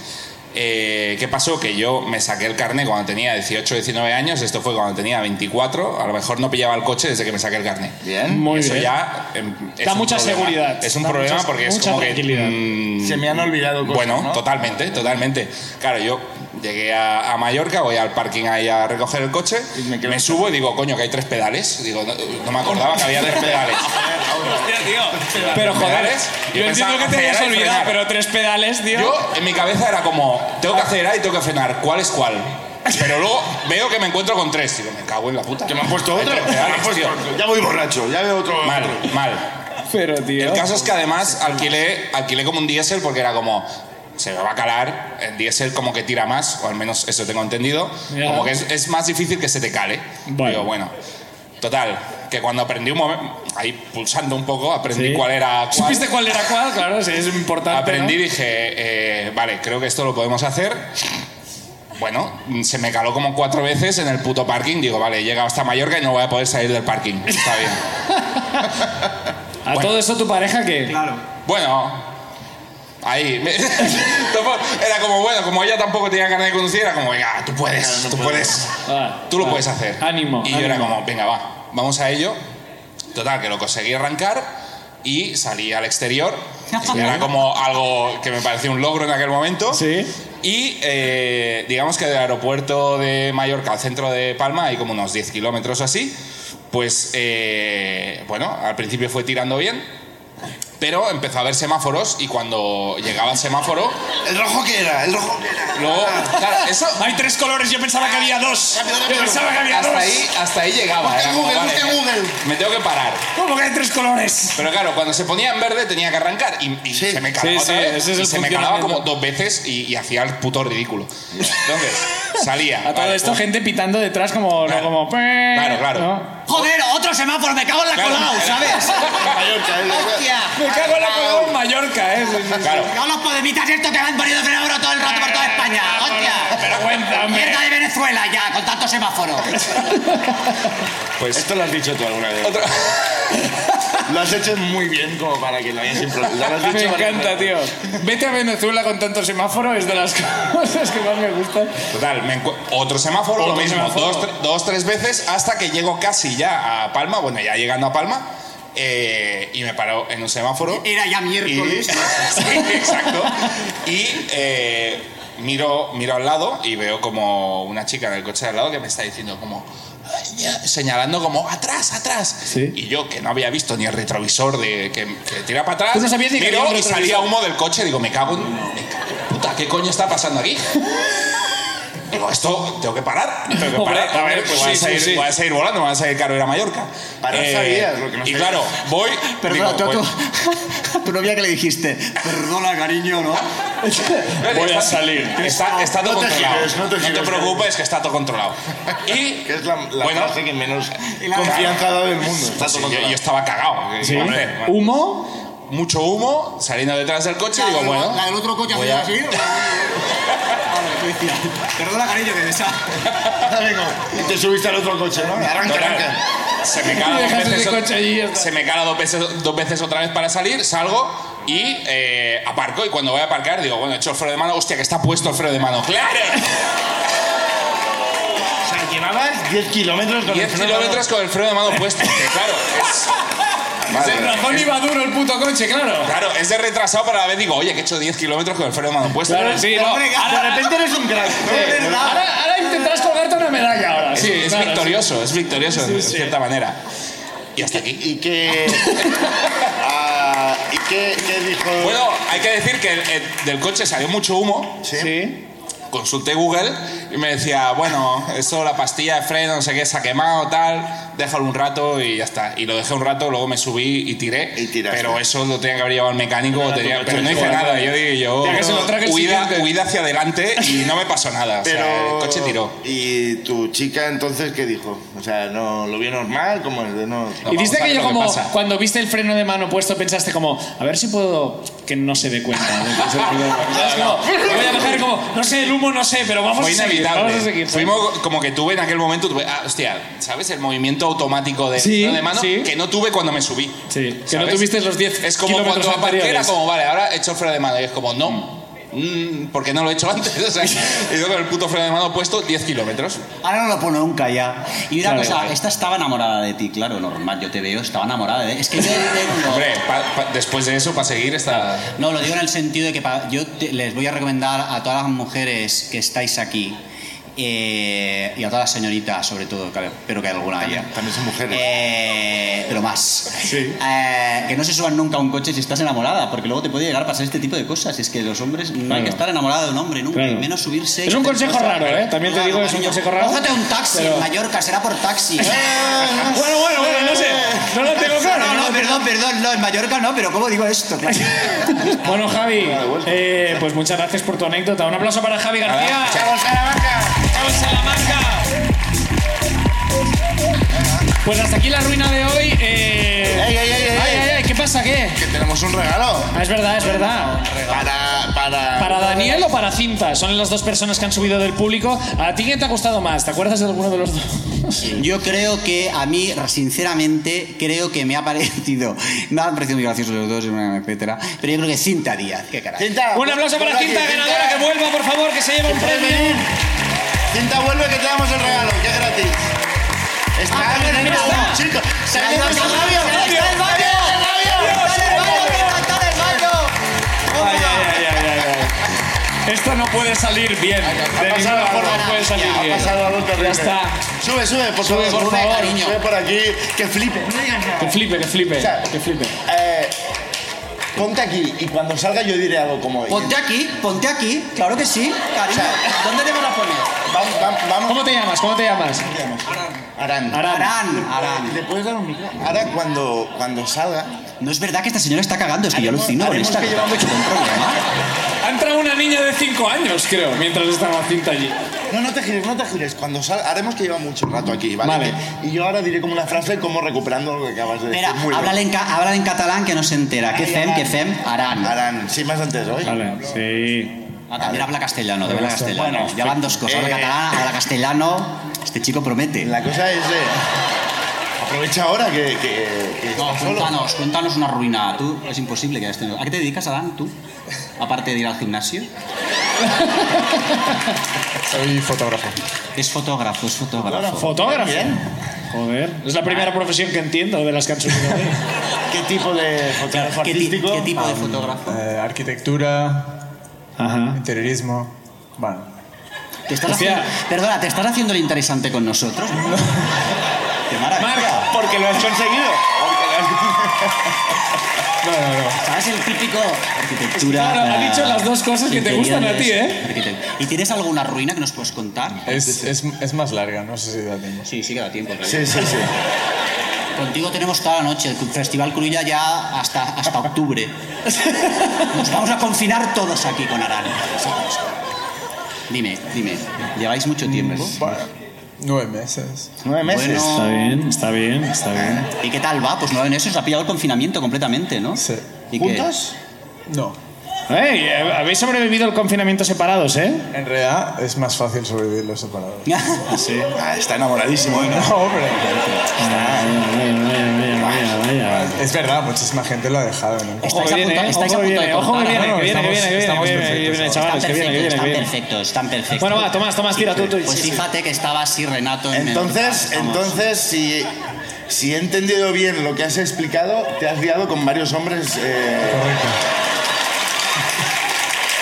Speaker 14: Eh, ¿Qué pasó? Que yo me saqué el carnet cuando tenía 18, 19 años, esto fue cuando tenía 24, a lo mejor no pillaba el coche desde que me saqué el carnet.
Speaker 5: Bien.
Speaker 6: Muy
Speaker 14: eso
Speaker 6: bien.
Speaker 14: ya em, es
Speaker 6: Da
Speaker 14: un
Speaker 6: mucha
Speaker 14: problema.
Speaker 6: seguridad.
Speaker 14: Es un
Speaker 6: Da
Speaker 14: problema
Speaker 6: mucha-
Speaker 14: porque es
Speaker 6: mucha
Speaker 14: como que
Speaker 6: tranquilidad.
Speaker 14: mm,
Speaker 5: Se me han olvidado cosas,
Speaker 14: Bueno,
Speaker 5: ¿no?
Speaker 14: totalmente, totalmente. Claro, yo llegué a, a Mallorca, voy al parking ahí a recoger el coche,
Speaker 5: Y me
Speaker 14: me,
Speaker 5: quedo
Speaker 14: subo y digo, coño, que hay tres pedales. Digo, no, no me acordaba que había tres pedales.
Speaker 10: Pero joder,
Speaker 14: Pedales.
Speaker 10: yo entiendo
Speaker 14: pensaba,
Speaker 10: que te hayas
Speaker 14: acelerar y
Speaker 10: olvidado,
Speaker 14: frenar.
Speaker 10: pero tres pedales, tío.
Speaker 14: Yo, en mi cabeza era como, tengo
Speaker 5: Ah.
Speaker 14: que acelerar y tengo que frenar, ¿cuál es cuál? Pero luego veo que me encuentro con tres. Digo, me cago en la puta.
Speaker 5: Que me han puesto otro.
Speaker 14: Hay tres
Speaker 5: Me han
Speaker 14: pedales,
Speaker 5: puesto
Speaker 14: tío.
Speaker 5: otro. Ya voy borracho, ya veo otro.
Speaker 14: Mal,
Speaker 5: otro.
Speaker 14: mal.
Speaker 6: Pero, tío.
Speaker 14: El caso es que además alquilé, alquilé como un diésel porque era como. Se me va a calar, el diésel como que tira más, o al menos eso tengo entendido.
Speaker 6: Ya.
Speaker 14: Como que es, es más difícil que se te cale.
Speaker 6: Vale.
Speaker 14: Digo, bueno. Total, que que cuando aprendí un momento, ahí pulsando un poco, aprendí
Speaker 6: Sí.
Speaker 14: cuál era cuál.
Speaker 6: ¿Supiste cuál era cuál? Claro, sí, es importante.
Speaker 14: Aprendí y
Speaker 6: ¿no?
Speaker 14: dije, eh, vale, creo que esto lo podemos hacer. Bueno, se me caló como cuatro veces en el puto parking. Digo, vale, he llegado hasta Mallorca y no voy a poder salir del parking. Está bien.
Speaker 6: ¿A todo eso tu pareja qué?
Speaker 14: Claro. Bueno, ahí. me- Tampoco- era como, bueno, como ella tampoco tenía ganas de conducir, era como, venga, tú puedes,
Speaker 6: Claro, no
Speaker 14: tú
Speaker 6: puedo.
Speaker 14: puedes.
Speaker 6: Ah,
Speaker 14: Tú lo
Speaker 6: ah,
Speaker 14: puedes hacer.
Speaker 6: Ánimo.
Speaker 14: Y yo era
Speaker 6: ánimo.
Speaker 14: como, venga, va, vamos a ello. Total, que lo conseguí arrancar y salí al exterior. que Era como algo que me pareció un logro en aquel momento. Sí. Y eh, digamos que del aeropuerto de Mallorca al centro de Palma hay como unos 10 kilómetros o así. Pues, eh, bueno, al principio fue tirando bien. Pero empezó a haber semáforos y cuando llegaba el semáforo...
Speaker 5: ¿El rojo que era? ¿El rojo Ah. que era?
Speaker 14: Luego, claro, eso...
Speaker 6: Hay tres colores, yo pensaba que había dos.
Speaker 5: Rápido,
Speaker 6: Yo
Speaker 5: rápido.
Speaker 6: pensaba que había
Speaker 14: hasta
Speaker 6: dos.
Speaker 14: Ahí, hasta ahí llegaba.
Speaker 5: Busca
Speaker 14: era
Speaker 5: en
Speaker 14: como,
Speaker 5: Google,
Speaker 14: vale,
Speaker 5: busca en Google.
Speaker 14: Me tengo que parar.
Speaker 6: ¿Cómo que hay tres colores?
Speaker 14: Pero claro, cuando se ponía en verde tenía que arrancar y, y se me calaba
Speaker 6: sí,
Speaker 14: otra vez,
Speaker 6: ese es
Speaker 14: y
Speaker 6: el
Speaker 14: se me calaba
Speaker 6: funcionamiento.
Speaker 14: como dos veces y, y hacía el puto ridículo. Entonces, salía.
Speaker 6: A todo
Speaker 14: vale,
Speaker 6: esto,
Speaker 14: pues,
Speaker 6: gente pitando detrás como. no, como claro,
Speaker 14: claro.
Speaker 13: Joder, otro semáforo, me cago en la
Speaker 14: Claro.
Speaker 13: colao, ¿sabes?
Speaker 5: Mallorca, ¿eh?
Speaker 13: Hostia.
Speaker 6: Me cago en la cagada en Mallorca, ¿eh?
Speaker 14: Claro.
Speaker 13: Me cago en los podemitas estos que van poniendo fenómeno todo el rato por toda España. Hostia.
Speaker 6: Vergüenza, hombre.
Speaker 13: Mierda de Venezuela ya, con tantos semáforos.
Speaker 14: Pues
Speaker 5: esto lo has dicho tú alguna vez. Lo has hecho muy bien como para que lo hayas improvisado.
Speaker 6: Me encanta, tío. Vete a Venezuela con tanto semáforo, es de las cosas que más me gustan.
Speaker 14: Total, me encu- otro semáforo,
Speaker 6: Otro
Speaker 14: lo mismo,
Speaker 6: semáforo.
Speaker 14: Dos, tre- dos, tres veces hasta que llego casi ya a Palma, bueno, ya llegando a Palma, eh, y me paro en un semáforo.
Speaker 13: Era ya miércoles.
Speaker 14: Y, sí, exacto. Y eh, miro, miro al lado y veo como una chica en el coche de al lado que me está diciendo como... "Ay, ya", Señalando como atrás, atrás. Y yo, que no había visto ni el retrovisor de que, que tira para atrás,
Speaker 6: Tú no sabías ni que
Speaker 14: miro
Speaker 6: había un
Speaker 14: y salía
Speaker 6: retrovisor.
Speaker 14: humo del coche. Digo, me cago en. me cago en puta, ¿qué coño está pasando aquí? Digo, esto tengo que parar. Tengo que
Speaker 6: Hombre,
Speaker 14: parar. A ver,
Speaker 6: hombre,
Speaker 14: pues voy, a
Speaker 6: sí,
Speaker 14: salir,
Speaker 6: sí, sí.
Speaker 14: voy a salir volando, me va a salir caro ir a Mallorca. Eh,
Speaker 5: Parar sabías, lo que no
Speaker 14: Y
Speaker 5: sabías.
Speaker 14: claro, voy.
Speaker 13: Perdona,
Speaker 14: digo,
Speaker 13: tú a
Speaker 14: voy-
Speaker 13: tu, a tu novia que le dijiste, perdona, cariño, ¿no?
Speaker 14: Voy a salir. Está, está todo
Speaker 5: No te
Speaker 14: controlado.
Speaker 5: gires, no te gires,
Speaker 14: preocupes, que está todo controlado. Y
Speaker 5: Que es la, la
Speaker 14: Bueno.
Speaker 5: frase que menos
Speaker 13: la-
Speaker 5: confianza da del mundo. Está
Speaker 14: pues, sí, yo,
Speaker 5: todo controlado.
Speaker 14: yo estaba cagado. ¿qué iba a hacer? Bueno,
Speaker 6: Humo.
Speaker 14: Mucho humo, saliendo detrás del coche,
Speaker 13: La
Speaker 14: digo,
Speaker 13: del-
Speaker 14: bueno.
Speaker 13: La del otro coche
Speaker 14: voy
Speaker 13: hacía
Speaker 14: a-
Speaker 13: así. Vale, tú decías, Perdona, cariño, que esa.
Speaker 5: Y te subiste al otro coche, ¿no? Arranca,
Speaker 14: Total,
Speaker 5: arranca.
Speaker 14: Se me cala
Speaker 6: Y
Speaker 14: dos
Speaker 6: dejas ese
Speaker 14: veces. o-
Speaker 6: coche allí, ya está.
Speaker 14: se me cala dos veces, dos veces otra vez para salir, salgo y eh, aparco. Y cuando voy a aparcar, digo, bueno, echo el freno de mano. Hostia, que está puesto el freno de mano. ¡Claro!
Speaker 5: O sea, llevabas 10 kilómetros con
Speaker 14: 10
Speaker 5: el freno.
Speaker 14: kilómetros con el freno de mano puesto. Que claro, es.
Speaker 6: El razón iba duro el puto coche, claro.
Speaker 14: Claro, es de retrasado, pero a la vez digo, oye, que he hecho 10 kilómetros con el freno de mano puesto.
Speaker 6: Claro, sí, no.
Speaker 13: Hombre,
Speaker 5: De repente eres un crack.
Speaker 6: Ahora, ahora intentarás colgarte una medalla ahora.
Speaker 14: Sí,
Speaker 6: Sí,
Speaker 14: es
Speaker 6: claro,
Speaker 14: victorioso, es victorioso de cierta manera. Y hasta aquí.
Speaker 5: ¿Y
Speaker 6: Eh,
Speaker 5: qué? Ah, ¿Y qué, qué dijo?
Speaker 14: Bueno, hay que decir que eh, del coche salió mucho humo.
Speaker 5: Sí.
Speaker 14: Consulté Google y me decía, bueno, esto la pastilla de freno, no sé qué, se ha quemado, tal, déjalo un rato y ya está. Y lo dejé un rato, luego me subí y tiré.
Speaker 5: Y tiraste.
Speaker 14: pero eso lo tenía que haber llevado el mecánico, tenía- pero no hice nada. Yo dije, yo,
Speaker 6: Tenía que se lo trague el
Speaker 14: huida,
Speaker 6: siguiente.
Speaker 14: huida hacia adelante y no me pasó nada.
Speaker 5: Pero...
Speaker 14: O sea, el coche tiró.
Speaker 5: ¿Y tu chica entonces qué dijo? O sea, ¿no lo vio normal? ¿Cómo es? De No,
Speaker 14: No,
Speaker 6: Y
Speaker 14: vamos a
Speaker 6: viste
Speaker 14: ver
Speaker 6: que yo
Speaker 14: lo que
Speaker 6: como
Speaker 14: pasa.
Speaker 6: cuando viste el freno de mano puesto pensaste como a ver si puedo que no se dé cuenta. de que es el freno de mano. ¿Sabes? Como, lo voy a dejar como no sé el humo no sé pero vamos
Speaker 14: Fue
Speaker 6: a seguir.
Speaker 14: inevitable.
Speaker 6: Vamos a seguir.
Speaker 14: Fuimos como que tuve en aquel momento, tuve, ah, hostia, ¿sabes? El movimiento automático de,
Speaker 6: Sí,
Speaker 14: de mano
Speaker 6: sí.
Speaker 14: que no tuve cuando me subí.
Speaker 6: Sí, que
Speaker 14: ¿sabes?
Speaker 6: no tuviste los 10
Speaker 14: Es como
Speaker 6: kilómetros
Speaker 14: cuando aparqué, era
Speaker 6: anteriores.
Speaker 14: como, vale, ahora he hecho el freno de mano. Y es como, no. Mm, porque no lo he hecho antes. O sea, he ido con el puto freno de mano puesto 10 kilómetros.
Speaker 13: Ahora no lo pone nunca ya.
Speaker 2: Y una
Speaker 14: Vale,
Speaker 2: cosa,
Speaker 14: vale.
Speaker 2: esta estaba enamorada de ti, claro, normal, yo te veo, estaba enamorada de... Es que yo tengo-
Speaker 14: Hombre, pa- pa- después de eso, para seguir, está.
Speaker 2: No, lo digo en el sentido de que pa- yo te- les voy a recomendar a todas las mujeres que estáis aquí eh, y a todas las señoritas, sobre todo, claro, pero que alguna haya.
Speaker 5: También son mujeres.
Speaker 2: Eh, pero más. Eh, que no se suban nunca a un coche si estás enamorada, porque luego te puede llegar a pasar este tipo de cosas. Y es que los hombres no hay
Speaker 6: Claro.
Speaker 2: que estar enamorado de un hombre nunca,
Speaker 6: Claro.
Speaker 2: y menos subirse. y
Speaker 6: Es un
Speaker 2: hacer
Speaker 6: consejo
Speaker 2: cosas.
Speaker 6: raro, ¿eh? También te
Speaker 2: Claro,
Speaker 6: digo que es un
Speaker 2: cariño.
Speaker 6: consejo raro.
Speaker 2: Cógete un taxi
Speaker 6: pero-
Speaker 2: en Mallorca, será por taxi. Eh,
Speaker 6: Bueno, bueno, bueno, no sé. No lo tengo claro.
Speaker 2: No,
Speaker 6: no
Speaker 2: no,
Speaker 6: lo
Speaker 2: perdón, perdón, no, en Mallorca no, pero ¿cómo digo esto? Claro.
Speaker 6: Bueno, Javi, eh, pues muchas gracias por tu anécdota. Un aplauso para Javi García. ¡Vamos Salamanca! ¡Vamos Salamanca! Pues hasta aquí la ruina de hoy. eh.
Speaker 5: Ey, ey, ey, ey.
Speaker 6: Ay, ay, ay, ¿Qué pasa? ¿Qué?
Speaker 5: Que tenemos un regalo.
Speaker 6: Ah, es verdad, es verdad.
Speaker 5: Para, para...
Speaker 6: ¿Para Daniel o para Cinta? Son las dos personas que han subido del público. ¿A ti quién te ha gustado más? ¿Te acuerdas de alguno de los dos?
Speaker 2: Yo creo que a mí, sinceramente, creo que me ha parecido. Me han parecido muy graciosos los dos, etcétera. Pero yo creo que Cinta Díaz, qué caray.
Speaker 5: Cinta,
Speaker 6: Un aplauso para
Speaker 5: vuelve pues, aquí,
Speaker 6: Cinta ganadora, que vuelva, por favor, que se lleve un
Speaker 5: Puedes
Speaker 6: premio.
Speaker 5: venir. Cinta, vuelve que te damos el regalo, que es gratis. Está
Speaker 6: Ah,
Speaker 5: bien,
Speaker 6: mira,
Speaker 5: está.
Speaker 6: está.
Speaker 5: Chicos, se
Speaker 6: Ahí
Speaker 5: viene
Speaker 6: está,
Speaker 5: el
Speaker 6: está
Speaker 5: labio,
Speaker 6: el labio,
Speaker 5: está el labio, está el labio.
Speaker 6: Ay, ay, ay, ay, ay. Esto no puede salir bien. De
Speaker 5: pasado
Speaker 6: ninguna
Speaker 5: por
Speaker 6: forma
Speaker 5: la-
Speaker 6: puede salir
Speaker 5: Ha
Speaker 6: bien.
Speaker 5: pasado algo terrible.
Speaker 6: Ya está.
Speaker 5: Sube, sube, por
Speaker 6: Sube,
Speaker 5: favor.
Speaker 6: por favor, cariño.
Speaker 5: Sube por aquí. Que flipe.
Speaker 6: Que flipe, que flipe,
Speaker 5: O sea,
Speaker 6: que flipe.
Speaker 5: eh, ponte aquí y cuando salga yo diré algo como...
Speaker 13: Ponte aquí, ponte aquí, claro que sí, cariño. ¿Dónde te vas a poner?
Speaker 5: Vamos, vamos, vamos.
Speaker 6: ¿Cómo te llamas? ¿Cómo te llamas?
Speaker 5: Arán.
Speaker 6: Arán.
Speaker 2: Arán, Arán.
Speaker 5: ¿Le puedes dar un micro? Ahora cuando, cuando salga...
Speaker 2: No es verdad que esta señora está cagando, es que yo
Speaker 5: Haremos-
Speaker 2: alucino con
Speaker 5: haremos
Speaker 2: esta.
Speaker 5: que
Speaker 2: que
Speaker 5: llevamos-
Speaker 2: está hecho con problema.
Speaker 6: Ha entrado una niña de 5 años, creo, mientras estaba cinta allí.
Speaker 5: No, no te gires, no te gires. Cuando salga... Haremos que lleva mucho rato aquí, ¿vale?
Speaker 6: Vale.
Speaker 5: Y yo ahora diré como una frase como recuperando lo que acabas de
Speaker 2: Espera,
Speaker 5: decir. Muy
Speaker 2: háblale en, ca- háblale en catalán que no se entera. ¿Qué
Speaker 5: Ay,
Speaker 2: fem,
Speaker 5: Arán.
Speaker 2: qué fem? Arán.
Speaker 5: bien. Arán, sí, más antes hoy.
Speaker 6: Vale, sí.
Speaker 2: Ah, también habla castellano, también habla
Speaker 5: Bueno,
Speaker 2: castellano. ya van dos cosas, habla
Speaker 5: eh,
Speaker 2: catalán, habla castellano. Este chico promete.
Speaker 5: La cosa es... eh, aprovecha ahora que... que- que
Speaker 2: No,
Speaker 5: estás solo.
Speaker 2: cuéntanos, cuéntanos una ruina. Tú, es imposible que hayas tenido. ¿A qué te dedicas, Adán, tú? Aparte de ir al gimnasio.
Speaker 14: Soy fotógrafo.
Speaker 2: Es fotógrafo, es fotógrafo.
Speaker 6: Fotógrafo.
Speaker 5: Bien.
Speaker 6: Joder, es la primera profesión que entiendo de las que han subido hoy.
Speaker 5: ¿Qué tipo de fotógrafo
Speaker 2: ¿Qué, ti-
Speaker 5: artístico? Eh,
Speaker 2: qué tipo de fotógrafo?
Speaker 15: arquitectura,
Speaker 6: Ajá.
Speaker 15: interiorismo. Bueno.
Speaker 2: ¿Te estás
Speaker 6: Hostia.
Speaker 2: haciendo- perdona, ¿te estás haciendo el interesante con nosotros? ¡Qué maravilla!
Speaker 5: Porque lo has conseguido.
Speaker 15: No, no, no.
Speaker 2: ¿Sabes el típico arquitectura?
Speaker 6: Claro, ha
Speaker 2: eh,
Speaker 6: dicho las dos cosas que te gustan a ti,
Speaker 2: interiores,
Speaker 6: ¿eh?
Speaker 2: arquitecto. ¿Y tienes alguna ruina que nos puedes contar?
Speaker 15: Es, es, es más larga, no sé si da tiempo.
Speaker 2: Sí, sí que da tiempo. en realidad.
Speaker 5: Sí, sí, sí.
Speaker 2: Contigo tenemos toda la noche. El Festival Cruilla ya hasta, hasta octubre. Nos vamos a confinar todos aquí con Arán. Dime, dime. ¿Lleváis mucho tiempo?
Speaker 15: Mm, Bueno, nueve meses.
Speaker 5: Nueve meses.
Speaker 2: Bueno.
Speaker 6: Está bien, está bien, está bien.
Speaker 2: ¿Y qué tal va? Pues no, en eso se ha pillado el confinamiento completamente, ¿no?
Speaker 15: Sí.
Speaker 2: ¿Y qué?
Speaker 5: ¿Juntos?
Speaker 15: No.
Speaker 6: Ey, eh, habéis sobrevivido el confinamiento separados, ¿eh?
Speaker 15: En realidad es más fácil sobrevivir los separados.
Speaker 6: Sí.
Speaker 5: Ah, está enamoradísimo. ¿eh?
Speaker 15: No, pero.
Speaker 6: Vaya, vaya, vaya.
Speaker 15: Es verdad, muchísima gente lo ha dejado, ¿no?
Speaker 2: Estáis a
Speaker 6: Ojo que
Speaker 2: punto-
Speaker 6: viene, ¿eh?
Speaker 2: estáis a
Speaker 6: ojo que
Speaker 2: punto de
Speaker 6: viene, ojo que
Speaker 2: cortar,
Speaker 6: viene,
Speaker 15: ¿no?
Speaker 6: que viene, que viene, que viene,
Speaker 15: Estamos-
Speaker 6: que
Speaker 15: estamos
Speaker 6: viene, que viene,
Speaker 15: perfectos
Speaker 2: Están
Speaker 6: chavales, que viene, que
Speaker 2: perfectos,
Speaker 6: viene, que
Speaker 2: están
Speaker 6: viene.
Speaker 2: perfectos, están perfectos.
Speaker 6: Bueno, va, Tomás, Tomás, tira tú, tú.
Speaker 2: Pues fíjate que estaba así Renato en
Speaker 5: Entonces,
Speaker 2: el- Estamos-
Speaker 5: entonces si, si he entendido bien lo que has explicado, te has liado con varios hombres, eh,
Speaker 15: Correcto.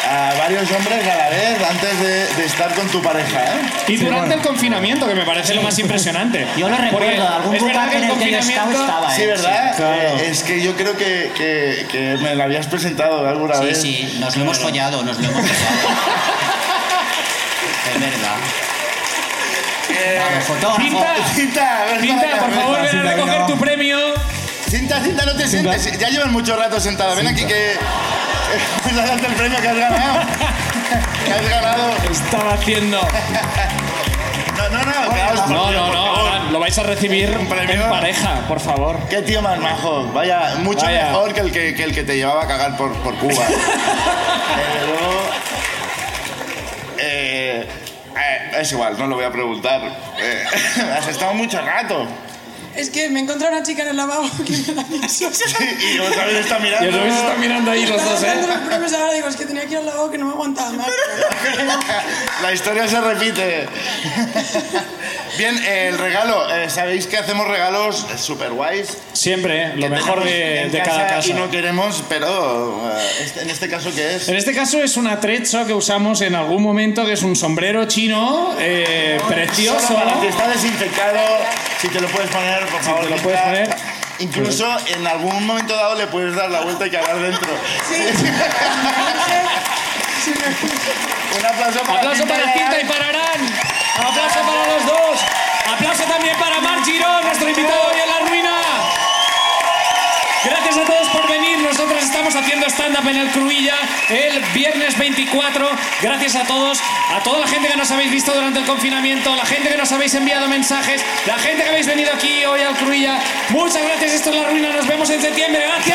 Speaker 5: a varios hombres a la vez antes de, de estar con tu pareja, ¿eh?
Speaker 6: Y
Speaker 15: Sí,
Speaker 6: durante
Speaker 15: bueno.
Speaker 6: el confinamiento, que me parece lo más impresionante.
Speaker 2: Yo lo
Speaker 6: Porque
Speaker 2: recuerdo, algún
Speaker 6: es verdad
Speaker 2: butaque
Speaker 6: que
Speaker 2: en
Speaker 6: el
Speaker 2: el que yo estaba
Speaker 6: confinamiento...
Speaker 2: estaba, ¿eh?
Speaker 5: Sí, ¿verdad?
Speaker 6: claro.
Speaker 5: Eh, es que yo creo que, que- que me la habías presentado alguna
Speaker 2: Sí,
Speaker 5: vez.
Speaker 2: sí, nos lo hemos follado, nos lo hemos follado. es verdad. Vamos, fotógrafo.
Speaker 6: Cinta,
Speaker 5: Eh, Cinta, ven para
Speaker 6: Cinta,
Speaker 5: acá,
Speaker 6: por
Speaker 5: ven.
Speaker 6: favor, ven a
Speaker 15: Cinta,
Speaker 6: recoger
Speaker 15: venga,
Speaker 6: tu
Speaker 15: va.
Speaker 6: premio.
Speaker 5: Cinta, cinta, no te sientes. Ya llevas mucho rato sentada. Ven aquí que. Pues adelante el premio que has ganado. que has ganado.
Speaker 2: Pues
Speaker 6: Estaba haciendo...
Speaker 5: No, no, no. quedaos por
Speaker 6: No,
Speaker 5: Dios,
Speaker 6: no,
Speaker 5: por
Speaker 6: no,
Speaker 5: favor.
Speaker 6: Alan, Ah, lo vais a recibir en pareja, por favor.
Speaker 5: Qué tío más majo. Vaya, mucho
Speaker 6: Vaya.
Speaker 5: mejor que el que, que el que te llevaba a cagar por, por Cuba. Desde luego, eh, eh, es igual, no lo voy a preguntar. Eh, has estado mucho rato.
Speaker 11: Es que me encontré a una chica en el lavabo que me la avisó.
Speaker 5: Y os habéis estado
Speaker 6: Y
Speaker 5: mirando.
Speaker 6: os habéis estado mirando ahí los
Speaker 11: Estaba
Speaker 6: dos, ¿eh?
Speaker 11: esperando los premios ahora digo, es que tenía que ir al lavabo que no me aguantaba más.
Speaker 5: La historia se repite. Bien, eh, el regalo. eh, Sabéis que hacemos regalos super guays.
Speaker 6: Siempre, ¿eh? lo mejor de, de cada casa.
Speaker 5: Y no queremos, pero eh, este- en este caso, ¿qué es?
Speaker 6: En este caso es un atrecho que usamos en algún momento, que es un sombrero chino eh, precioso.
Speaker 5: Solo para ti, está desinfectado. Si te lo puedes poner, por favor.
Speaker 6: te lo
Speaker 5: quita.
Speaker 6: puedes poner.
Speaker 5: Incluso en algún momento dado le puedes dar la vuelta y cagar dentro. Un aplauso para
Speaker 6: Aplauso para Cinta y para Arán. Aplauso para los dos. Aplauso también para Mar Girón, nuestro invitado hoy en la ruina. Gracias a todos por venir. Nosotros estamos haciendo esta stand-up en el Cruilla el viernes 24. Gracias a todos, a toda la gente que nos habéis visto durante el confinamiento, la gente que nos habéis enviado mensajes, la gente que habéis venido aquí hoy al Cruilla. Muchas gracias, esto es La Ruina, nos vemos en septiembre. Gracias.